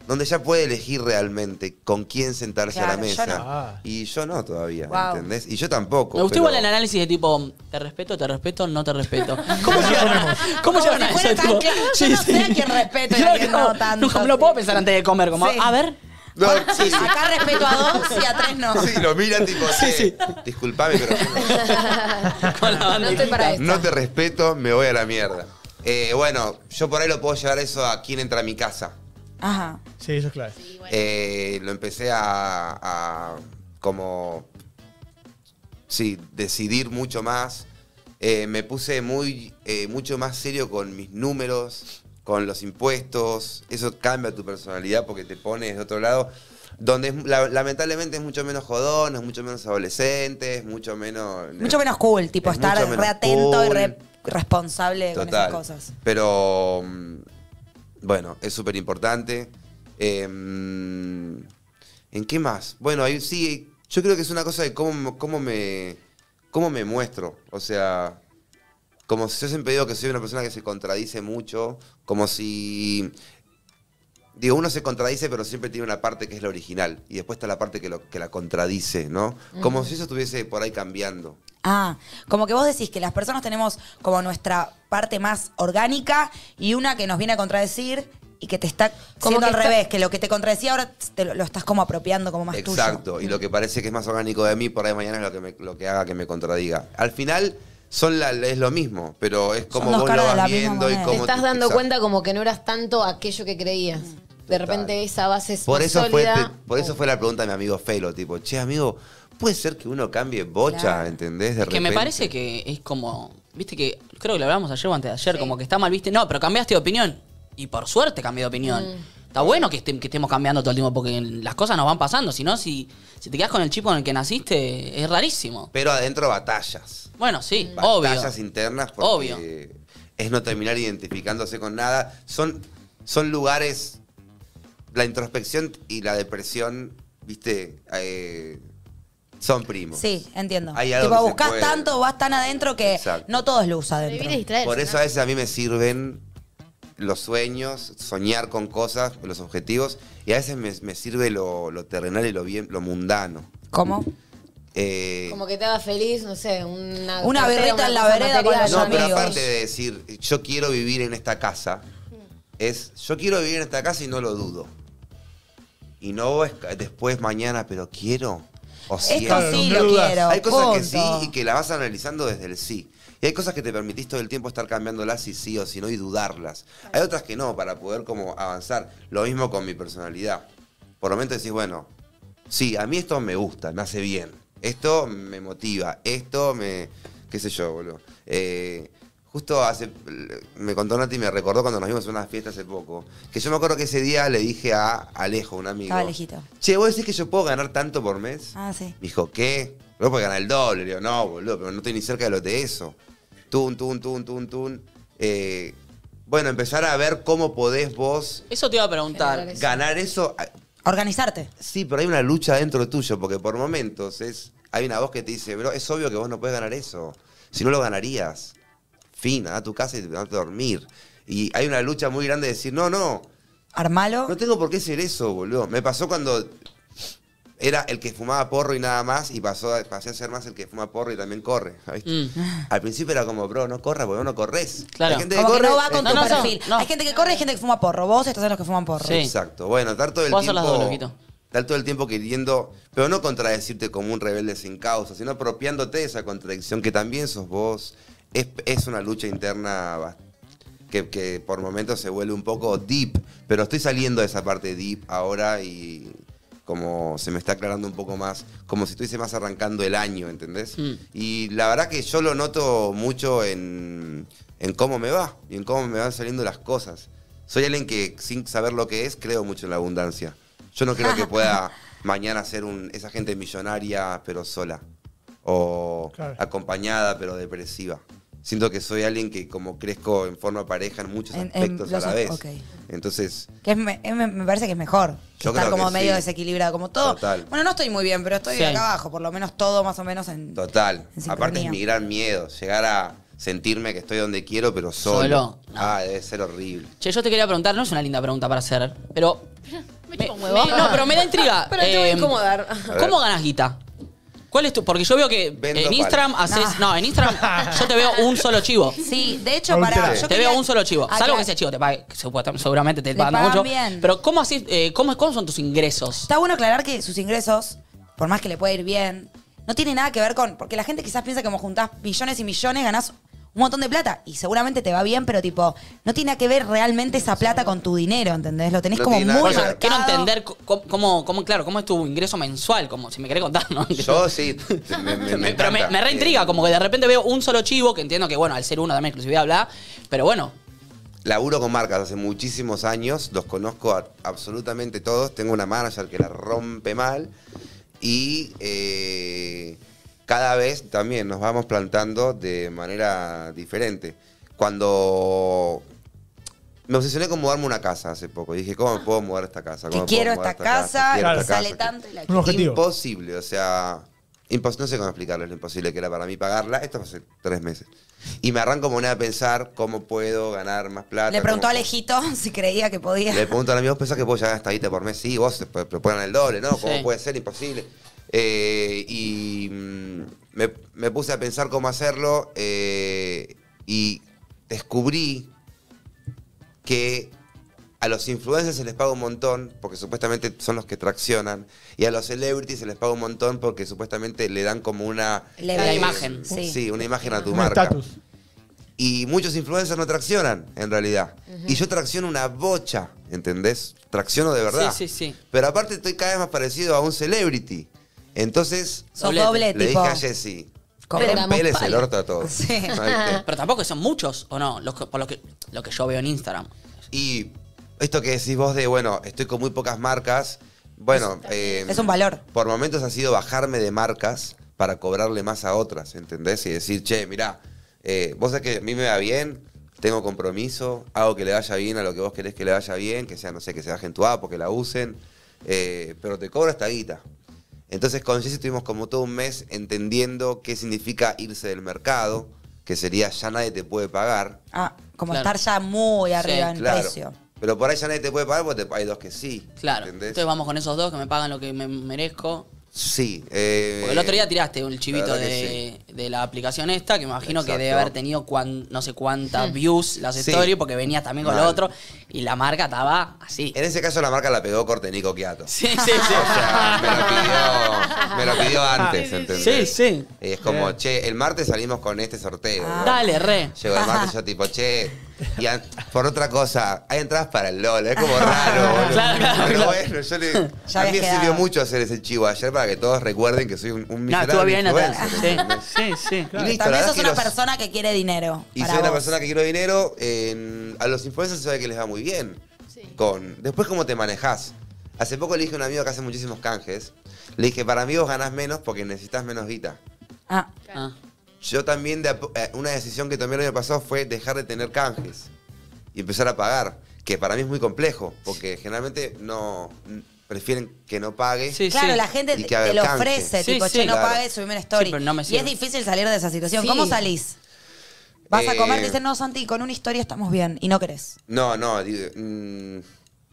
Speaker 2: donde ya puede elegir realmente con quién sentarse a la
Speaker 3: Claro, yo
Speaker 2: mesa.
Speaker 3: no.
Speaker 6: Ah.
Speaker 2: Y yo no todavía,
Speaker 3: Guau.
Speaker 2: ¿entendés? Y yo tampoco.
Speaker 4: Me gustó
Speaker 2: pero-
Speaker 4: igual el análisis de tipo, te respeto, te respeto, no te respeto. ¿Cómo llegaron, ¿cómo
Speaker 3: Como
Speaker 4: llegaron
Speaker 3: si
Speaker 4: a
Speaker 3: fuera
Speaker 4: eso?
Speaker 3: tan
Speaker 4: tipo?
Speaker 3: claro. Yo no sé a quién respeto y a quién no tanto,
Speaker 4: Nunca me lo puedo
Speaker 3: sí.
Speaker 4: pensar antes de comer. Como,
Speaker 3: Sí.
Speaker 4: a ver,
Speaker 2: No, sí, sí.
Speaker 3: Acá respeto a dos y a tres no.
Speaker 2: Sí, lo mira tipo, sí,
Speaker 4: Ah, sí.
Speaker 2: disculpame, pero yo no.
Speaker 4: con
Speaker 2: Ah,
Speaker 4: la
Speaker 5: No
Speaker 4: banda.
Speaker 5: estoy para esto.
Speaker 2: No te respeto, me voy a la mierda. Eh, bueno, yo por ahí lo puedo llevar eso a quien entra a mi casa.
Speaker 3: Ajá.
Speaker 6: Sí, eso es clave.
Speaker 2: Eh, lo empecé a, a como sí, decidir mucho más. Eh, me puse muy eh, mucho más serio con mis números, con los impuestos. Eso cambia tu personalidad porque te pones de otro lado. Donde es- la- lamentablemente es mucho menos jodón, es mucho menos adolescente, es mucho menos.
Speaker 3: Mucho menos cool, tipo
Speaker 2: Es
Speaker 3: estar
Speaker 2: mucho menos
Speaker 3: re atento y re
Speaker 2: cool.
Speaker 3: responsable con esas cosas.
Speaker 2: Pero mm, bueno, es súper importante. Eh, ¿En qué más? Bueno, ahí sí, yo creo que es una cosa de cómo, cómo me, cómo me muestro. O sea, como si yo siempre digo que soy una persona que se contradice mucho, como si... Digo, uno se contradice, pero siempre tiene una parte que es la original. Y después está la parte que, lo, que la contradice, ¿no? Como si eso estuviese por ahí cambiando.
Speaker 3: Ah, como que vos decís que las personas tenemos como nuestra parte más orgánica y una que nos viene a contradecir y que te está
Speaker 5: Como
Speaker 3: siendo
Speaker 5: que
Speaker 3: al
Speaker 5: está-
Speaker 3: revés, que lo que te contradecía ahora te lo, lo estás como apropiando como más tuyo.
Speaker 2: Exacto, y lo que parece que es más orgánico de mí, por ahí mañana es lo que, me- lo que haga que me contradiga. Al final son la- es lo mismo, pero es como
Speaker 3: dos
Speaker 2: vos
Speaker 3: caras
Speaker 2: lo
Speaker 3: de la
Speaker 2: vas
Speaker 3: misma
Speaker 2: viendo y
Speaker 3: moneda.
Speaker 2: cómo...
Speaker 5: Te estás
Speaker 2: tú-
Speaker 5: dando
Speaker 2: exacto.
Speaker 5: cuenta como que no eras tanto aquello que creías. De repente esa base es
Speaker 2: Mm. Por
Speaker 5: más
Speaker 2: eso, fue,
Speaker 5: sólida.
Speaker 2: te- por eso fue la pregunta de mi amigo Felo, tipo, che, amigo, puede ser que uno cambie bocha,
Speaker 3: Claro.
Speaker 2: ¿entendés? De
Speaker 4: Es que me
Speaker 2: repente.
Speaker 4: parece que es como, viste que, creo que lo hablamos ayer o antes de ayer, como que está mal, viste, no, pero cambiaste de opinión. Y por suerte cambié de opinión.
Speaker 3: Mm.
Speaker 4: Está bueno que, estem- que estemos cambiando todo el tiempo porque las cosas nos van pasando, si no, si, si te quedas con el chico con el que naciste, es rarísimo.
Speaker 2: Pero adentro batallas.
Speaker 4: Bueno, sí, obvio.
Speaker 2: batallas internas porque
Speaker 4: Obvio.
Speaker 2: es no terminar identificándose con nada. Son, son lugares, la introspección y la depresión, viste, Eh, son primos.
Speaker 3: Sí, entiendo.
Speaker 2: Hay algo
Speaker 3: tipo,
Speaker 2: que se
Speaker 3: buscas
Speaker 2: puede.
Speaker 3: tanto, vas tan adentro que
Speaker 2: Exacto.
Speaker 3: no todo es luz
Speaker 7: Vivir
Speaker 3: adentro.
Speaker 7: es distraerse.
Speaker 2: Por eso
Speaker 7: ¿no?
Speaker 2: a veces a mí me sirven los sueños, soñar con cosas, los objetivos, y a veces me, me sirve lo, lo terrenal y lo, bien, lo mundano.
Speaker 3: ¿Cómo?
Speaker 2: Eh,
Speaker 5: Como que te haga feliz, no sé, una.
Speaker 3: Una
Speaker 5: cartera,
Speaker 3: birrita
Speaker 5: una
Speaker 3: en la
Speaker 5: cosa
Speaker 3: vereda con
Speaker 5: material.
Speaker 3: los
Speaker 2: No, pero
Speaker 3: amigos.
Speaker 2: aparte de decir, yo quiero vivir en esta casa, es, yo quiero vivir en esta casa y no lo dudo. Y no es ca- después, mañana, pero quiero. O si
Speaker 3: Esto
Speaker 6: Claro,
Speaker 3: sí
Speaker 6: no
Speaker 3: lo
Speaker 6: dudas.
Speaker 3: quiero.
Speaker 2: Hay cosas que sí
Speaker 3: punto.
Speaker 2: y que las vas analizando desde el sí. Y hay cosas que te permitís todo el tiempo estar cambiándolas y sí o si no y dudarlas. Hay otras que no, para poder como avanzar. Lo mismo con mi personalidad. Por lo menos decís, bueno, sí, a mí esto me gusta, me hace bien. Esto me motiva, esto me... qué sé yo, boludo. Eh, justo hace... Me contó Nati y me recordó cuando nos vimos en una fiesta hace poco. Que yo me acuerdo que ese día le dije a Alejo, un amigo...
Speaker 3: Estaba Alejito.
Speaker 2: Che, ¿vos decís que yo puedo ganar tanto por mes?
Speaker 3: Ah, sí.
Speaker 2: Me dijo, ¿qué? No puedes ganar el doble. Le digo, no, boludo, pero no estoy ni cerca de lo de eso. Tun, tun, tun, tun, tun. Eh, bueno, empezar a ver cómo podés vos
Speaker 4: Eso te iba a preguntar.
Speaker 5: Generar
Speaker 2: ganar eso. Ah,
Speaker 3: Organizarte.
Speaker 2: Sí, pero hay una lucha dentro tuyo, porque por momentos es, hay una voz que te dice, bro, es obvio que vos no puedes ganar eso. Si no lo ganarías. Fin, anda a tu casa y te a dormir. Y hay una lucha muy grande de decir, no, no,
Speaker 3: Armalo.
Speaker 2: no tengo por qué ser eso, boludo. Me pasó cuando era el que fumaba porro y nada más, y pasó a, pasé a ser más el que fuma porro y también corre. ¿viste? Al principio era como, bro, no corras porque vos no corres.
Speaker 4: Mm. Claro.
Speaker 2: Hay gente que
Speaker 3: Como que
Speaker 2: corre.
Speaker 3: no va con
Speaker 2: eh,
Speaker 3: tu
Speaker 4: No, no, no,
Speaker 3: perfil.
Speaker 4: no.
Speaker 3: Hay gente que corre y hay gente que fuma porro. Vos estás en los que fuman porro.
Speaker 4: Sí.
Speaker 2: Exacto. Bueno, estar todo el
Speaker 4: Vos sos
Speaker 2: tiempo.
Speaker 4: las dos, loquito.
Speaker 2: estar todo el tiempo queriendo, pero no contradecirte como un rebelde sin causa, sino apropiándote de esa contradicción que también sos vos. Es, es una lucha interna ba- que, que por momentos se vuelve un poco deep, pero estoy saliendo de esa parte deep ahora y como se me está aclarando un poco más, como si estuviese más arrancando el año, ¿entendés? Y la verdad que yo lo noto mucho en, en cómo me va y en cómo me van saliendo las cosas. Soy alguien que sin saber lo que es, creo mucho en la abundancia. Yo no creo que pueda mañana ser un, esa gente millonaria pero sola. O
Speaker 6: Claro.
Speaker 2: acompañada pero depresiva. Siento que soy alguien que como crezco en forma pareja en muchos
Speaker 3: En- en
Speaker 2: aspectos
Speaker 3: los
Speaker 2: a la
Speaker 3: as-
Speaker 2: vez.
Speaker 3: ok.
Speaker 2: Entonces,
Speaker 3: Que es me, es me- me parece que es mejor. que
Speaker 2: Yo creo
Speaker 3: estar
Speaker 2: que
Speaker 3: como medio
Speaker 2: sí.
Speaker 3: desequilibrado, como todo.
Speaker 2: Total.
Speaker 3: Bueno, no estoy muy bien, pero estoy
Speaker 4: Sí.
Speaker 3: acá abajo, por lo menos todo más o menos en.
Speaker 2: total.
Speaker 3: En sincronía.
Speaker 2: Aparte es mi gran miedo, llegar a sentirme que estoy donde quiero pero solo.
Speaker 4: Solo, no.
Speaker 2: Ah, debe ser horrible.
Speaker 4: Che, yo te quería preguntar, no es una linda pregunta para hacer, pero. me-
Speaker 7: Me chupa un huevo.
Speaker 4: me- no, pero me da intriga.
Speaker 5: Pero te voy a
Speaker 4: Eh,
Speaker 5: incomodar.
Speaker 4: ¿Cómo ganas guita? ¿Cuál es tu.? Porque yo veo que
Speaker 2: Vendo
Speaker 4: en Instagram
Speaker 2: palos.
Speaker 4: haces. No, en Instagram yo te veo un solo chivo.
Speaker 3: Sí, de hecho,
Speaker 6: Ultra.
Speaker 3: para.
Speaker 2: Sí.
Speaker 3: yo
Speaker 4: te
Speaker 3: quería-
Speaker 4: veo un solo chivo.
Speaker 3: Ah,
Speaker 4: Salvo
Speaker 3: claro.
Speaker 4: que ese chivo te pague, que supuestam- seguramente te
Speaker 3: Le
Speaker 4: pagan
Speaker 3: pagan
Speaker 4: mucho.
Speaker 3: bien.
Speaker 4: Pero ¿cómo, haces, eh, cómo, ¿cómo son tus ingresos?
Speaker 3: Está bueno aclarar que sus ingresos, por más que le pueda ir bien, no tiene nada que ver con. Porque la gente quizás piensa que como juntás millones y millones, ganás un montón de plata. Y seguramente te va bien, pero tipo, no tiene nada que ver realmente esa plata con tu dinero, ¿entendés? Lo tenés
Speaker 2: No
Speaker 3: como
Speaker 2: tiene nada
Speaker 3: muy
Speaker 2: que ver.
Speaker 3: marcado.
Speaker 4: Quiero entender co- cómo, cómo, claro, cómo es tu ingreso mensual, como si me querés contar, ¿no?
Speaker 2: Yo sí, te- me, me- me
Speaker 4: Me- pero me,
Speaker 2: encanta.
Speaker 4: me reintriga,
Speaker 2: Eh,
Speaker 4: como que de repente veo un solo chivo, que entiendo que, bueno, al ser uno también exclusividad, bla, pero bueno,
Speaker 2: Laburo con marcas hace muchísimos años, los conozco a- absolutamente todos. Tengo una manager que la rompe mal y eh, cada vez también nos vamos plantando de manera diferente. Cuando me obsesioné con mudarme una casa hace poco, dije, ¿cómo me puedo mudar esta casa?
Speaker 3: Que
Speaker 2: ¿Cómo
Speaker 3: quiero
Speaker 2: puedo mudar
Speaker 3: esta casa,
Speaker 2: Quiero
Speaker 6: Claro.
Speaker 2: esta
Speaker 3: sale
Speaker 2: casa.
Speaker 3: tanto y la
Speaker 6: Un objetivo.
Speaker 2: Imposible, o sea. impos- no sé cómo explicarles lo imposible que era para mí pagarla. Esto fue hace tres meses. Y me arranco como nada a pensar cómo puedo ganar más plata.
Speaker 3: Le preguntó a
Speaker 2: cómo-
Speaker 3: Alejito si creía que podía.
Speaker 2: Le pregunto a amigos, ¿pensás que puedo llegar a esta guita por mes? Sí, vos te proponen el doble, ¿no? ¿Cómo
Speaker 4: Sí.
Speaker 2: puede ser? Imposible. Eh, y mm, me, me puse a pensar cómo hacerlo eh, y descubrí que a los influencers se les paga un montón porque supuestamente son los que traccionan y a los celebrities se les paga un montón porque supuestamente le dan como una eh,
Speaker 3: Le
Speaker 4: La imagen.
Speaker 3: sí.
Speaker 2: sí. una imagen a tu
Speaker 6: Un
Speaker 2: marca
Speaker 6: estatus.
Speaker 2: y muchos influencers no traccionan en realidad y yo tracciono una bocha ¿entendés? tracciono de verdad
Speaker 4: Sí, sí, sí.
Speaker 2: pero aparte estoy cada vez más parecido a un celebrity entonces
Speaker 3: Sos
Speaker 4: Doblete.
Speaker 3: doble,
Speaker 2: le dije
Speaker 3: tipo.
Speaker 2: a Jessy
Speaker 3: Como-
Speaker 5: Pero-
Speaker 2: peles el
Speaker 5: palo".
Speaker 2: orto a todos
Speaker 3: Sí.
Speaker 2: ¿No viste?
Speaker 4: pero tampoco que son muchos, ¿o no? Los que- por lo que, lo que yo veo en Instagram.
Speaker 2: Y esto que decís vos de, bueno, estoy con muy pocas marcas, bueno... eh,
Speaker 3: Es un valor.
Speaker 2: Por momentos ha sido bajarme de marcas para cobrarle más a otras, ¿entendés? Y decir, che, mirá, eh, vos sabés que a mí me va bien, tengo compromiso, hago que le vaya bien a lo que vos querés que le vaya bien, que sea, no sé, que se bajen tu app, o que la usen, eh, pero te cobro esta guita. Entonces con Jessy estuvimos como todo un mes entendiendo qué significa irse del mercado, que sería ya nadie te puede pagar.
Speaker 3: Ah, como
Speaker 4: Claro.
Speaker 3: estar ya muy arriba
Speaker 4: Sí,
Speaker 3: en
Speaker 2: Claro.
Speaker 3: precio.
Speaker 2: Pero por ahí ya nadie te puede pagar porque te- hay dos que sí.
Speaker 4: Claro.
Speaker 2: ¿entendés?
Speaker 4: Entonces vamos con esos dos que me pagan lo que me merezco.
Speaker 2: Sí. eh,
Speaker 4: Porque el otro día tiraste un chivito
Speaker 2: la verdad que
Speaker 4: de, de la aplicación esta, que me imagino que debe
Speaker 2: Exacto.
Speaker 4: haber tenido cuan- no sé cuántas views las
Speaker 2: Sí.
Speaker 4: stories, porque venías también con
Speaker 2: Mal.
Speaker 4: lo otro, y la marca estaba así.
Speaker 2: En ese caso la marca la pegó Cortenico Quiato.
Speaker 4: Sí, sí, sí.
Speaker 2: O sea, me lo pidió, me lo pidió antes,
Speaker 4: Ah, sí,
Speaker 2: ¿entendés?
Speaker 4: sí.
Speaker 2: Y es como, che, el martes salimos con este sorteo.
Speaker 3: Ah.
Speaker 2: ¿no?
Speaker 4: Dale, re.
Speaker 2: Llegó el martes yo tipo, che, y an- por otra cosa, hay entradas para el LOL, es como raro, boludo.
Speaker 4: Claro, claro,
Speaker 2: Pero
Speaker 4: claro.
Speaker 2: bueno, yo le,
Speaker 3: Ya
Speaker 2: a mí
Speaker 3: habías
Speaker 2: me
Speaker 3: quedado.
Speaker 2: sirvió mucho hacer ese chivo ayer para que todos recuerden que soy un, un
Speaker 4: No,
Speaker 2: miserable
Speaker 4: estuvo bien atrás.
Speaker 2: influencer,
Speaker 4: Sí,
Speaker 2: ¿entendés?
Speaker 4: sí, sí.
Speaker 2: Y listo, la
Speaker 3: También
Speaker 2: verdad
Speaker 3: sos
Speaker 2: que
Speaker 3: una
Speaker 2: los-
Speaker 3: persona que quiere dinero.
Speaker 2: y
Speaker 3: para
Speaker 2: soy una
Speaker 3: vos.
Speaker 2: persona que quiero dinero, en- a los influencers se ve que les va muy bien.
Speaker 7: Sí.
Speaker 2: Con, después, ¿cómo te manejás? Hace poco le dije a un amigo que hace muchísimos canjes, le dije, para amigos ganás menos porque necesitas menos guita.
Speaker 3: Ah,
Speaker 4: Ah.
Speaker 2: Yo también, de a po- eh, una decisión que tomé el año pasado fue dejar de tener canjes y empezar a pagar, que para mí es muy complejo, porque generalmente no prefieren que no pague.
Speaker 4: Sí,
Speaker 3: claro,
Speaker 4: sí.
Speaker 3: la gente
Speaker 2: Y que haga
Speaker 3: te
Speaker 2: el
Speaker 3: lo
Speaker 2: canje.
Speaker 3: ofrece,
Speaker 4: Sí,
Speaker 3: tipo,
Speaker 4: sí.
Speaker 3: che, no
Speaker 2: Claro.
Speaker 3: pagues, subime una story.
Speaker 4: Sí, pero no
Speaker 3: y
Speaker 4: me
Speaker 3: es
Speaker 4: sirve.
Speaker 3: difícil salir de esa situación.
Speaker 5: Sí.
Speaker 3: ¿Cómo salís? Vas a
Speaker 2: Eh,
Speaker 3: comer, te dicen, no, Santi, con una historia estamos bien. Y no querés.
Speaker 2: No, no, digo, mm,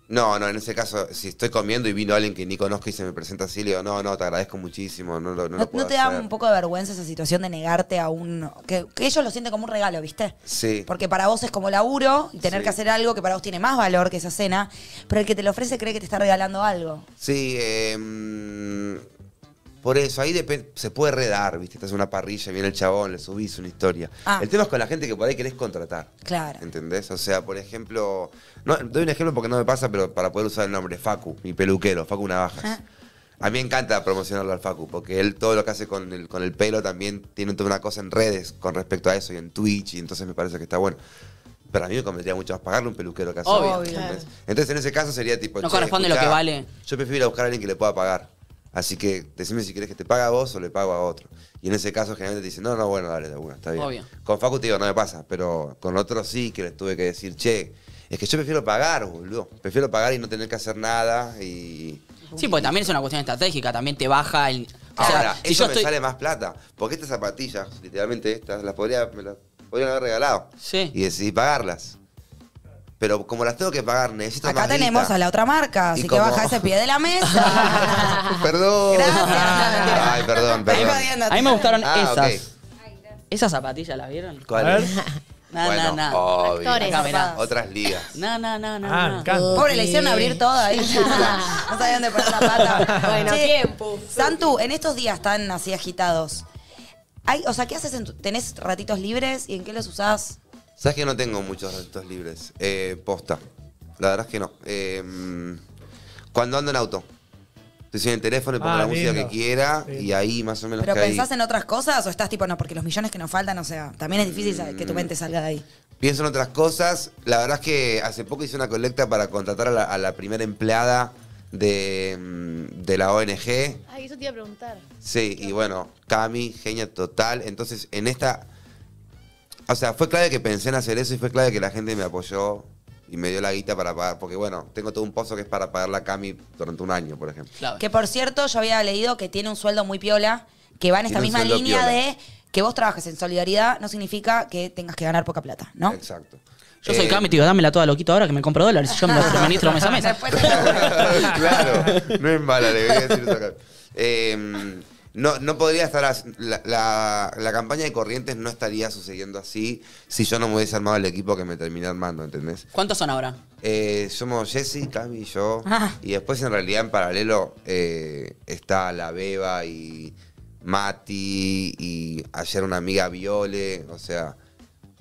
Speaker 2: No, no, en ese caso, si estoy comiendo y vino alguien que ni conozco y se me presenta así, le digo, no, no, te agradezco muchísimo, no, lo- no,
Speaker 3: ¿No,
Speaker 2: lo puedo
Speaker 3: no te da
Speaker 2: hacer".
Speaker 3: un poco de vergüenza esa situación de negarte a un... Que, que ellos lo sienten como un regalo, ¿viste?
Speaker 2: Sí.
Speaker 3: Porque para vos es como laburo y tener
Speaker 2: Sí.
Speaker 3: que hacer algo que para vos tiene más valor que esa cena, pero el que te lo ofrece cree que te está regalando algo.
Speaker 2: Sí, eh, mm, por eso, ahí depen- se puede redar, ¿viste? Estás en una parrilla, viene el chabón, le subís una historia.
Speaker 3: Ah.
Speaker 2: El tema es con la gente que por ahí querés contratar.
Speaker 3: Claro.
Speaker 2: ¿Entendés? O sea, por ejemplo, no, doy un ejemplo porque no me pasa, pero para poder usar el nombre, Facu, mi peluquero, Facu Navajas.
Speaker 3: Ah.
Speaker 2: A mí me encanta promocionarlo al Facu, porque él todo lo que hace con el, con el pelo también tiene toda una cosa en redes con respecto a eso y en Twitch, y entonces me parece que está bueno. Pero a mí me convendría mucho más pagarle un peluquero que hace.
Speaker 4: Obvio,
Speaker 2: ¿entendés? Entonces en ese caso sería tipo...
Speaker 4: No
Speaker 2: "Che,
Speaker 4: corresponde lo que vale".
Speaker 2: Yo prefiero ir a buscar a alguien que le pueda pagar. Así que decime si querés que te pague a vos o le pago a otro. Y en ese caso generalmente te dicen, no, no, bueno, dale, de una, está bien.
Speaker 4: Obvio.
Speaker 2: Con Facu te digo, no me pasa, pero con otros sí que les tuve que decir, che, es que yo prefiero pagar, boludo. Prefiero pagar y no tener que hacer nada y...
Speaker 4: Sí, porque también es una cuestión estratégica, también te baja el. o sea,
Speaker 2: Ahora,
Speaker 4: si
Speaker 2: eso
Speaker 4: yo
Speaker 2: me
Speaker 4: estoy.
Speaker 2: sale más plata. Porque estas zapatillas, literalmente estas, las podría, me las podrían haber regalado.
Speaker 4: Sí.
Speaker 2: Y decidí pagarlas. Pero como las tengo que pagar, necesito
Speaker 3: Acá
Speaker 2: más guita.
Speaker 3: tenemos a la otra marca,
Speaker 2: Y
Speaker 3: así
Speaker 2: como-
Speaker 3: que baja ese pie de la mesa.
Speaker 2: Perdón.
Speaker 3: Gracias.
Speaker 2: Ay, perdón, perdón.
Speaker 3: Ahí va,
Speaker 4: A mí me gustaron
Speaker 2: Ah,
Speaker 4: esas.
Speaker 2: ok.
Speaker 4: ¿Esas zapatillas las vieron?
Speaker 6: A
Speaker 2: ¿Cuál
Speaker 6: ver.
Speaker 2: es?
Speaker 4: No,
Speaker 2: bueno,
Speaker 4: no, no.
Speaker 2: obvio.
Speaker 7: Actores.
Speaker 4: Acá verás.
Speaker 2: Otras ligas.
Speaker 4: No, no, no, no.
Speaker 6: Ah,
Speaker 4: no.
Speaker 6: encanta.
Speaker 3: Pobre, le hicieron abrir todo ahí. no sabían dónde poner la pata.
Speaker 5: Bueno,
Speaker 3: Che,
Speaker 5: tiempo.
Speaker 3: Santu, en estos días tan así agitados, hay, o sea, ¿qué haces? En tu- ¿Tenés ratitos libres y en qué los usás?
Speaker 2: Sabes que no tengo muchos ratitos libres. Eh, posta. La verdad es que no. Eh, mm, cuando ando en auto. Estoy sin el teléfono y pongo
Speaker 6: Ah,
Speaker 2: la música
Speaker 6: lindo.
Speaker 2: que quiera y
Speaker 6: Lindo.
Speaker 2: ahí más o menos
Speaker 3: ¿Pero
Speaker 2: que ahí.
Speaker 3: pensás en otras cosas o estás tipo, no, porque los millones que nos faltan, o sea, también es difícil
Speaker 2: Mm.
Speaker 3: sa- que tu mente salga de ahí?
Speaker 2: Pienso en otras cosas. La verdad es que hace poco hice una colecta para contratar a la, a la primera empleada de, mm, de la ONG.
Speaker 7: Ay, eso te iba a preguntar.
Speaker 2: Sí, y bueno, Cami, genia total. Entonces, en esta. O sea, fue clave que pensé en hacer eso y fue clave que la gente me apoyó y me dio la guita para pagar. Porque bueno, tengo todo un pozo que es para pagar la Cami durante un año, por ejemplo.
Speaker 4: Clave.
Speaker 3: Que por cierto, yo había leído que tiene un sueldo muy piola, que va en esta
Speaker 2: Tiene un
Speaker 3: misma
Speaker 2: sueldo
Speaker 3: línea
Speaker 2: piola.
Speaker 3: de que vos trabajes en solidaridad, no significa que tengas que ganar poca plata, ¿no?
Speaker 2: Exacto.
Speaker 4: Yo soy
Speaker 2: Eh,
Speaker 4: Cami, te digo, dámela toda loquito ahora que me compro dólares. y Yo me los suministro mes a mes.
Speaker 3: Después te-
Speaker 2: claro, no es mala, le voy a decir eso acá. Eh, no, no podría estar. as- La, la- la campaña de Corrientes no estaría sucediendo así si yo no me hubiese armado el equipo que me terminé armando, ¿entendés?
Speaker 4: ¿Cuántos son ahora?
Speaker 2: Eh, somos Jesse, Cami y yo.
Speaker 3: Ah.
Speaker 2: Y después, en realidad, en paralelo eh, está la Beba y Mati. Y ayer una amiga Viole. O sea,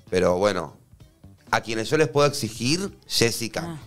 Speaker 2: pero bueno, a quienes yo les puedo exigir, Jessica.
Speaker 3: Ah.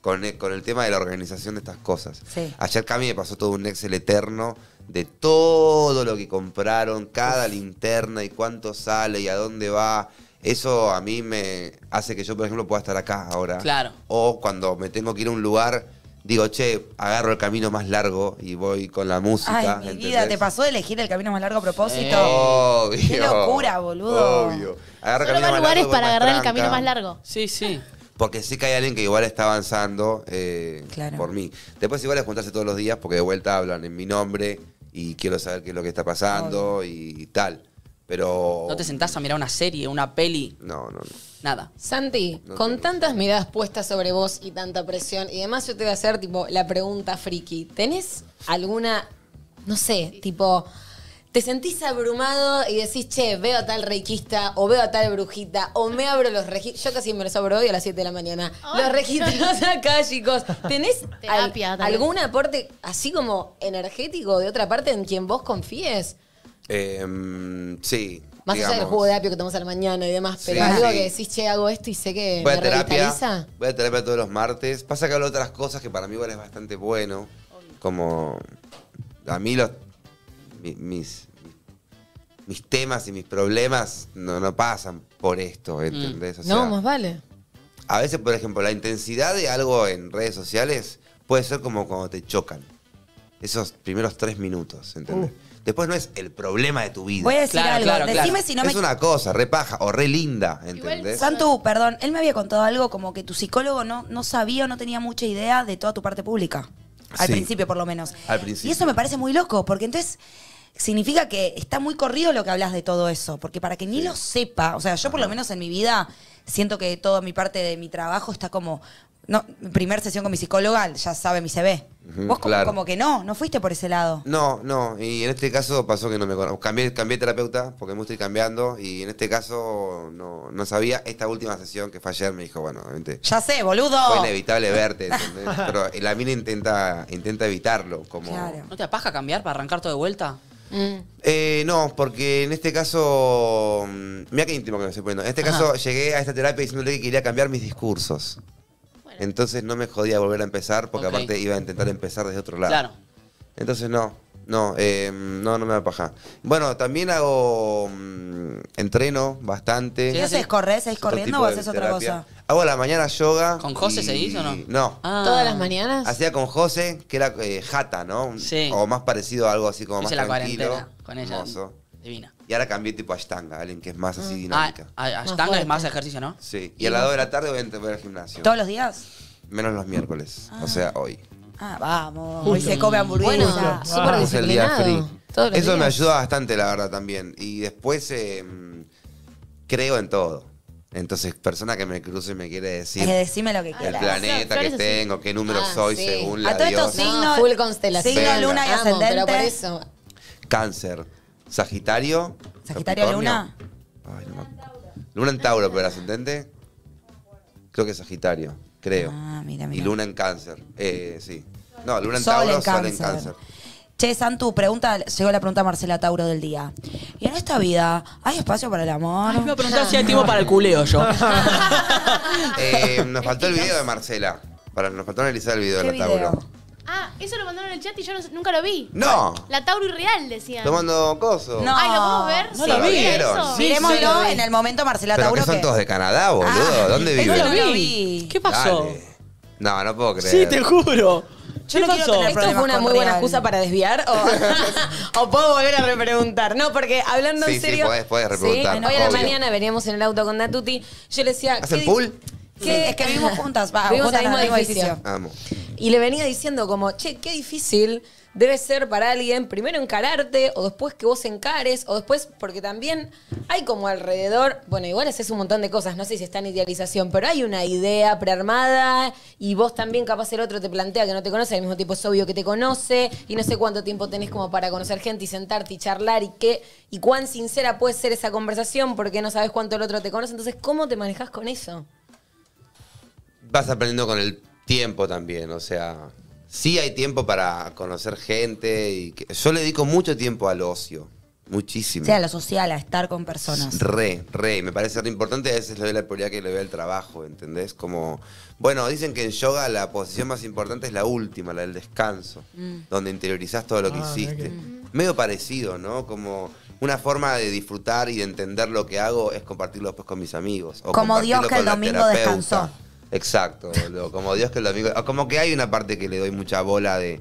Speaker 2: Con el, con el tema de la organización de estas cosas.
Speaker 3: Sí.
Speaker 2: Ayer Cami me pasó todo un Excel eterno de todo lo que compraron, cada linterna y cuánto sale y a dónde va. Eso a mí me hace que yo, por ejemplo, pueda estar acá ahora.
Speaker 4: Claro.
Speaker 2: Ah. O cuando me tengo que ir a un lugar, digo, che, agarro el camino más largo y voy con la música.
Speaker 3: Ay, mi vida,
Speaker 2: ¿entendés?
Speaker 3: ¿te pasó de elegir el camino más largo a propósito?
Speaker 2: Eh, Obvio.
Speaker 3: Qué locura, boludo.
Speaker 2: Obvio. Agarro el camino
Speaker 7: Solo más
Speaker 2: más
Speaker 7: lugares
Speaker 2: largo, voy
Speaker 7: para
Speaker 2: más
Speaker 7: agarrar el
Speaker 2: tranca.
Speaker 7: camino más largo.
Speaker 4: Sí, sí.
Speaker 2: Porque sé que hay alguien que igual está avanzando eh,
Speaker 3: Claro.
Speaker 2: por mí. Después igual es juntarse todos los días porque de vuelta hablan en mi nombre y quiero saber qué es lo que está pasando y, tal. Pero...
Speaker 4: No te sentás a mirar una serie, una peli,
Speaker 2: No, no, no.
Speaker 4: nada.
Speaker 5: Santi,
Speaker 2: No
Speaker 5: con
Speaker 2: tengo.
Speaker 5: tantas miradas puestas sobre vos y tanta presión, y además yo te voy a hacer tipo la pregunta friki. ¿Tenés alguna, no sé, tipo, te sentís abrumado y decís, che, veo a tal reikista o veo a tal brujita o me abro los registros? Yo casi me los abro hoy a las 7 de la mañana.
Speaker 7: Ay.
Speaker 5: Los registros acá, chicos. ¿Tenés al-
Speaker 7: Terapia también.
Speaker 5: algún aporte así como energético de otra parte en quien vos confíes?
Speaker 2: Em, sí.
Speaker 5: Más allá del
Speaker 2: digamos.
Speaker 5: juego de apio que tomas a la mañana y demás,
Speaker 2: Sí,
Speaker 5: pero algo
Speaker 2: sí.
Speaker 5: que decís, che, hago esto y sé
Speaker 3: Eh,
Speaker 5: que
Speaker 2: Voy
Speaker 5: me
Speaker 2: a terapia.
Speaker 5: revitaliza.
Speaker 2: Voy a terapia todos los martes. Pasa que hablo de otras cosas que para mí igual es bastante bueno. Como a mí los mi- mis mis temas y mis problemas no, no pasan por
Speaker 3: Mm.
Speaker 2: esto, ¿entendés? O sea,
Speaker 5: no, más vale.
Speaker 2: a veces, por ejemplo, la intensidad de algo en redes sociales puede ser como cuando te chocan. Esos primeros tres minutos, ¿entendés? Después no es el problema de tu vida.
Speaker 3: Voy a decir
Speaker 4: Claro,
Speaker 3: algo.
Speaker 4: claro, claro.
Speaker 3: Decime si no me.
Speaker 2: es una cosa, re paja o re linda, ¿entendés?
Speaker 3: Santu, perdón, él me había contado algo como que tu psicólogo no, no sabía o no tenía mucha idea de toda tu parte pública. Al
Speaker 2: Sí.
Speaker 3: principio, por lo menos.
Speaker 2: Al principio.
Speaker 3: Y eso me parece muy loco, porque entonces significa que está muy corrido lo que hablas de todo eso. Porque para que ni lo sepa, o sea, yo por lo menos en mi vida siento que toda mi parte de mi trabajo está como No, primer sesión con mi psicóloga, ya sabe mi CV.
Speaker 2: Ujú,
Speaker 3: Vos como,
Speaker 2: claro.
Speaker 3: como que no, no fuiste por ese lado.
Speaker 2: No, no, y en este caso pasó que no me conozco. Cambié, cambié terapeuta porque me estoy cambiando y en este caso no, no sabía. Esta última sesión que fue ayer me dijo, bueno, obviamente
Speaker 3: Ya sé, boludo.
Speaker 2: fue inevitable verte, ¿entendés? Pero la mina intenta, intenta evitarlo. Como,
Speaker 3: Claro.
Speaker 4: ¿No te apaja cambiar para arrancar todo de vuelta?
Speaker 5: Mm.
Speaker 2: Eh, no, porque en este caso. mm, Mira qué íntimo que me estoy poniendo. En este caso llegué a esta terapia diciéndole que quería cambiar mis discursos.
Speaker 7: Bueno.
Speaker 2: Entonces no me jodía volver a empezar porque
Speaker 4: Ok.
Speaker 2: aparte iba a intentar empezar desde otro lado.
Speaker 4: Claro.
Speaker 2: Entonces no, no, eh, no, no me da paja. Bueno, también hago mm, entreno bastante.
Speaker 3: ¿Qué
Speaker 4: Sí,
Speaker 3: haces?
Speaker 4: sí.
Speaker 3: ¿Corres? ¿Seguís
Speaker 2: Otro
Speaker 3: corriendo
Speaker 2: tipo
Speaker 3: o
Speaker 2: de
Speaker 3: haces otra
Speaker 2: terapia.
Speaker 3: cosa?
Speaker 2: Hago a la mañana yoga.
Speaker 4: ¿Con José se hizo o no?
Speaker 2: No.
Speaker 4: Ah.
Speaker 5: ¿Todas las mañanas?
Speaker 2: Hacía con José, que era eh, jata, ¿no? Un-
Speaker 4: Sí.
Speaker 2: O más parecido a algo así como
Speaker 4: Hice
Speaker 2: más
Speaker 4: la
Speaker 2: tranquilo.
Speaker 4: cuarentena con ella.
Speaker 2: hermoso.
Speaker 4: Divina.
Speaker 2: Y ahora cambié tipo a Ashtanga, alguien que es más
Speaker 3: Mm.
Speaker 2: así
Speaker 4: Ah,
Speaker 2: dinámica.
Speaker 4: a- a-
Speaker 5: Más
Speaker 4: Ashtanga es
Speaker 5: fuerte.
Speaker 4: más ejercicio, ¿no?
Speaker 2: Sí. Y a las 2 de la tarde voy a entrar al gimnasio.
Speaker 3: ¿Todos los días?
Speaker 2: Menos los miércoles. O sea, hoy.
Speaker 3: Ah, vamos. Hoy se come hamburguesa.
Speaker 5: Bueno,
Speaker 6: Ah.
Speaker 5: súper
Speaker 2: Es el día
Speaker 5: disciplinado.
Speaker 2: free.
Speaker 5: Todos los
Speaker 2: Eso me
Speaker 5: días.
Speaker 2: ayuda bastante, la verdad, también. Y después eh, creo en todo. Entonces, persona que me cruce y me quiere decir
Speaker 3: Eh, decime lo que
Speaker 7: Ah,
Speaker 2: el
Speaker 3: quieras.
Speaker 7: plan.
Speaker 2: planeta que
Speaker 7: Flores así.
Speaker 2: tengo, qué número
Speaker 5: Ah,
Speaker 2: soy
Speaker 5: sí.
Speaker 2: según la
Speaker 3: A todos estos
Speaker 2: diosa.
Speaker 5: No,
Speaker 3: signos.
Speaker 5: full constelación.
Speaker 3: Signo,
Speaker 2: Venga.
Speaker 3: luna y
Speaker 5: Amo,
Speaker 3: ascendente.
Speaker 5: Pero por eso,
Speaker 2: Cáncer, Sagitario.
Speaker 3: Sagitario,
Speaker 2: Capricornio.
Speaker 3: Luna.
Speaker 2: Ay, no me acuerdo. Luna en Tauro, pero el ascendente. Creo que es Sagitario, creo.
Speaker 3: Ah, mira,
Speaker 2: Y
Speaker 3: mira.
Speaker 2: Luna en Cáncer. Eh, sí. No, Luna en
Speaker 3: Sol
Speaker 2: Tauro,
Speaker 3: en
Speaker 2: Sol en
Speaker 3: Cáncer.
Speaker 2: Cáncer.
Speaker 3: Che, Santu, pregunta, llegó la pregunta a Marcela Tauro del día. ¿Y en esta vida hay espacio para el amor?
Speaker 5: Ah.
Speaker 4: Ay, me iba a preguntar si hay tiempo para el culeo yo.
Speaker 2: Eh, nos faltó el video de Marcela. Para, nos faltó analizar el video de
Speaker 3: ¿Qué
Speaker 2: la Tauro.
Speaker 3: video?
Speaker 7: Ah, eso lo mandaron en el chat y yo no- nunca lo vi.
Speaker 2: ¡No!
Speaker 7: La Tauro irreal, decían.
Speaker 2: Tomando coso.
Speaker 3: Ah. No.
Speaker 7: Ay, ¿lo podemos ver?
Speaker 4: No
Speaker 7: Sí,
Speaker 4: lo vi.
Speaker 7: ¿era
Speaker 2: ¿Vieron?
Speaker 7: eso?
Speaker 4: Sí,
Speaker 3: Miremoslo en el momento Marcela
Speaker 2: Pero que
Speaker 3: Tauro.
Speaker 2: son
Speaker 3: que-
Speaker 2: todos de Canadá, boludo.
Speaker 3: Ah,
Speaker 2: ¿Dónde
Speaker 3: eso
Speaker 2: viven?
Speaker 3: no lo vi.
Speaker 4: ¿Qué pasó?
Speaker 2: Dale. No, no puedo creer.
Speaker 4: Sí, te juro.
Speaker 3: Yo no
Speaker 4: ¿Qué
Speaker 3: quiero
Speaker 4: pasó?
Speaker 3: tener
Speaker 5: Esto fue
Speaker 3: problemas
Speaker 5: una
Speaker 3: con
Speaker 5: muy buena
Speaker 3: Real.
Speaker 5: excusa para desviar o, o puedo volver a repreguntar. No, porque hablando
Speaker 2: Sí,
Speaker 5: en
Speaker 2: sí,
Speaker 5: serio.
Speaker 2: podés- podés repreguntar,
Speaker 5: Sí, Hoy a la
Speaker 2: obvio.
Speaker 5: mañana veníamos en el auto con Natuti. Yo le decía.
Speaker 2: ¿Hacen
Speaker 5: ¿qué-
Speaker 2: pool?
Speaker 3: Sí, es que vivimos juntas, va,
Speaker 5: vivimos
Speaker 3: juntas
Speaker 5: en el
Speaker 3: en
Speaker 5: mismo edificio.
Speaker 2: Amo.
Speaker 5: Y le venía diciendo como, che, qué difícil debe ser para alguien primero encararte o después que vos encares o después porque también hay como alrededor, bueno, igual haces un montón de cosas, no sé si está en idealización, pero hay una idea prearmada y vos también capaz el otro te plantea que no te conoce, al mismo tiempo es obvio que te conoce y no sé cuánto tiempo tenés como para conocer gente y sentarte y charlar y qué y cuán sincera puede ser esa conversación porque no sabes cuánto el otro te conoce, entonces ¿cómo te manejás con eso?
Speaker 2: Vas aprendiendo con el tiempo también, o sea. Sí hay tiempo para conocer gente. y que- Yo le dedico mucho tiempo al ocio. Muchísimo.
Speaker 3: Sí, a lo social, a estar con personas.
Speaker 2: Re, re, me parece re importante, a veces le doy la prioridad que le doy al trabajo, ¿entendés? Como, bueno, dicen que en yoga la posición más importante es la última, la del descanso,
Speaker 3: Mm.
Speaker 2: donde interiorizás todo lo que
Speaker 6: Ah, mirá
Speaker 2: hiciste.
Speaker 6: que-
Speaker 2: Medio parecido, ¿no? Como una forma de disfrutar y de entender lo que hago es compartirlo después con mis amigos. o
Speaker 3: Como Dios
Speaker 2: compartirlo
Speaker 3: que el
Speaker 2: con la
Speaker 3: domingo
Speaker 2: terapeuta.
Speaker 3: descansó.
Speaker 2: Exacto, boludo, como Dios que el domingo... o Como que hay una parte que le doy mucha bola de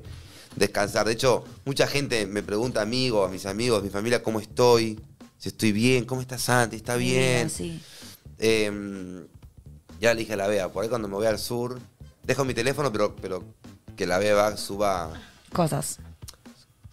Speaker 2: descansar. De hecho, mucha gente me pregunta, amigos, mis amigos, mi familia, cómo estoy, si estoy bien, cómo está Santi, está bien.
Speaker 3: Sí,
Speaker 2: Eh, ya le dije a la Bea, por ahí cuando me voy al sur, dejo mi teléfono, pero, pero que la Bea va- suba...
Speaker 3: cosas.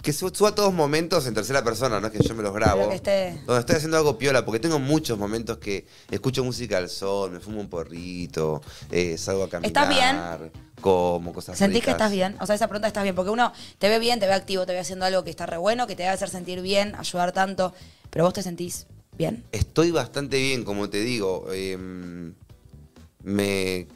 Speaker 2: Que su- suba todos momentos en tercera persona, no es que yo me los
Speaker 3: Pero
Speaker 2: grabo.
Speaker 3: que esté-
Speaker 2: Donde estoy haciendo algo piola, porque tengo muchos momentos que escucho música al sol, me fumo un porrito, eh, salgo a caminar.
Speaker 3: ¿Estás bien?
Speaker 2: Como cosas
Speaker 3: ¿Sentís que
Speaker 2: ricas.
Speaker 3: estás bien? O sea, esa pregunta estás bien, porque uno te ve bien, te ve activo, te ve haciendo algo que está re bueno, que te debe hacer sentir bien, ayudar tanto, pero vos te sentís bien.
Speaker 2: Estoy bastante bien, como te digo. em, me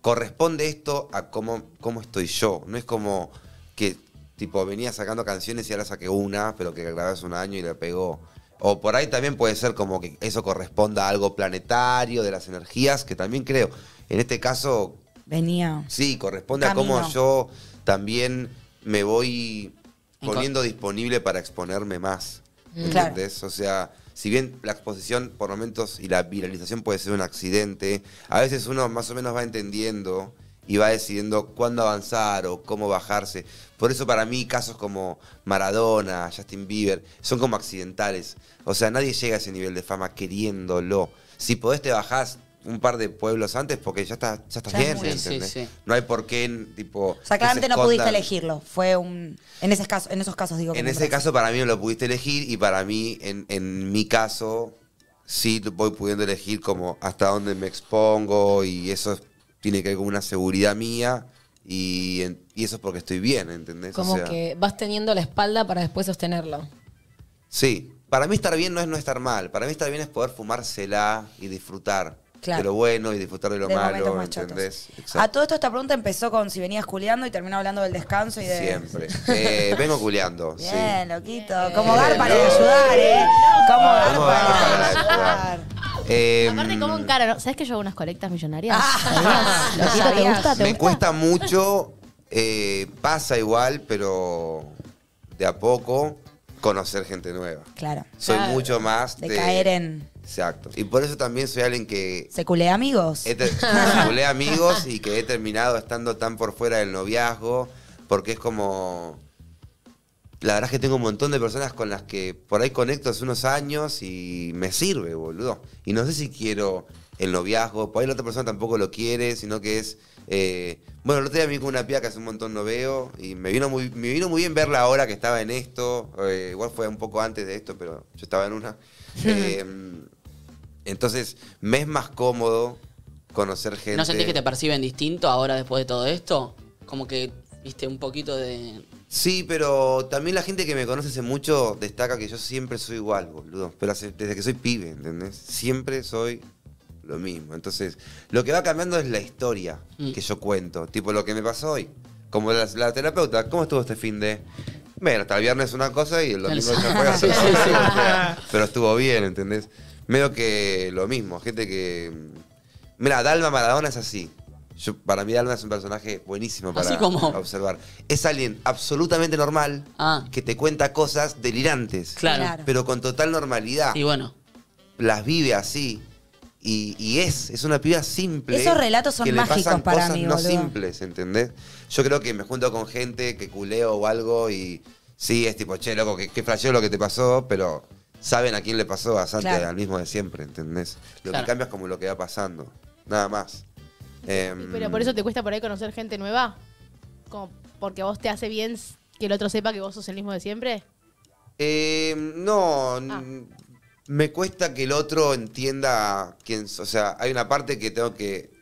Speaker 2: corresponde esto a cómo, cómo estoy yo. No es como que tipo venía sacando canciones y ahora saqué una, pero que grabé hace un año y la pegó. O por ahí también puede ser como que eso corresponda a algo planetario, de las energías, que también creo. En este caso,
Speaker 3: Venía.
Speaker 2: Sí, corresponde a cómo
Speaker 3: Camino.
Speaker 2: yo también me voy
Speaker 4: Enco-
Speaker 2: poniendo disponible para exponerme más.
Speaker 3: Mm. Claro.
Speaker 2: ¿Entendés? O sea, si bien la exposición por momentos y la viralización puede ser un accidente, a veces uno más o menos va entendiendo y va decidiendo cuándo avanzar o cómo bajarse. Por eso para mí casos como Maradona, Justin Bieber, son como accidentales. O sea, nadie llega a ese nivel de fama queriéndolo. Si podés te bajás un par de pueblos antes porque ya estás, ya estás
Speaker 3: Ya es
Speaker 2: bien,
Speaker 3: muy-
Speaker 4: Sí, sí,
Speaker 2: ¿entendés?
Speaker 4: sí.
Speaker 2: No hay por qué, tipo...
Speaker 3: O sea,
Speaker 2: que
Speaker 3: claramente
Speaker 2: se
Speaker 3: no pudiste
Speaker 2: escondan.
Speaker 3: elegirlo. Fue un. En esos casos, en esos casos digo que
Speaker 2: En
Speaker 3: no
Speaker 2: ese
Speaker 3: me-
Speaker 2: caso para mí no lo pudiste elegir y para mí, en, en mi caso, sí voy pudiendo elegir como hasta dónde me expongo y eso es tiene que ver con una seguridad mía y, en- y eso es porque estoy bien, ¿entendés? O
Speaker 5: Como
Speaker 2: sea,
Speaker 5: que vas teniendo la espalda para después sostenerlo.
Speaker 2: Sí, para mí estar bien no es no estar mal, para mí estar bien es poder fumársela y disfrutar
Speaker 3: Claro.
Speaker 2: de lo bueno y disfrutar de lo
Speaker 3: de momentos
Speaker 2: malo,
Speaker 3: más chotos.
Speaker 2: ¿entendés? Exacto.
Speaker 3: A todo esto esta pregunta empezó con si venías culiando y terminó hablando del descanso y de...
Speaker 2: Siempre. Eh, vengo culeando, sí.
Speaker 3: Bien, loquito. Como
Speaker 2: Bien.
Speaker 3: garpa de ayudar, ¿eh? Como
Speaker 2: Vamos a
Speaker 3: garpa
Speaker 2: dejar
Speaker 3: de
Speaker 2: de
Speaker 3: ayudar.
Speaker 2: jugar. Eh,
Speaker 7: Aparte, como un cara, ¿no? ¿Sabes que yo hago unas colectas millonarias?
Speaker 3: Ah,
Speaker 7: ¿Sabías?
Speaker 3: ¿lo
Speaker 7: ¿Te
Speaker 3: sabías?
Speaker 7: gusta? ¿Te
Speaker 2: Me
Speaker 7: gusta?
Speaker 2: cuesta mucho, eh, pasa igual, pero de a poco conocer gente nueva.
Speaker 3: Claro.
Speaker 2: Soy mucho más
Speaker 3: De caer en...
Speaker 2: Exacto. Y por eso también soy alguien que
Speaker 3: ¿Se culea amigos?
Speaker 2: he ter- circulé amigos y que he terminado estando tan por fuera del noviazgo, porque es como... La verdad es que tengo un montón de personas con las que por ahí conecto hace unos años y me sirve, boludo. Y no sé si quiero el noviazgo, por ahí la otra persona tampoco lo quiere, sino que es... eh, bueno, el otro día me vi con una piba que hace un montón no veo y me vino muy, me vino muy bien verla ahora que estaba en esto. eh, igual fue un poco antes de esto, pero yo estaba en una. Eh, entonces, me es más cómodo conocer gente.
Speaker 4: ¿No sentís que te perciben distinto ahora después de todo esto? Como que, viste, un poquito de...
Speaker 2: Sí, pero también la gente que me conoce hace mucho destaca que yo siempre soy igual, boludo. Pero hace- desde que soy pibe, ¿entendés? Siempre soy lo mismo. Entonces, lo que va cambiando es la historia
Speaker 4: Mm.
Speaker 2: que yo cuento. Tipo lo que me pasó hoy. Como la, la terapeuta, ¿cómo estuvo este fin de...? Bueno, hasta el viernes una cosa y el domingo
Speaker 4: El-
Speaker 2: ya fue otra.
Speaker 4: Sí, sí, sí.
Speaker 2: O sea, Pero estuvo bien, ¿entendés? Medio que lo mismo, gente que... mm, Mira, Dalma Maradona es así. Yo, para mí Dalma es un personaje buenísimo para
Speaker 4: Así como-
Speaker 2: observar. Es alguien absolutamente normal
Speaker 4: Ah.
Speaker 2: que te cuenta cosas delirantes,
Speaker 4: Claro.
Speaker 3: Claro.
Speaker 2: pero con total normalidad.
Speaker 4: Y bueno,
Speaker 2: Las vive así. Y, y es, es una piba simple.
Speaker 3: Esos relatos son
Speaker 2: que le
Speaker 3: mágicos
Speaker 2: pasan
Speaker 3: para
Speaker 2: cosas
Speaker 3: mí,
Speaker 2: no
Speaker 3: boludo.
Speaker 2: simples, ¿entendés? Yo creo que me junto con gente que culeo o algo y sí, es tipo, che, loco, qué, qué flasheo lo que te pasó, pero saben a quién le pasó, a Santi,
Speaker 3: Claro.
Speaker 2: al mismo de siempre, ¿entendés? Lo
Speaker 4: Claro.
Speaker 2: que cambia es como lo que va pasando, nada más. Em,
Speaker 7: Pero por eso te cuesta por ahí conocer gente nueva. Como porque a vos te hace bien que el otro sepa que vos sos el mismo de siempre.
Speaker 2: Eh, no,
Speaker 3: Ah.
Speaker 2: n- me cuesta que el otro entienda quién, s- o sea, hay una parte que tengo que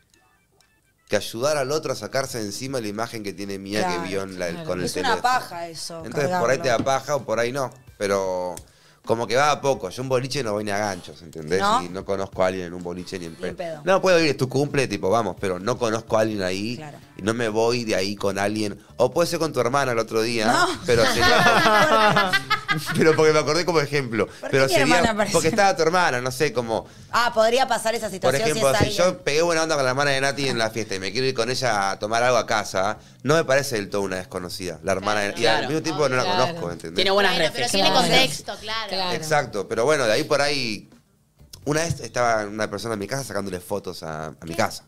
Speaker 2: que ayudar al otro a sacarse de encima la imagen que tiene mía
Speaker 3: Claro,
Speaker 2: que vio en la-
Speaker 5: claro.
Speaker 2: con el
Speaker 3: Es una
Speaker 2: teléfono.
Speaker 3: paja eso.
Speaker 2: Entonces por ahí te da
Speaker 3: cargarlo.
Speaker 2: paja o por ahí no, pero como que va a poco. Yo un boliche no voy ni a ganchos, ¿entendés?
Speaker 3: ¿No?
Speaker 2: Y no conozco a alguien en un boliche ni en,
Speaker 3: Ni en pedo.
Speaker 2: No puedo ir, es tu cumple, tipo, vamos, pero no conozco a alguien ahí
Speaker 3: Claro.
Speaker 2: y no me voy de ahí con alguien. O puede ser con tu hermana el otro día,
Speaker 3: No.
Speaker 2: pero sería- pero porque me acordé como ejemplo.
Speaker 3: ¿Por qué
Speaker 2: pero
Speaker 3: mi
Speaker 2: sería
Speaker 3: hermana apareció?
Speaker 2: porque estaba tu hermana, no sé, como
Speaker 3: Ah, podría pasar esa
Speaker 2: por
Speaker 3: situación
Speaker 2: ejemplo,
Speaker 3: si es
Speaker 2: si,
Speaker 3: alguien.
Speaker 2: yo pegué buena onda con la hermana de Nati en la fiesta y me quiero ir con ella a tomar algo a casa, no me parece del todo una desconocida. La hermana de- y
Speaker 4: Claro.
Speaker 2: al mismo tiempo no la
Speaker 5: Claro.
Speaker 2: conozco, ¿entendés?
Speaker 4: tiene buenas
Speaker 7: Bueno, pero
Speaker 4: refes.
Speaker 7: tiene
Speaker 5: Claro.
Speaker 7: contexto, claro.
Speaker 5: Claro.
Speaker 2: Exacto, pero bueno, de ahí por ahí. Una vez estaba una persona en mi casa sacándole fotos a, a mi casa.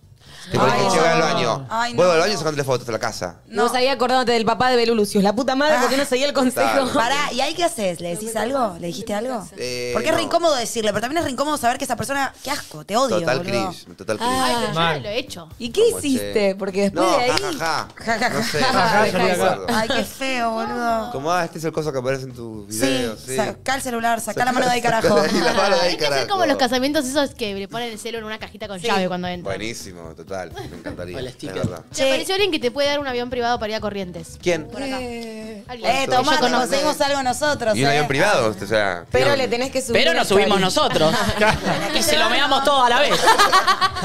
Speaker 2: Tipo,
Speaker 3: Ay,
Speaker 2: dije, che, voy al baño.
Speaker 3: Ay, no,
Speaker 2: Vuelvo al baño
Speaker 3: no.
Speaker 2: sacándole fotos a la casa.
Speaker 5: No. Ah. Vos ahí acordándote del papá de Belulucius. La puta madre, ¿por qué no seguía el consejo?
Speaker 2: Claro.
Speaker 3: Pará, ¿y ahí qué haces? ¿Le decís algo? ¿Le dijiste algo?
Speaker 2: Eh,
Speaker 3: Porque es re
Speaker 2: no.
Speaker 3: incómodo decirle, pero también es re incómodo saber que esa persona, qué asco, te odio,
Speaker 2: Total
Speaker 3: boludo.
Speaker 2: cringe, total cringe.
Speaker 5: Ah,
Speaker 7: Ay, pero yo
Speaker 6: Mal.
Speaker 7: no lo he hecho.
Speaker 5: ¿Y qué
Speaker 2: Como, che.
Speaker 5: hiciste? Porque después
Speaker 2: no,
Speaker 5: de ahí...
Speaker 2: Ja,
Speaker 3: Ja,
Speaker 2: ja, ja.
Speaker 3: ja,
Speaker 2: No sé,
Speaker 6: ja,
Speaker 2: no
Speaker 6: ja,
Speaker 2: me
Speaker 6: ja.
Speaker 2: acuerdo.
Speaker 3: Ay, qué feo, boludo.
Speaker 2: Como, ah, este es el coso que aparece en tus
Speaker 3: Sí,
Speaker 2: videos. Sí,
Speaker 3: sacá el celular, sacá la mano de ahí, carajo.
Speaker 2: Y la mano de ahí,
Speaker 7: Hay que hacer
Speaker 2: carajo.
Speaker 7: como los casamientos esos que le ponen el celo en una cajita con llave cuando entran. Me
Speaker 2: Buenísimo, total. Me encantaría.
Speaker 4: O el
Speaker 2: es
Speaker 4: sticker.
Speaker 2: verdad.
Speaker 3: Che.
Speaker 7: apareció alguien que te puede dar un avión privado para ir a Corrientes.
Speaker 2: ¿Quién?
Speaker 7: Alguien.
Speaker 3: Eh,
Speaker 7: Que
Speaker 3: tomá,
Speaker 7: yo
Speaker 3: te
Speaker 7: conozco.
Speaker 3: conseguimos algo nosotros.
Speaker 2: Y un
Speaker 3: eh.
Speaker 2: avión privado, o sea.
Speaker 5: Pero
Speaker 2: tío,
Speaker 5: le tenés que subir
Speaker 4: Pero
Speaker 5: una
Speaker 4: nos subimos
Speaker 5: story.
Speaker 4: nosotros. y se lo meamos todo a la vez.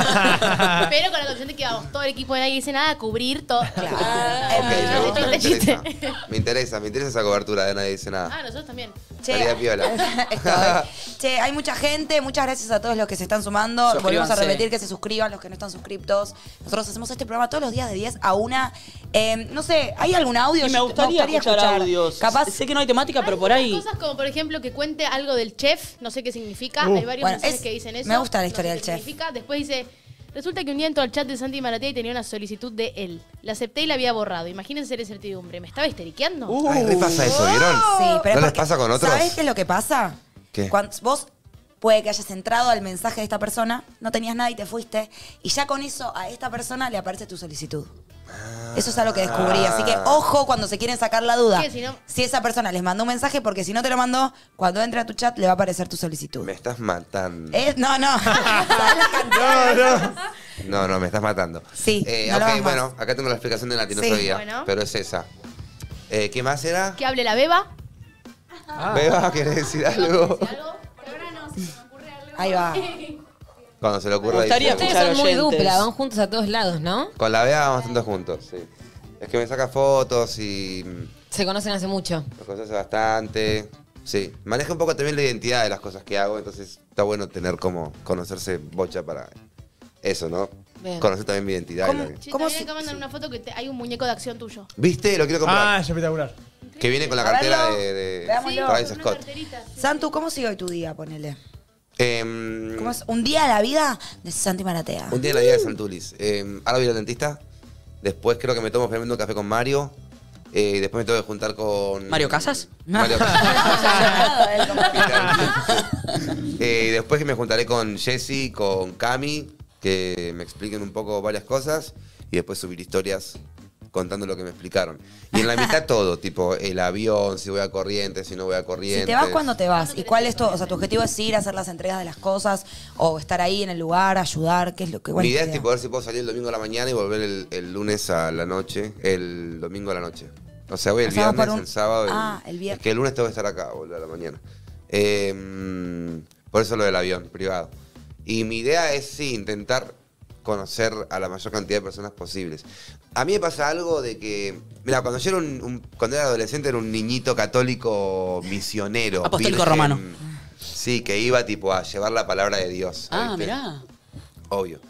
Speaker 7: Pero con la condición de que vamos todo el equipo de nadie dice nada, cubrir todo.
Speaker 3: Ah,
Speaker 2: ok, me
Speaker 3: eh,
Speaker 2: gusta, me
Speaker 7: Chiste.
Speaker 2: interesa. Me interesa, me interesa esa cobertura de nadie dice nada.
Speaker 7: Ah, nosotros también.
Speaker 2: María Piola.
Speaker 3: Estoy. che, hay mucha gente, muchas gracias a todos los que se están sumando. Volvemos a
Speaker 4: Suscríbanse.
Speaker 3: repetir que se suscriban los que no están suscriptos. Nosotros hacemos este programa todos los días de 10 a 1. Eh, no sé, ¿hay algún audio?
Speaker 4: Y me
Speaker 3: Yo-
Speaker 4: gustaría, escuchar, audios.
Speaker 3: Capaz,
Speaker 4: Sé que no hay temática, pero por ahí.
Speaker 7: Cosas como, por ejemplo, que cuente algo del chef, no sé qué significa.
Speaker 6: Uh,
Speaker 7: Hay varios
Speaker 3: bueno,
Speaker 7: mensajes
Speaker 3: es-
Speaker 7: que dicen eso.
Speaker 3: me gusta la
Speaker 7: no
Speaker 3: historia
Speaker 7: sé
Speaker 3: del
Speaker 7: qué
Speaker 3: chef.
Speaker 7: significa. Después dice. Resulta que un día entró al chat de Santi Maratea y tenía una solicitud de él. La acepté y la había borrado. Imagínense la incertidumbre. ¿Me estaba histeriqueando?
Speaker 4: Uh.
Speaker 2: Ay, re pasa eso,
Speaker 3: Uh.
Speaker 2: ¿vieron?
Speaker 3: Sí,
Speaker 2: ¿No
Speaker 3: pero es
Speaker 2: les
Speaker 3: porque-
Speaker 2: pasa con otros?
Speaker 3: ¿Sabés qué es lo que pasa?
Speaker 2: ¿Qué?
Speaker 3: Cuando vos puede que hayas entrado al mensaje de esta persona, no tenías nada y te fuiste, y ya con eso a esta persona le aparece tu solicitud.
Speaker 2: Ah.
Speaker 3: Eso es algo que descubrí, así que ojo cuando se quieren sacar la duda.
Speaker 7: Sí, si no-
Speaker 3: Si esa persona les mandó un mensaje, porque si no te lo mandó, cuando entre a tu chat le va a aparecer tu solicitud.
Speaker 2: Me estás matando.
Speaker 3: Eh, No, no. ¿Sabés la cantidad de
Speaker 6: No, no.
Speaker 3: veces?
Speaker 2: No, no, me estás matando.
Speaker 3: Sí,
Speaker 2: Eh,
Speaker 3: no lo
Speaker 2: ok,
Speaker 3: hagas más.
Speaker 2: bueno, acá tengo la explicación de la que no
Speaker 3: Sí.
Speaker 2: sabía,
Speaker 7: Bueno.
Speaker 2: pero es esa. Eh, ¿Qué más era?
Speaker 7: Que hable la beba.
Speaker 2: Beba, ¿querés decir algo?
Speaker 3: Ahí va.
Speaker 2: Cuando se le ocurra.
Speaker 4: Me gustaría
Speaker 2: dice.
Speaker 5: Ustedes
Speaker 4: Escuchar
Speaker 5: son muy
Speaker 4: oyentes.
Speaker 5: dupla, van juntos a todos lados, ¿no?
Speaker 2: Con la Beba vamos tanto juntos, sí. Es que me saca fotos y mm,
Speaker 5: Se conocen hace mucho.
Speaker 2: me conoce bastante. Sí, maneja un poco también la identidad de las cosas que hago, entonces está bueno tener como conocerse bocha para eso, ¿no?
Speaker 5: Bien.
Speaker 2: Conocer también mi identidad. y
Speaker 3: ¿Cómo?
Speaker 2: la-
Speaker 7: Che,
Speaker 3: ¿Cómo
Speaker 7: también
Speaker 3: se-
Speaker 7: acá mandan una foto que te- hay un muñeco de acción tuyo.
Speaker 2: ¿Viste? Lo quiero
Speaker 6: Ah,
Speaker 2: comprar.
Speaker 6: es espectacular.
Speaker 2: que viene con la cartera
Speaker 3: verlo.
Speaker 2: de, de
Speaker 3: Veámoslo.
Speaker 2: Travis
Speaker 7: con una
Speaker 2: Scott.
Speaker 7: carterita.
Speaker 3: Santu, ¿cómo sigue hoy tu día? Ponele.
Speaker 2: Em,
Speaker 3: ¿Cómo es? Un día de la vida de Santi Maratea.
Speaker 2: Un día en la vida de Santulis. Eh, ahora voy al dentista. Después creo que me tomo finalmente un café con Mario. Eh, y después me tengo que juntar con.
Speaker 4: ¿Mario Casas?
Speaker 2: Mario Casas.
Speaker 3: Emocionado, él, como-
Speaker 2: Eh, y después que me juntaré con Jesse, con Cami, que me expliquen un poco varias cosas. Y después subir historias contando lo que me explicaron. Y en la mitad todo, tipo el avión, si voy a corriente, si no voy a corriente.
Speaker 3: Si te vas, ¿cuándo te vas? ¿Y cuál es tu, o sea, tu objetivo es ir a hacer las entregas de las cosas o estar ahí en el lugar, ayudar? ¿Qué es lo que cuál
Speaker 2: Mi
Speaker 3: es tu
Speaker 2: idea es tipo, ver si puedo salir el domingo a la mañana y volver el, el lunes a la noche, el domingo a la noche. O sea, voy el
Speaker 3: O sea, vas
Speaker 2: viernes,
Speaker 3: por un-
Speaker 2: el sábado. y-
Speaker 3: Ah, el viernes.
Speaker 2: Es que el lunes tengo que estar acá, volver a la mañana. Eh, por eso lo del avión privado. Y mi idea es, sí, intentar conocer a la mayor cantidad de personas posibles. A mí me pasa algo de que, mira, cuando yo era, un, un- cuando era adolescente era un niñito católico misionero.
Speaker 4: Apostólico
Speaker 2: virgen.
Speaker 4: romano.
Speaker 2: Sí, que iba tipo a llevar la palabra de Dios.
Speaker 4: Ah,
Speaker 2: ¿viste?
Speaker 4: mirá.
Speaker 2: Obvio.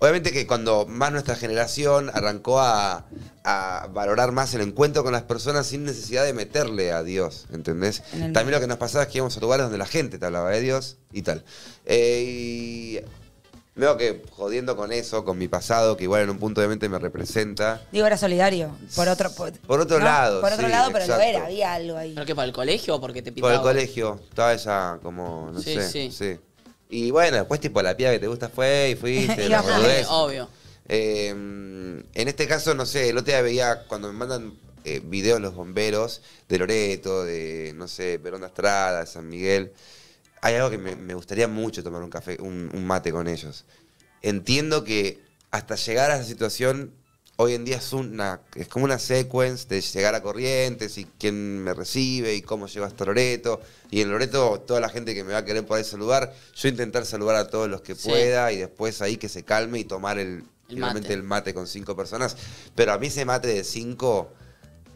Speaker 2: Obviamente que cuando más nuestra generación arrancó a, a valorar más el encuentro con las personas sin necesidad de meterle a Dios, ¿entendés?
Speaker 3: En el-
Speaker 2: También lo que nos pasaba es que íbamos a lugares donde la gente te hablaba de Dios y tal. Eh, y veo que jodiendo con eso, con mi pasado, que igual en un punto obviamente me representa.
Speaker 3: Digo, era solidario. Por otro, por,
Speaker 2: Por otro
Speaker 3: ¿no?
Speaker 2: lado,
Speaker 3: Por otro
Speaker 2: sí,
Speaker 3: lado, pero lo
Speaker 2: exacto.
Speaker 3: era, había algo ahí.
Speaker 4: ¿Pero qué, para el colegio o porque te
Speaker 2: Por
Speaker 4: pintaba? Ah,
Speaker 2: el colegio, estaba ella como, no
Speaker 4: Sí,
Speaker 2: sé.
Speaker 4: sí.
Speaker 2: sí. Y bueno, después tipo la piba que te gusta fue y fuiste, la
Speaker 3: Iba por ahí,
Speaker 2: boludez.
Speaker 4: Sí, obvio.
Speaker 2: Eh, en este caso, no sé, el otro día veía cuando me mandan eh, videos los bomberos de Loreto, de, no sé, Perón de Estrada, de San Miguel. Hay algo que me, me gustaría mucho tomar un café, un, un mate con ellos. Entiendo que hasta llegar a esa situación, hoy en día es una es como una sequence de llegar a Corrientes y quién me recibe y cómo llego hasta Loreto. Y en Loreto, toda la gente que me va a querer poder saludar, yo intentar saludar a todos los que
Speaker 4: Sí.
Speaker 2: pueda y después ahí que se calme y tomar el,
Speaker 4: El
Speaker 2: finalmente
Speaker 4: mate.
Speaker 2: el mate con cinco personas. Pero a mí ese mate de cinco,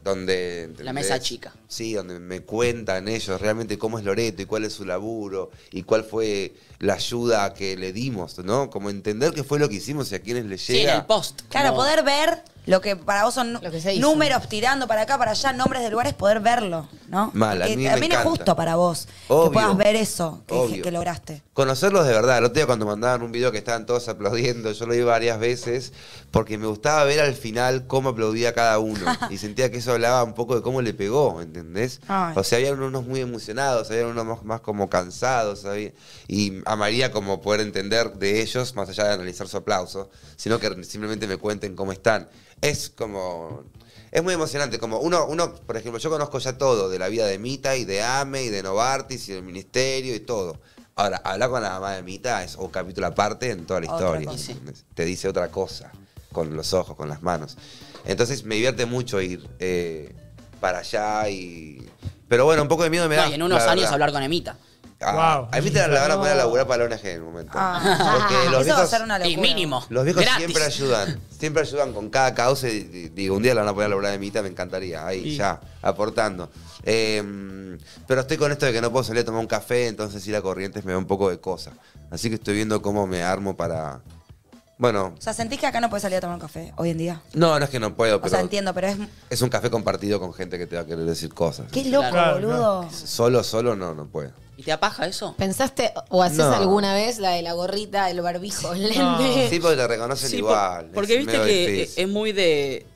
Speaker 2: donde...
Speaker 4: La
Speaker 2: ¿entendés?
Speaker 4: mesa chica.
Speaker 2: Sí, donde me cuentan ellos realmente cómo es Loreto y cuál es su laburo y cuál fue la ayuda que le dimos, ¿no? Como entender qué fue lo que hicimos y a quiénes les
Speaker 4: Sí, en
Speaker 2: llega.
Speaker 4: el post.
Speaker 3: Claro,
Speaker 4: como-
Speaker 3: poder ver lo que para vos son
Speaker 5: Lo que se hizo.
Speaker 3: números tirando para acá, para allá, nombres de lugares, poder verlo, ¿no?
Speaker 2: Mal, a
Speaker 3: Porque
Speaker 2: mí me
Speaker 3: también es
Speaker 2: encanta.
Speaker 3: justo para vos
Speaker 2: Obvio.
Speaker 3: que puedas ver eso que,
Speaker 2: Obvio.
Speaker 3: que lograste.
Speaker 2: Conocerlos de verdad. El otro día cuando mandaban un video que estaban todos aplaudiendo, yo lo vi varias veces, porque me gustaba ver al final cómo aplaudía cada uno. y sentía que eso hablaba un poco de cómo le pegó, ¿entendés?
Speaker 3: Ay.
Speaker 2: O sea, había unos muy emocionados, había unos más, más como cansados, había- y amaría como poder entender de ellos, más allá de analizar su aplauso, sino que simplemente me cuenten cómo están. Es como... Es muy emocionante, como uno, uno, por ejemplo, yo conozco ya todo de la vida de Mita y de Ame y de Novartis y del ministerio y todo. Ahora, hablar con la mamá de Mita es un capítulo aparte en toda la
Speaker 3: Otra
Speaker 2: historia.
Speaker 3: cosa.
Speaker 2: ¿entendés? Te dice otra cosa con los ojos, con las manos. Entonces me divierte mucho ir eh, para allá y... Pero bueno, un poco de miedo me da.
Speaker 4: No, y en unos
Speaker 2: la
Speaker 4: años
Speaker 2: verdad.
Speaker 4: hablar con Emita.
Speaker 2: Ah,
Speaker 6: Wow.
Speaker 2: A mí te la van a poner a laburar para la ONG en un momento.
Speaker 3: Ah.
Speaker 2: Porque los
Speaker 3: eso va a
Speaker 2: viejos,
Speaker 3: ser una locura.
Speaker 4: Y mínimo.
Speaker 2: los viejos
Speaker 4: Gratis.
Speaker 2: siempre ayudan. Siempre ayudan con cada causa. y- y- Digo, un día la van a poner a laburar de mitad, me encantaría. Ahí, ya, aportando. Eh, pero estoy con esto de que no puedo salir a tomar un café, entonces ir a Corrientes me da un poco de cosa. Así que estoy viendo cómo me armo para... Bueno,
Speaker 3: O sea, sentís que acá no puedes salir a tomar un café hoy en día.
Speaker 2: no, no es que no puedo,
Speaker 3: O
Speaker 2: pero
Speaker 3: sea, entiendo, pero es.
Speaker 2: es un café compartido con gente que te va a querer decir cosas.
Speaker 3: Qué loco,
Speaker 6: Claro,
Speaker 3: boludo.
Speaker 2: Solo, solo no, no puedo.
Speaker 4: ¿Y te apaja eso?
Speaker 5: ¿Pensaste o haces
Speaker 2: No.
Speaker 5: alguna vez la de la gorrita, el barbijo, el lente?
Speaker 2: Sí, porque te reconocen
Speaker 4: Eh, Sí, por-
Speaker 2: igual. es
Speaker 4: porque viste
Speaker 2: medio
Speaker 4: que eh, es,
Speaker 2: difícil.
Speaker 4: muy de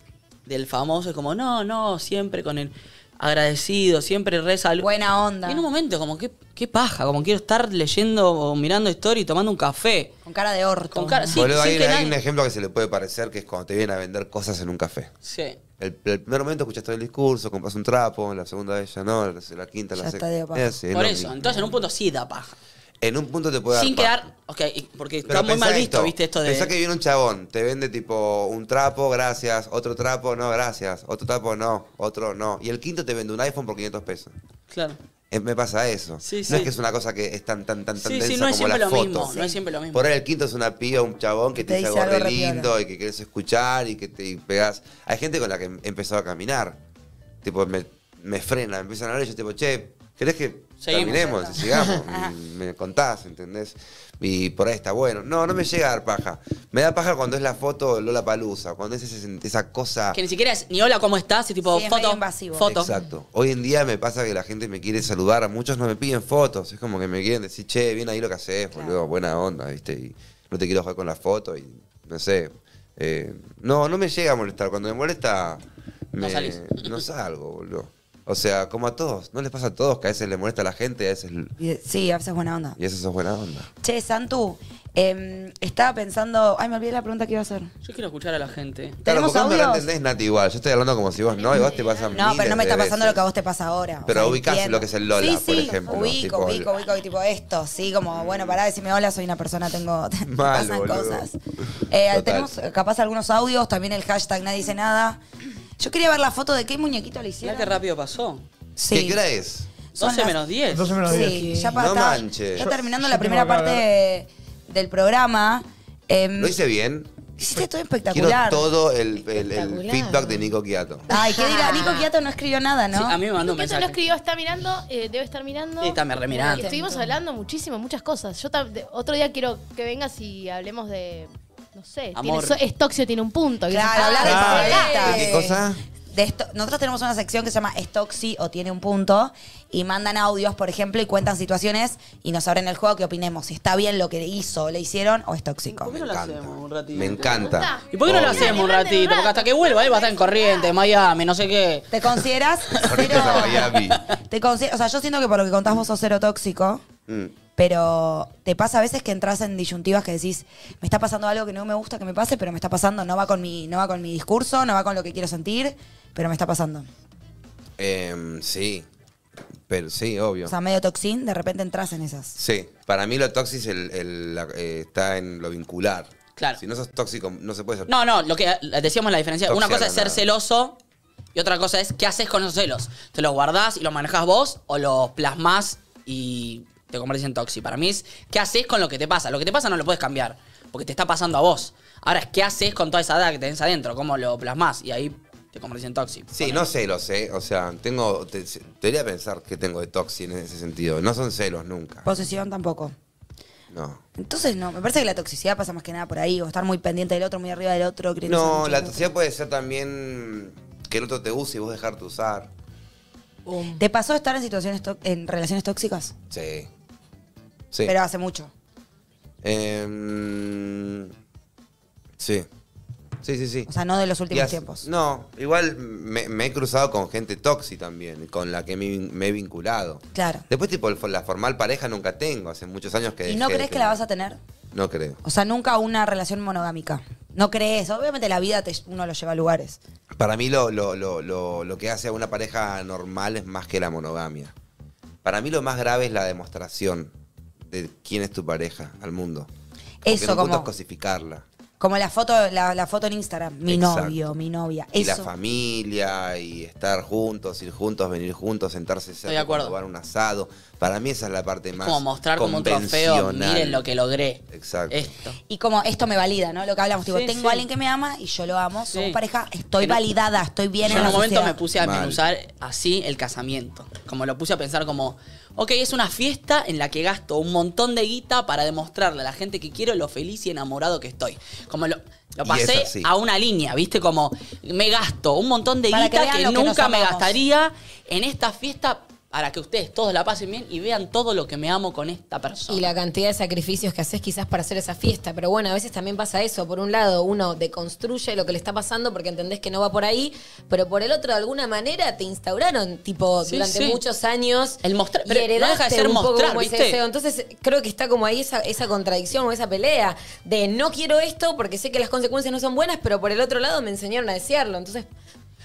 Speaker 4: del famoso, es como, no, no, siempre con el agradecido, siempre reza algo.
Speaker 3: Buena onda.
Speaker 4: Y en un momento, como, qué, qué paja, como quiero estar leyendo o mirando story y tomando un café.
Speaker 3: Con cara de orto.
Speaker 4: Con cara- eh, sí,
Speaker 2: Boludo,
Speaker 4: sin
Speaker 2: hay,
Speaker 4: que
Speaker 2: hay
Speaker 4: nadie-
Speaker 2: un ejemplo que se le puede parecer que es cuando te vienen a vender cosas en un café.
Speaker 4: Sí.
Speaker 2: El, el primer momento escuchas todo el discurso, compras un trapo, la segunda vez ya no, la, la quinta,
Speaker 3: Ya
Speaker 2: la
Speaker 3: está
Speaker 2: sexta. Eh,
Speaker 3: de paja.
Speaker 2: Es, es
Speaker 4: Por
Speaker 2: lo
Speaker 4: eso,
Speaker 2: mismo.
Speaker 4: entonces en un punto sí da paja.
Speaker 2: en un punto te puede dar
Speaker 4: Sin
Speaker 2: paja.
Speaker 4: quedar. Ok, y- porque
Speaker 2: Pero
Speaker 4: está muy
Speaker 2: pensá
Speaker 4: mal visto, ¿viste? Esto de.
Speaker 2: Pensá que viene un chabón, te vende tipo un trapo, gracias, otro trapo, no, gracias, otro trapo, no, otro, no. Y el quinto te vende un iPhone por 500 pesos.
Speaker 4: Claro.
Speaker 2: Eh, Me pasa eso.
Speaker 4: Sí,
Speaker 2: no
Speaker 4: sí.
Speaker 2: es que es una cosa que es tan, tan, tan, tan
Speaker 4: Sí,
Speaker 2: densa
Speaker 4: sí, no es
Speaker 2: como
Speaker 4: siempre
Speaker 2: las
Speaker 4: lo
Speaker 2: fotos.
Speaker 4: mismo. No es siempre lo mismo.
Speaker 2: Por ahí el quinto es una piba, un chabón que te,
Speaker 3: Te
Speaker 2: dice
Speaker 3: dice
Speaker 2: algo
Speaker 3: algo
Speaker 2: re
Speaker 3: re piola.
Speaker 2: lindo y que querés escuchar y que te y pegás. Hay gente con la que he empezado a caminar. Tipo, me, me frena, me empiezan a hablar y yo tipo, che, ¿querés que
Speaker 4: Seguimos.
Speaker 2: caminemos? Sigamos. Y me contás, ¿entendés? Y por ahí está bueno. No, no me llega a dar paja. Me da paja cuando es la foto de Lola Palusa, cuando es ese- esa cosa.
Speaker 4: Que ni siquiera es ni hola, ¿cómo estás? Y tipo,
Speaker 3: Sí, es
Speaker 4: foto.
Speaker 3: medio invasivo.
Speaker 4: Foto.
Speaker 2: Exacto. Hoy en día me pasa que la gente me quiere saludar, a muchos no me piden fotos, es como que me quieren decir, che, bien ahí lo que haces, boludo, buena onda, ¿viste? Y no te quiero jugar con la foto y no sé. Eh, no, no me llega a molestar, cuando me molesta me-
Speaker 4: salís.
Speaker 2: no salgo, boludo. O sea, como a todos, no les pasa a todos que a veces le molesta a la gente, a veces...
Speaker 3: Y- Sí, a veces es buena onda.
Speaker 2: Y eso es buena onda.
Speaker 3: Che, Santu, em, estaba pensando. Ay, me olvidé la pregunta que iba a hacer.
Speaker 4: Yo quiero escuchar a la gente.
Speaker 2: Claro,
Speaker 3: ¿Tenemos
Speaker 2: porque vos me la
Speaker 3: audios?
Speaker 2: entendés, Nati, igual. Yo estoy hablando como si vos no, y vos te pasan
Speaker 3: No, pero no me
Speaker 2: miles
Speaker 3: está
Speaker 2: de
Speaker 3: pasando lo que a
Speaker 2: veces.
Speaker 3: vos te pasa ahora.
Speaker 2: Pero ubicás
Speaker 3: ubicás
Speaker 2: lo que es el Lola,
Speaker 3: sí,
Speaker 2: por
Speaker 3: sí.
Speaker 2: ejemplo, tipo-
Speaker 3: Ubico, ubico, ubico, y tipo esto, sí, como, bueno, pará, decime hola, soy una persona, tengo. te
Speaker 2: Mal,
Speaker 3: pasan
Speaker 2: boludo.
Speaker 3: cosas. Eh,
Speaker 2: Total.
Speaker 3: tenemos eh, capaz algunos audios, también el hashtag nadie dice nada. Yo quería ver la foto de qué muñequito le
Speaker 4: Mirá
Speaker 3: hicieron.
Speaker 4: qué rápido pasó.
Speaker 3: Sí.
Speaker 2: ¿Qué hora es?
Speaker 3: Son
Speaker 4: 12
Speaker 3: las-
Speaker 4: menos 10.
Speaker 6: Entonces menos
Speaker 3: Sí,
Speaker 6: 10.
Speaker 3: ya
Speaker 2: No
Speaker 3: pa- está-
Speaker 2: manches.
Speaker 3: Está
Speaker 2: Yo-
Speaker 3: terminando
Speaker 6: yo
Speaker 3: la
Speaker 6: tengo
Speaker 3: primera
Speaker 6: acá, a
Speaker 3: parte de- del programa. Em,
Speaker 2: ¿Lo hice bien?
Speaker 3: Hiciste todo
Speaker 2: Quiero
Speaker 3: espectacular.
Speaker 2: todo el, el- el
Speaker 5: Espectacular.
Speaker 2: feedback de Nico Quiato.
Speaker 3: Ay, qué dirá,
Speaker 6: Ah.
Speaker 3: Nico Quiato no escribió nada, ¿no?
Speaker 4: Sí, a mí me mandó un
Speaker 7: ¿Qué te lo
Speaker 4: mensaje.
Speaker 7: escribió? Está mirando, eh, debe estar mirando.
Speaker 4: Sí, está me remirando.
Speaker 7: Y Estuvimos hablando muchísimo, muchas cosas. Yo ta- de- otro día quiero que vengas y hablemos de. No sé.
Speaker 4: Amor.
Speaker 7: tiene- so- es Toxio tiene un punto. que
Speaker 3: Claro,
Speaker 7: es-
Speaker 3: hablar de
Speaker 7: Ah,
Speaker 3: favelas.
Speaker 2: ¿De qué cosa?
Speaker 3: De esto, nosotros tenemos una sección que se llama Estoxi o tiene un punto y mandan audios, por ejemplo, y cuentan situaciones y nos abren el juego que opinemos si está bien lo que hizo o le hicieron o es tóxico.
Speaker 4: ¿Por qué no lo hacemos un ratito?
Speaker 2: Me encanta.
Speaker 7: gusta?
Speaker 4: ¿Y por qué no lo
Speaker 2: Obvio.
Speaker 4: hacemos un
Speaker 7: Hablando un
Speaker 4: ratito? Porque hasta que vuelva, él va a estar en corriente, Miami, no sé qué.
Speaker 3: ¿Te consideras
Speaker 2: Corrientes
Speaker 3: cero?
Speaker 2: a Miami.
Speaker 3: Te consider- o sea, yo siento que por lo que contás vos sos cero tóxico,
Speaker 2: Mm.
Speaker 3: pero te pasa a veces que entras en disyuntivas que decís, me está pasando algo que no me gusta que me pase, pero me está pasando, no va con mi, no va con mi discurso, no va con lo que quiero sentir, pero me está pasando.
Speaker 2: Em, sí. Pero sí, obvio.
Speaker 3: O sea, medio toxín, de repente entras en esas.
Speaker 2: Sí. Para mí lo tóxico es el- el- la- eh, está en lo vincular.
Speaker 4: Claro.
Speaker 2: Si no sos tóxico, no se puede ser.
Speaker 4: No, no, lo que decíamos la diferencia.
Speaker 2: Toxic
Speaker 4: una cosa es
Speaker 2: habla
Speaker 4: ser
Speaker 2: nada.
Speaker 4: celoso y otra cosa es qué haces con esos celos. ¿Te los guardás y los manejás vos o los plasmás y te convertís en toxi? Para mí es qué haces con lo que te pasa. Lo que te pasa no lo puedes cambiar porque te está pasando a vos. Ahora es qué haces con toda esa data que tenés adentro, cómo lo plasmás y ahí te convertís en toxi.
Speaker 2: Sí, no celos, ¿eh? O sea, tengo. Te, debería pensar que tengo de toxi en ese sentido. No son celos nunca.
Speaker 4: Pues,
Speaker 3: Posesión tampoco.
Speaker 2: No.
Speaker 3: Entonces no, me parece que la toxicidad pasa más que nada por ahí, o estar muy pendiente del otro, muy arriba del otro. criticar
Speaker 2: No,
Speaker 3: mucho
Speaker 2: la
Speaker 3: al otro.
Speaker 2: toxicidad puede ser también que el otro te use y vos dejarte usar.
Speaker 3: ¿Te pasó estar en situaciones tó- en relaciones tóxicas?
Speaker 2: Sí. Sí.
Speaker 3: Pero hace mucho.
Speaker 2: Em, sí. Sí, sí, sí.
Speaker 3: O sea, no de los
Speaker 2: Y
Speaker 3: últimos
Speaker 2: as-
Speaker 3: tiempos.
Speaker 2: No, igual me, me he cruzado con gente toxi también, con la que me, me he vinculado.
Speaker 3: Claro.
Speaker 2: Después, tipo, el fo- la formal pareja nunca tengo, hace muchos años que...
Speaker 3: ¿Y no
Speaker 2: dejé de
Speaker 3: crees que
Speaker 2: tener.
Speaker 3: la vas a tener?
Speaker 2: No creo.
Speaker 3: O sea, nunca una relación monogámica. No crees. Obviamente la vida te- uno lo lleva a lugares.
Speaker 2: Para mí lo, lo, lo, lo, lo que hace a una pareja normal es más que la monogamia. Para mí lo más grave es la demostración de quién es tu pareja al mundo. Porque
Speaker 3: Eso,
Speaker 2: en un punto
Speaker 3: como-
Speaker 2: es cosificarla.
Speaker 3: Como la foto, la, la foto en Instagram. Mi
Speaker 2: Exacto.
Speaker 3: novio, mi novia.
Speaker 2: y la
Speaker 3: Eso.
Speaker 2: familia y estar juntos, ir juntos, venir juntos, sentarse
Speaker 4: de
Speaker 2: cerca,
Speaker 4: acuerdo.
Speaker 2: jugar un asado. Para mí esa es la parte más
Speaker 4: Como mostrar como un trofeo,
Speaker 2: convencional.
Speaker 4: miren lo que logré.
Speaker 2: Exacto.
Speaker 4: Esto.
Speaker 3: Y como esto me valida, ¿no? Lo que hablamos, tipo,
Speaker 4: Sí,
Speaker 3: tengo
Speaker 4: sí.
Speaker 3: a alguien que me ama y yo lo amo, somos
Speaker 4: Sí.
Speaker 3: pareja, estoy
Speaker 4: En un-
Speaker 3: validada, estoy bien
Speaker 4: Yo
Speaker 3: en
Speaker 4: en
Speaker 3: la
Speaker 4: un momento me
Speaker 3: sociedad.
Speaker 4: puse a
Speaker 2: Mal.
Speaker 4: pensar así el casamiento. Como lo puse a pensar como, ok, es una fiesta en la que gasto un montón de guita para demostrarle a la gente que quiero lo feliz y enamorado que estoy. Como lo, lo
Speaker 2: Y
Speaker 4: pasé
Speaker 2: es así.
Speaker 4: a una línea, ¿viste? Como me gasto un montón de
Speaker 3: Para que
Speaker 4: guita
Speaker 3: vean
Speaker 4: que,
Speaker 3: lo que
Speaker 4: nunca
Speaker 3: nos
Speaker 4: me
Speaker 3: amamos.
Speaker 4: gastaría en esta fiesta para que ustedes todos la pasen bien y vean todo lo que me amo con esta persona.
Speaker 5: Y la cantidad de sacrificios que haces quizás para hacer esa fiesta. Pero bueno, a veces también pasa eso. Por un lado, uno deconstruye lo que le está pasando porque entendés que no va por ahí. Pero por el otro, de alguna manera, te instauraron, tipo,
Speaker 4: Sí,
Speaker 5: durante
Speaker 4: sí.
Speaker 5: muchos años.
Speaker 4: El mostrar-
Speaker 5: y
Speaker 4: pero no deja de
Speaker 5: heredaste
Speaker 4: ser
Speaker 5: un poco
Speaker 4: mostrar,
Speaker 5: como ese
Speaker 4: ¿viste?
Speaker 5: deseo. Entonces, creo que está como ahí esa, esa contradicción o esa pelea de no quiero esto porque sé que las consecuencias no son buenas, pero por el otro lado me enseñaron a desearlo. Entonces,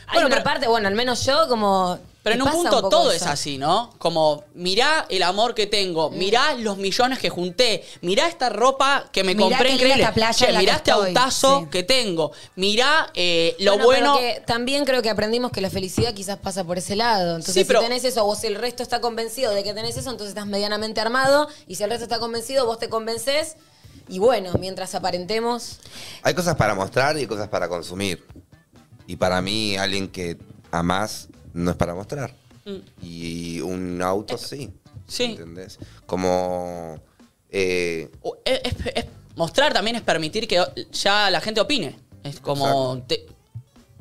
Speaker 5: hay
Speaker 4: Bueno,
Speaker 5: una
Speaker 4: pero-
Speaker 5: parte, bueno, al menos yo, como.
Speaker 4: Pero en
Speaker 5: Me
Speaker 4: un
Speaker 5: pasa
Speaker 4: punto
Speaker 5: un poco
Speaker 4: todo
Speaker 5: eso.
Speaker 4: es así, ¿no? Como, mirá el amor que tengo,
Speaker 3: Mm.
Speaker 4: mirá los millones que junté, mirá esta ropa que me
Speaker 3: Mirá
Speaker 4: compré
Speaker 3: qué linda
Speaker 4: increíble,
Speaker 3: esta playa
Speaker 4: Che,
Speaker 3: en la que
Speaker 4: mirá este
Speaker 3: estoy,
Speaker 4: autazo
Speaker 3: sí.
Speaker 4: que tengo, mirá eh, lo
Speaker 5: pero
Speaker 4: bueno...
Speaker 5: que también creo que aprendimos que la felicidad quizás pasa por ese lado. Entonces,
Speaker 4: Sí, pero-
Speaker 5: si tenés eso, vos el resto está convencido de que tenés eso, entonces estás medianamente armado. Y si el resto está convencido, vos te convences. Y bueno, mientras aparentemos.
Speaker 2: Hay cosas para mostrar y hay cosas para consumir. Y para mí, alguien que amás no es para mostrar. Y un auto sí.
Speaker 4: Mm. Eh, Sí.
Speaker 2: ¿Entendés? Como. eh,
Speaker 4: O- es- es- es- mostrar también es permitir que ya la gente opine. Es como te,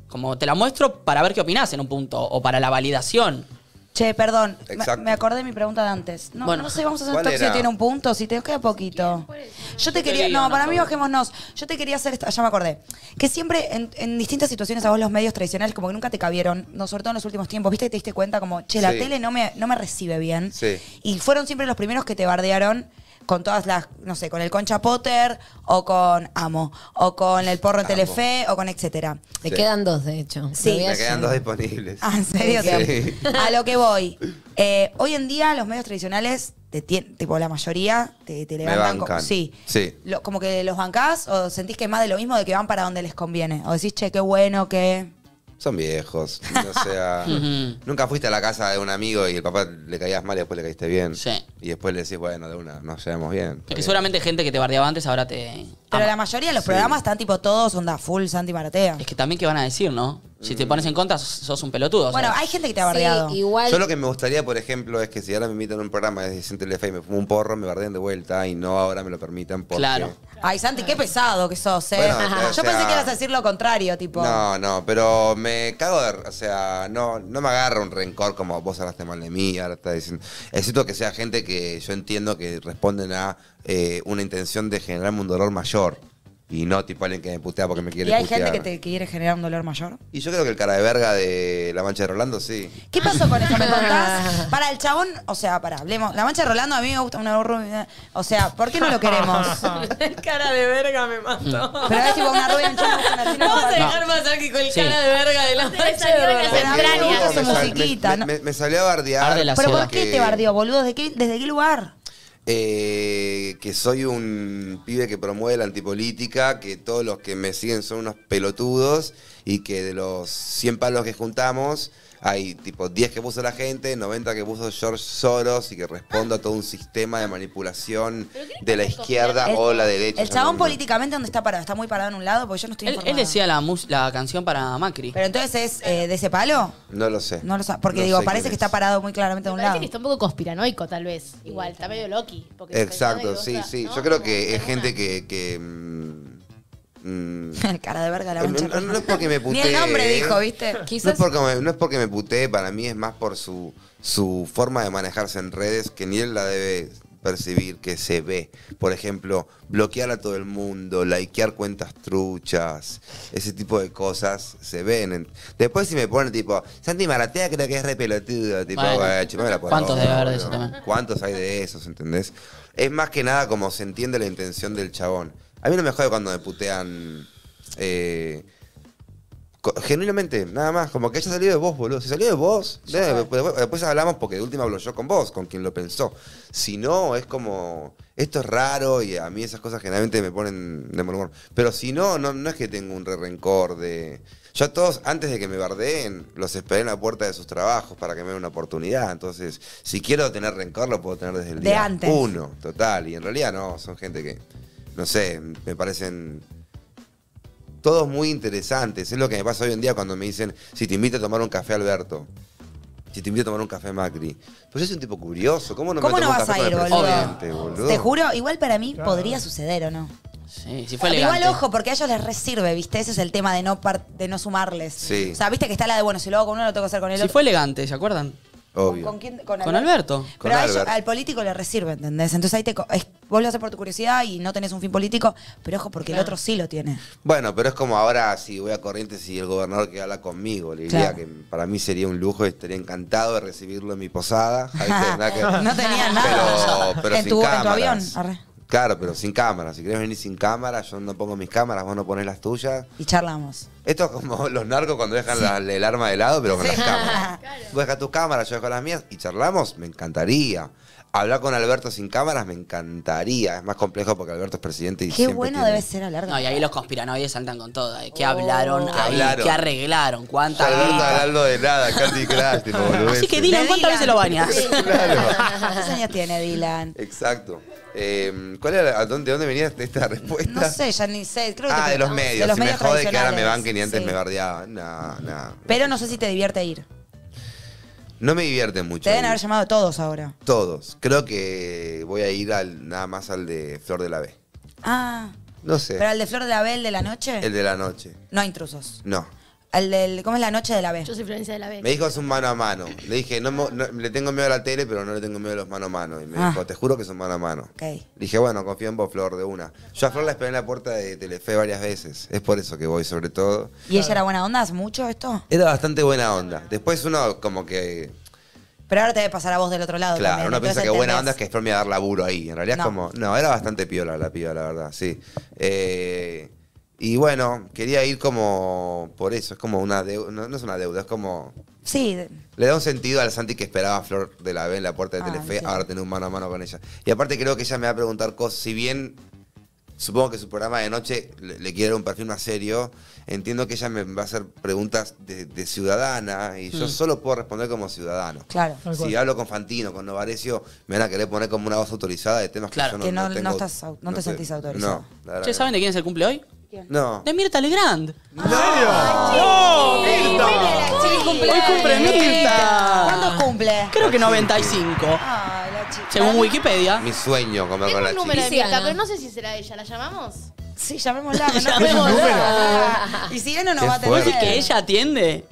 Speaker 4: como te la muestro para ver qué opinás en un punto o para la validación.
Speaker 3: Che, perdón, me-
Speaker 2: Exacto.
Speaker 3: me acordé de mi pregunta de antes. No,
Speaker 4: Bueno.
Speaker 3: no sé, vamos a hacer
Speaker 2: ¿Cuál
Speaker 3: top si
Speaker 2: era?
Speaker 3: tiene un punto, si te queda poquito. Yo te
Speaker 4: Yo te
Speaker 3: quería,
Speaker 4: digo,
Speaker 3: no,
Speaker 4: no,
Speaker 3: para
Speaker 4: por
Speaker 3: mí
Speaker 4: favor.
Speaker 3: bajémonos. Yo te quería hacer, esta- ya me acordé, que siempre en, en distintas situaciones a vos los medios tradicionales como que nunca te cabieron, no, sobre todo en los últimos tiempos, viste que te diste cuenta como, che, la
Speaker 2: Sí.
Speaker 3: tele no me, no me recibe bien.
Speaker 2: Sí.
Speaker 3: Y fueron siempre los primeros que te bardearon con todas las, no sé, con el Concha Potter o con Amo, o con el Porro en
Speaker 2: Amo.
Speaker 3: Telefe o con etcétera.
Speaker 5: Me
Speaker 2: Sí.
Speaker 5: quedan dos, de hecho.
Speaker 3: Sí.
Speaker 5: Lo voy a
Speaker 2: me quedan
Speaker 5: hacer.
Speaker 2: dos disponibles.
Speaker 3: Ah, ¿en serio?
Speaker 2: Sí.
Speaker 3: A lo que voy. Eh, hoy en día los medios tradicionales, te tien- tipo la mayoría, te, te levantan.
Speaker 2: bancan.
Speaker 3: Como, sí.
Speaker 2: Sí.
Speaker 3: Lo- como que los bancás o sentís que es más de lo mismo de que van para donde les conviene. O decís, che, qué bueno que...
Speaker 2: Son viejos. O sea,
Speaker 4: Ujú.
Speaker 2: nunca fuiste a la casa de un amigo y el papá le caías mal y después le caíste bien.
Speaker 4: Sí.
Speaker 2: Y después le decís, bueno, de una, nos llevamos bien.
Speaker 4: Que seguramente gente que te bardeaba antes ahora te.
Speaker 3: Pero
Speaker 4: ama.
Speaker 3: la mayoría de los
Speaker 2: Sí.
Speaker 3: programas están tipo todos onda full Santi Maratea.
Speaker 4: Es que también qué van a decir, ¿no? Si te pones en contra, sos- sos un pelotudo. o sea.
Speaker 3: bueno, hay gente que te ha bardeado.
Speaker 5: Sí, igual.
Speaker 2: Yo lo que me gustaría, por ejemplo, es que si ahora me invitan a un programa de Cien Telefe y me fumo un porro, me bardean de vuelta y no ahora me lo permitan porque...
Speaker 4: Claro.
Speaker 3: Ay, Santi, qué pesado que sos, eh.
Speaker 2: Bueno,
Speaker 3: Yo
Speaker 2: o sea-
Speaker 3: pensé que ibas a decir lo contrario, tipo...
Speaker 2: No, no, pero me cago de... O sea, no, no me agarra un rencor como vos hablaste mal de mí, ahora estás diciendo... Excepto que sea gente que yo entiendo que responden a eh, una intención de generarme un dolor mayor. Y no tipo alguien que me putea porque me quiere
Speaker 3: y hay
Speaker 2: putear.
Speaker 3: gente que te quiere generar un dolor mayor.
Speaker 2: Y yo creo que el cara de verga de La Mancha de Rolando, sí.
Speaker 3: ¿Qué pasó con eso? ¿Me contás? Para el chabón, o sea, para, hablemos. La mancha de Rolando a mí me gusta una rubia. O sea, ¿por qué no lo queremos?
Speaker 5: cara de verga me mató.
Speaker 3: Pero es tipo una rubia, un chabón me gusta una así, no
Speaker 5: Vamos a
Speaker 3: me
Speaker 5: dejar pasar que con el
Speaker 4: Sí.
Speaker 5: cara de verga de la
Speaker 7: Ustedes salieron
Speaker 5: macho.
Speaker 7: a hacer-
Speaker 3: Pero a mí me
Speaker 7: Ucrania.
Speaker 3: gusta
Speaker 2: Me
Speaker 3: su
Speaker 2: sal-
Speaker 3: musiquita.
Speaker 2: me,
Speaker 3: ¿no?
Speaker 2: me- me salió a bardear.
Speaker 4: Arde la
Speaker 3: Pero ¿por
Speaker 4: ciudad.
Speaker 3: qué
Speaker 2: que-
Speaker 3: te bardeó, boludo? ¿Desde qué, ¿Desde qué lugar?
Speaker 2: Eh, que soy un pibe que promueve la antipolítica, que todos los que me siguen son unos pelotudos y que de los 100 palos que juntamos hay tipo 10 que puso la gente, 90 que puso George Soros y que respondo a todo un sistema de manipulación
Speaker 7: ¿Pero qué le
Speaker 2: de la
Speaker 7: estás
Speaker 2: izquierda
Speaker 3: El-
Speaker 2: o la derecha.
Speaker 3: El chabón
Speaker 2: llamémoslo.
Speaker 3: políticamente, ¿dónde está parado? Está muy parado en un lado porque yo no estoy
Speaker 4: él,
Speaker 3: informada.
Speaker 4: él decía la, mus- la canción para Macri.
Speaker 3: Pero entonces es eh, de ese palo.
Speaker 2: No lo sé.
Speaker 3: No lo sa- Porque
Speaker 2: No
Speaker 3: digo,
Speaker 2: sé
Speaker 3: parece
Speaker 2: quién
Speaker 3: que
Speaker 2: es.
Speaker 3: está parado muy claramente de
Speaker 7: Me
Speaker 3: un
Speaker 7: parece
Speaker 3: lado.
Speaker 7: que está un poco conspiranoico, tal vez. Igual, está medio Loki. porque
Speaker 2: Exacto,
Speaker 7: pensando que
Speaker 2: sí,
Speaker 7: vos
Speaker 2: sí.
Speaker 7: estás,
Speaker 2: Yo
Speaker 7: ¿no?
Speaker 2: creo
Speaker 7: Como
Speaker 2: que es
Speaker 7: una-
Speaker 2: gente que... que, mm, mm,
Speaker 3: El cara de verga la
Speaker 2: No,
Speaker 3: mancha. de
Speaker 2: no, no
Speaker 3: Rolando.
Speaker 2: es porque me
Speaker 3: Ni
Speaker 2: putee.
Speaker 3: el nombre
Speaker 2: ¿eh?
Speaker 3: dijo, ¿viste?
Speaker 2: No
Speaker 5: Quizás-
Speaker 2: es, porque me, no es porque me putee, para mí es más por su, su forma de manejarse en redes que ni él la debe percibir que se ve. Por ejemplo, bloquear a todo el mundo, likear cuentas truchas, ese tipo de cosas se ven. en- Después si me ponen tipo, Santi Maratea creo que es re pelotudo, tipo,
Speaker 4: Bueno.
Speaker 2: "Güey, chupame la
Speaker 4: ¿Cuántos
Speaker 2: poronga,
Speaker 4: debe haber de
Speaker 2: boludo".
Speaker 4: eso también?
Speaker 2: ¿Cuántos hay de esos, entendés? Es más que nada como se entiende la intención del chabón. A mí no me jode cuando me putean... eh, Co- Genuinamente, nada más, como que haya salido de vos, boludo. Si salió de vos, de- después, después hablamos porque de última hablo yo con vos, con quien lo pensó. Si no, es como, esto es raro y a mí esas cosas generalmente me ponen de mal humor. Pero si no, no, no es que tengo un re rencor de... Yo a todos, antes de que me bardeen, los esperé en la puerta de sus trabajos para que me den una oportunidad. Entonces, si quiero tener rencor, lo puedo tener desde el
Speaker 3: De
Speaker 2: día
Speaker 3: antes.
Speaker 2: uno, total. Y en realidad no, son gente que, no sé, me parecen todos muy interesantes. Es lo que me pasa hoy en día cuando me dicen, si te invito a tomar un café, Alberto. Si te invito a tomar un café, Macri. Pues yo soy un tipo curioso. ¿Cómo no
Speaker 3: ¿Cómo
Speaker 2: me
Speaker 3: no
Speaker 2: tomo un
Speaker 3: vas a
Speaker 2: café
Speaker 3: ir,
Speaker 2: con el presidente,
Speaker 3: boludo?
Speaker 2: boludo?
Speaker 3: Te juro, igual para mí podría suceder o no.
Speaker 4: Sí, sí fue
Speaker 3: Pero
Speaker 4: elegante.
Speaker 3: Igual ojo, porque a ellos les resirve, ¿viste? Ese es el tema de no par- de no sumarles.
Speaker 2: Sí.
Speaker 3: O sea, viste que está la de, bueno, si lo hago con uno, lo tengo que hacer con el
Speaker 4: Sí
Speaker 3: otro.
Speaker 4: fue elegante, ¿se acuerdan?
Speaker 2: Obvio.
Speaker 3: ¿Con, quién?
Speaker 4: Con Alberto.
Speaker 2: Con
Speaker 3: Pero a ellos-
Speaker 2: Albert.
Speaker 3: al político le resirve, ¿entendés? Entonces ahí te co- es- vos lo haces por tu curiosidad y no tenés un fin político, pero ojo, porque el otro sí lo tiene.
Speaker 2: Bueno, pero es como ahora si voy a Corrientes y el gobernador que habla conmigo, le diría
Speaker 3: Claro.
Speaker 2: que para mí sería un lujo, estaría encantado de recibirlo en mi posada. Ahí tenés, nada que-
Speaker 3: No tenía nada.
Speaker 2: Pero, pero
Speaker 3: En
Speaker 2: sin
Speaker 3: tu- en tu
Speaker 2: cámaras.
Speaker 3: avión, arre.
Speaker 2: Claro, pero sin cámara. Si querés venir sin cámara, yo no pongo mis cámaras, vos no ponés las tuyas.
Speaker 3: Y charlamos.
Speaker 2: Esto es como los narcos cuando dejan la- el arma de lado, pero con las cámaras.
Speaker 7: Claro.
Speaker 2: vos dejás tus cámaras, yo dejo las mías y charlamos, me encantaría. Hablar con Alberto sin cámaras me encantaría. Es más complejo porque Alberto es presidente y
Speaker 3: Qué
Speaker 2: siempre
Speaker 3: bueno
Speaker 2: tiene-
Speaker 3: debe ser hablar de-
Speaker 4: No, y ahí los conspiranoides saltan con todo. ¿eh? ¿Qué
Speaker 3: Oh,
Speaker 4: hablaron
Speaker 2: ¿Qué
Speaker 4: ahí?
Speaker 2: hablaron?
Speaker 4: ¿Qué arreglaron?
Speaker 2: Yo,
Speaker 4: ¿Cuántas
Speaker 2: Alberto
Speaker 4: guita?
Speaker 2: hablando de nada, Candy Crush, tipo, boludeces.
Speaker 4: Así que Dylan,
Speaker 3: De Dylan.
Speaker 4: ¿cuántas veces lo bañas?
Speaker 3: Sí.
Speaker 2: Claro.
Speaker 3: ¿Cuántos años tiene Dylan?
Speaker 2: Exacto. Eh, ¿Cuál era, a dónde, dónde venía esta respuesta?
Speaker 3: No sé, ya ni sé. Creo que
Speaker 2: ah,
Speaker 3: te
Speaker 2: de los
Speaker 3: preguntamos.
Speaker 2: medios.
Speaker 3: De los
Speaker 2: si
Speaker 3: medios
Speaker 2: me jode que ahora me
Speaker 3: tradicionales,
Speaker 2: banquen y antes
Speaker 3: sí.
Speaker 2: me bardeaban. No, no.
Speaker 3: Pero no sé si te divierte ir.
Speaker 2: No me divierte mucho.
Speaker 3: Te deben
Speaker 2: ir.
Speaker 3: haber llamado todos ahora.
Speaker 2: Todos. Creo que voy a ir al, nada más al de Flor de la B.
Speaker 3: Ah,
Speaker 2: No sé.
Speaker 3: pero al de Flor de la Bel de la noche,
Speaker 2: El de la noche.
Speaker 3: no hay intrusos.
Speaker 2: No.
Speaker 3: Al del, ¿cómo es la noche de la B?
Speaker 7: Yo soy Florencia de la B.
Speaker 2: Me dijo es un mano a mano. Le dije, no, mo- no- le tengo miedo a la tele, pero no le tengo miedo a los mano a mano. Y me
Speaker 3: Ah.
Speaker 2: dijo, te juro que son mano a mano.
Speaker 3: Ok.
Speaker 2: Le Dije, bueno, confío en vos, Flor, de una. Yo a Flor la esperé en la puerta de Telefe varias veces. Es por eso que voy, sobre todo.
Speaker 3: ¿Y ella era buena onda? ¿Hace mucho esto?
Speaker 2: Era bastante buena onda. Después uno como que...
Speaker 3: Pero ahora te debe pasar a vos del otro lado.
Speaker 2: Claro,
Speaker 3: también,
Speaker 2: uno piensa
Speaker 3: entonces
Speaker 2: que buena
Speaker 3: entendés.
Speaker 2: onda es que es me va a dar laburo ahí. En realidad
Speaker 3: No.
Speaker 2: es como... No, era bastante piola la piba, la verdad, sí. Eh, y bueno, quería ir como... Por eso, es como una deuda... No, no es una deuda, es como...
Speaker 3: Sí, de-
Speaker 2: Le da un sentido al Santi que esperaba a Flor de la B en la puerta de
Speaker 3: Ah,
Speaker 2: Telefe,
Speaker 3: entiendo.
Speaker 2: ahora tener un mano a mano con ella. Y aparte creo que ella me va a preguntar cosas, si bien supongo que su programa de noche le, le quiere dar un perfil más serio, entiendo que ella me va a hacer preguntas de, de ciudadana y yo solo puedo responder como ciudadano.
Speaker 3: Mm. claro.
Speaker 6: Tal cual.
Speaker 2: Si hablo con Fantino, con Novarecio, me van a querer poner como una voz autorizada de temas
Speaker 4: Claro.
Speaker 2: que yo no,
Speaker 3: Que no-
Speaker 2: tengo-
Speaker 3: no estás au- no te
Speaker 2: sé.
Speaker 3: sentís autorizado.
Speaker 2: No, la verdad
Speaker 4: Che,
Speaker 2: que
Speaker 4: ¿saben de quién es el cumple hoy?
Speaker 2: No.
Speaker 4: De Mirta Legrand.
Speaker 6: ¿En serio? ¡No, Mirta!
Speaker 3: Sí, cumple.
Speaker 4: Hoy cumple Mirta.
Speaker 3: ¿Cuándo cumple?
Speaker 4: Creo que 95.
Speaker 3: Ay, la chica.
Speaker 4: Según Wikipedia.
Speaker 2: Mi sueño comer
Speaker 7: Tengo
Speaker 2: con la
Speaker 7: un número
Speaker 2: chica.
Speaker 7: de
Speaker 5: Tiziana.
Speaker 7: Mirta, pero no sé si será ella. ¿La llamamos?
Speaker 3: Sí, llamémosla. pero no
Speaker 4: Llamémosla.
Speaker 3: llamémosla. Y si viene, no
Speaker 2: Qué
Speaker 3: va a tener.
Speaker 2: fuerte.
Speaker 4: ¿Es que ella atiende?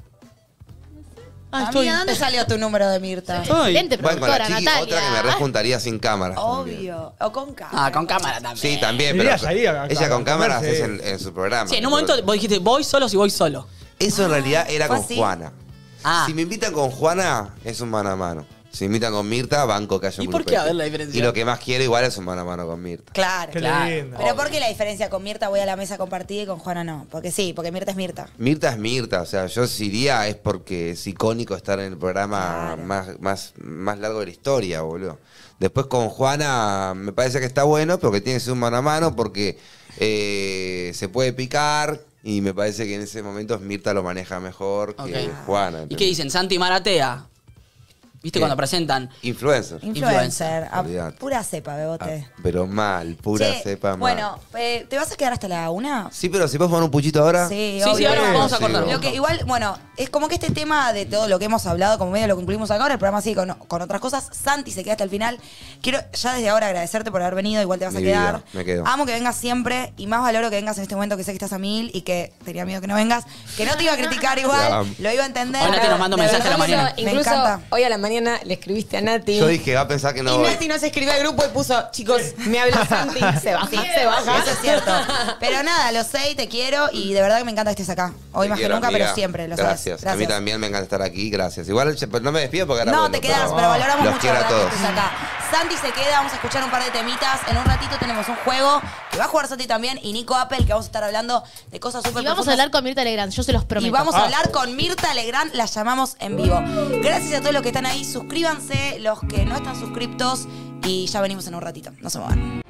Speaker 4: Ah, estoy.
Speaker 3: Amiga, ¿dónde salió tu número de Mirta?
Speaker 4: Ay.
Speaker 7: Excelente
Speaker 2: Bueno, con la
Speaker 7: productora,
Speaker 2: chiqui,
Speaker 7: Natalia.
Speaker 2: otra que me rejuntaría sin cámaras. también.
Speaker 3: Obvio. O con K.
Speaker 4: Ah, con cámara también.
Speaker 2: Sí, también, pero
Speaker 6: Irías ahí a-
Speaker 2: ella
Speaker 6: a
Speaker 2: con cámaras
Speaker 6: comerse.
Speaker 2: es en, en su programa.
Speaker 4: Sí, en un momento vos dijiste, voy solo si voy solo.
Speaker 2: Eso en realidad era
Speaker 3: ¿Fue
Speaker 2: con
Speaker 3: así?
Speaker 2: Juana.
Speaker 4: Ah.
Speaker 2: Si me invitan con Juana, es un mano a mano. Si me invitan con Mirta, banco que haya un
Speaker 4: ¿Y por qué?
Speaker 2: grupete.
Speaker 4: A ver la diferencia.
Speaker 2: Y lo que más quiero igual es un mano a mano con Mirta.
Speaker 3: Claro.
Speaker 6: Qué
Speaker 4: Claro.
Speaker 6: lindo.
Speaker 3: Pero ¿por qué la diferencia con Mirta voy a la mesa compartida y con Juana no? Porque sí, porque Mirta es Mirta.
Speaker 2: Mirta es Mirta, o sea, yo si iría es porque es icónico estar en el programa
Speaker 3: Claro.
Speaker 2: más, más, más largo de la historia, boludo. Después con Juana me parece que está bueno, pero que tiene que ser un mano a mano porque eh, se puede picar y me parece que en ese momento Mirta lo maneja mejor que
Speaker 4: Ok.
Speaker 2: Juana.
Speaker 4: ¿Y qué
Speaker 2: ¿entendés?
Speaker 4: dicen? Santi Maratea. ¿Viste
Speaker 2: ¿Qué?
Speaker 4: cuando presentan?
Speaker 2: Influencer.
Speaker 3: Influencer.
Speaker 4: Influencer,
Speaker 3: a-
Speaker 2: olvidate.
Speaker 3: pura cepa, bebote.
Speaker 2: Ah, pero mal, pura
Speaker 3: Che,
Speaker 2: cepa mal.
Speaker 3: Bueno, eh, ¿te vas a quedar hasta la una?
Speaker 2: Sí, pero si vos poner un puchito ahora.
Speaker 3: Sí,
Speaker 4: Sí, sí,
Speaker 3: obvio.
Speaker 4: ahora
Speaker 6: Sí,
Speaker 4: vamos a
Speaker 2: sí,
Speaker 4: cortar.
Speaker 2: obvio.
Speaker 3: Lo que igual, bueno, es como que este tema de todo lo que hemos hablado, como medio lo concluimos acá, ahora el programa sigue con, con otras cosas. Santi se queda hasta el final. Quiero ya desde ahora agradecerte por haber venido, igual te vas a
Speaker 2: Mi vida,
Speaker 3: quedar.
Speaker 2: me quedo.
Speaker 3: Amo que vengas siempre y más valoro que vengas en este momento que sé que estás a mil y que tenía miedo que no vengas, que no te iba a criticar
Speaker 2: Te
Speaker 3: igual,
Speaker 2: amo.
Speaker 3: lo iba a entender.
Speaker 4: Hoy Nati nos manda un
Speaker 3: De verdad,
Speaker 4: mensaje a la mañana.
Speaker 3: Me
Speaker 5: Incluso
Speaker 3: encanta.
Speaker 5: hoy a la mañana le escribiste a Nati.
Speaker 2: Yo dije, va a pensar que no
Speaker 5: y
Speaker 2: voy.
Speaker 5: Nati nos escribió al grupo y puso, chicos, me habla Santi. Se baja, se baja.
Speaker 3: Eso es cierto. Pero nada, lo sé y te quiero y de verdad que me encanta que estés acá. Hoy
Speaker 2: Te
Speaker 3: más que
Speaker 2: quiero,
Speaker 3: nunca,
Speaker 2: amiga.
Speaker 3: pero siempre, lo
Speaker 2: gracias.
Speaker 3: sabes.
Speaker 2: A mí también me encanta estar aquí, gracias. Igual che, pero no me despido porque ahora
Speaker 3: No,
Speaker 2: vuelvo,
Speaker 3: te quedas, pero, valoramos
Speaker 2: los
Speaker 3: mucho
Speaker 2: quiero a
Speaker 3: la verdad
Speaker 2: todos.
Speaker 3: que estés acá. Santi se queda, vamos a escuchar un par de temitas. En un ratito tenemos un juego que va a jugar Santi también y Nico Apple, que vamos a estar hablando de cosas súper
Speaker 7: Y vamos a
Speaker 3: profundas.
Speaker 7: hablar con Mirta Legrand, yo se los prometo.
Speaker 3: Y vamos a
Speaker 6: Ah.
Speaker 3: hablar con Mirta Legrand, la llamamos en vivo. Gracias a todos los que están ahí, suscríbanse, los que no están suscriptos y ya venimos en un ratito. No se muevan.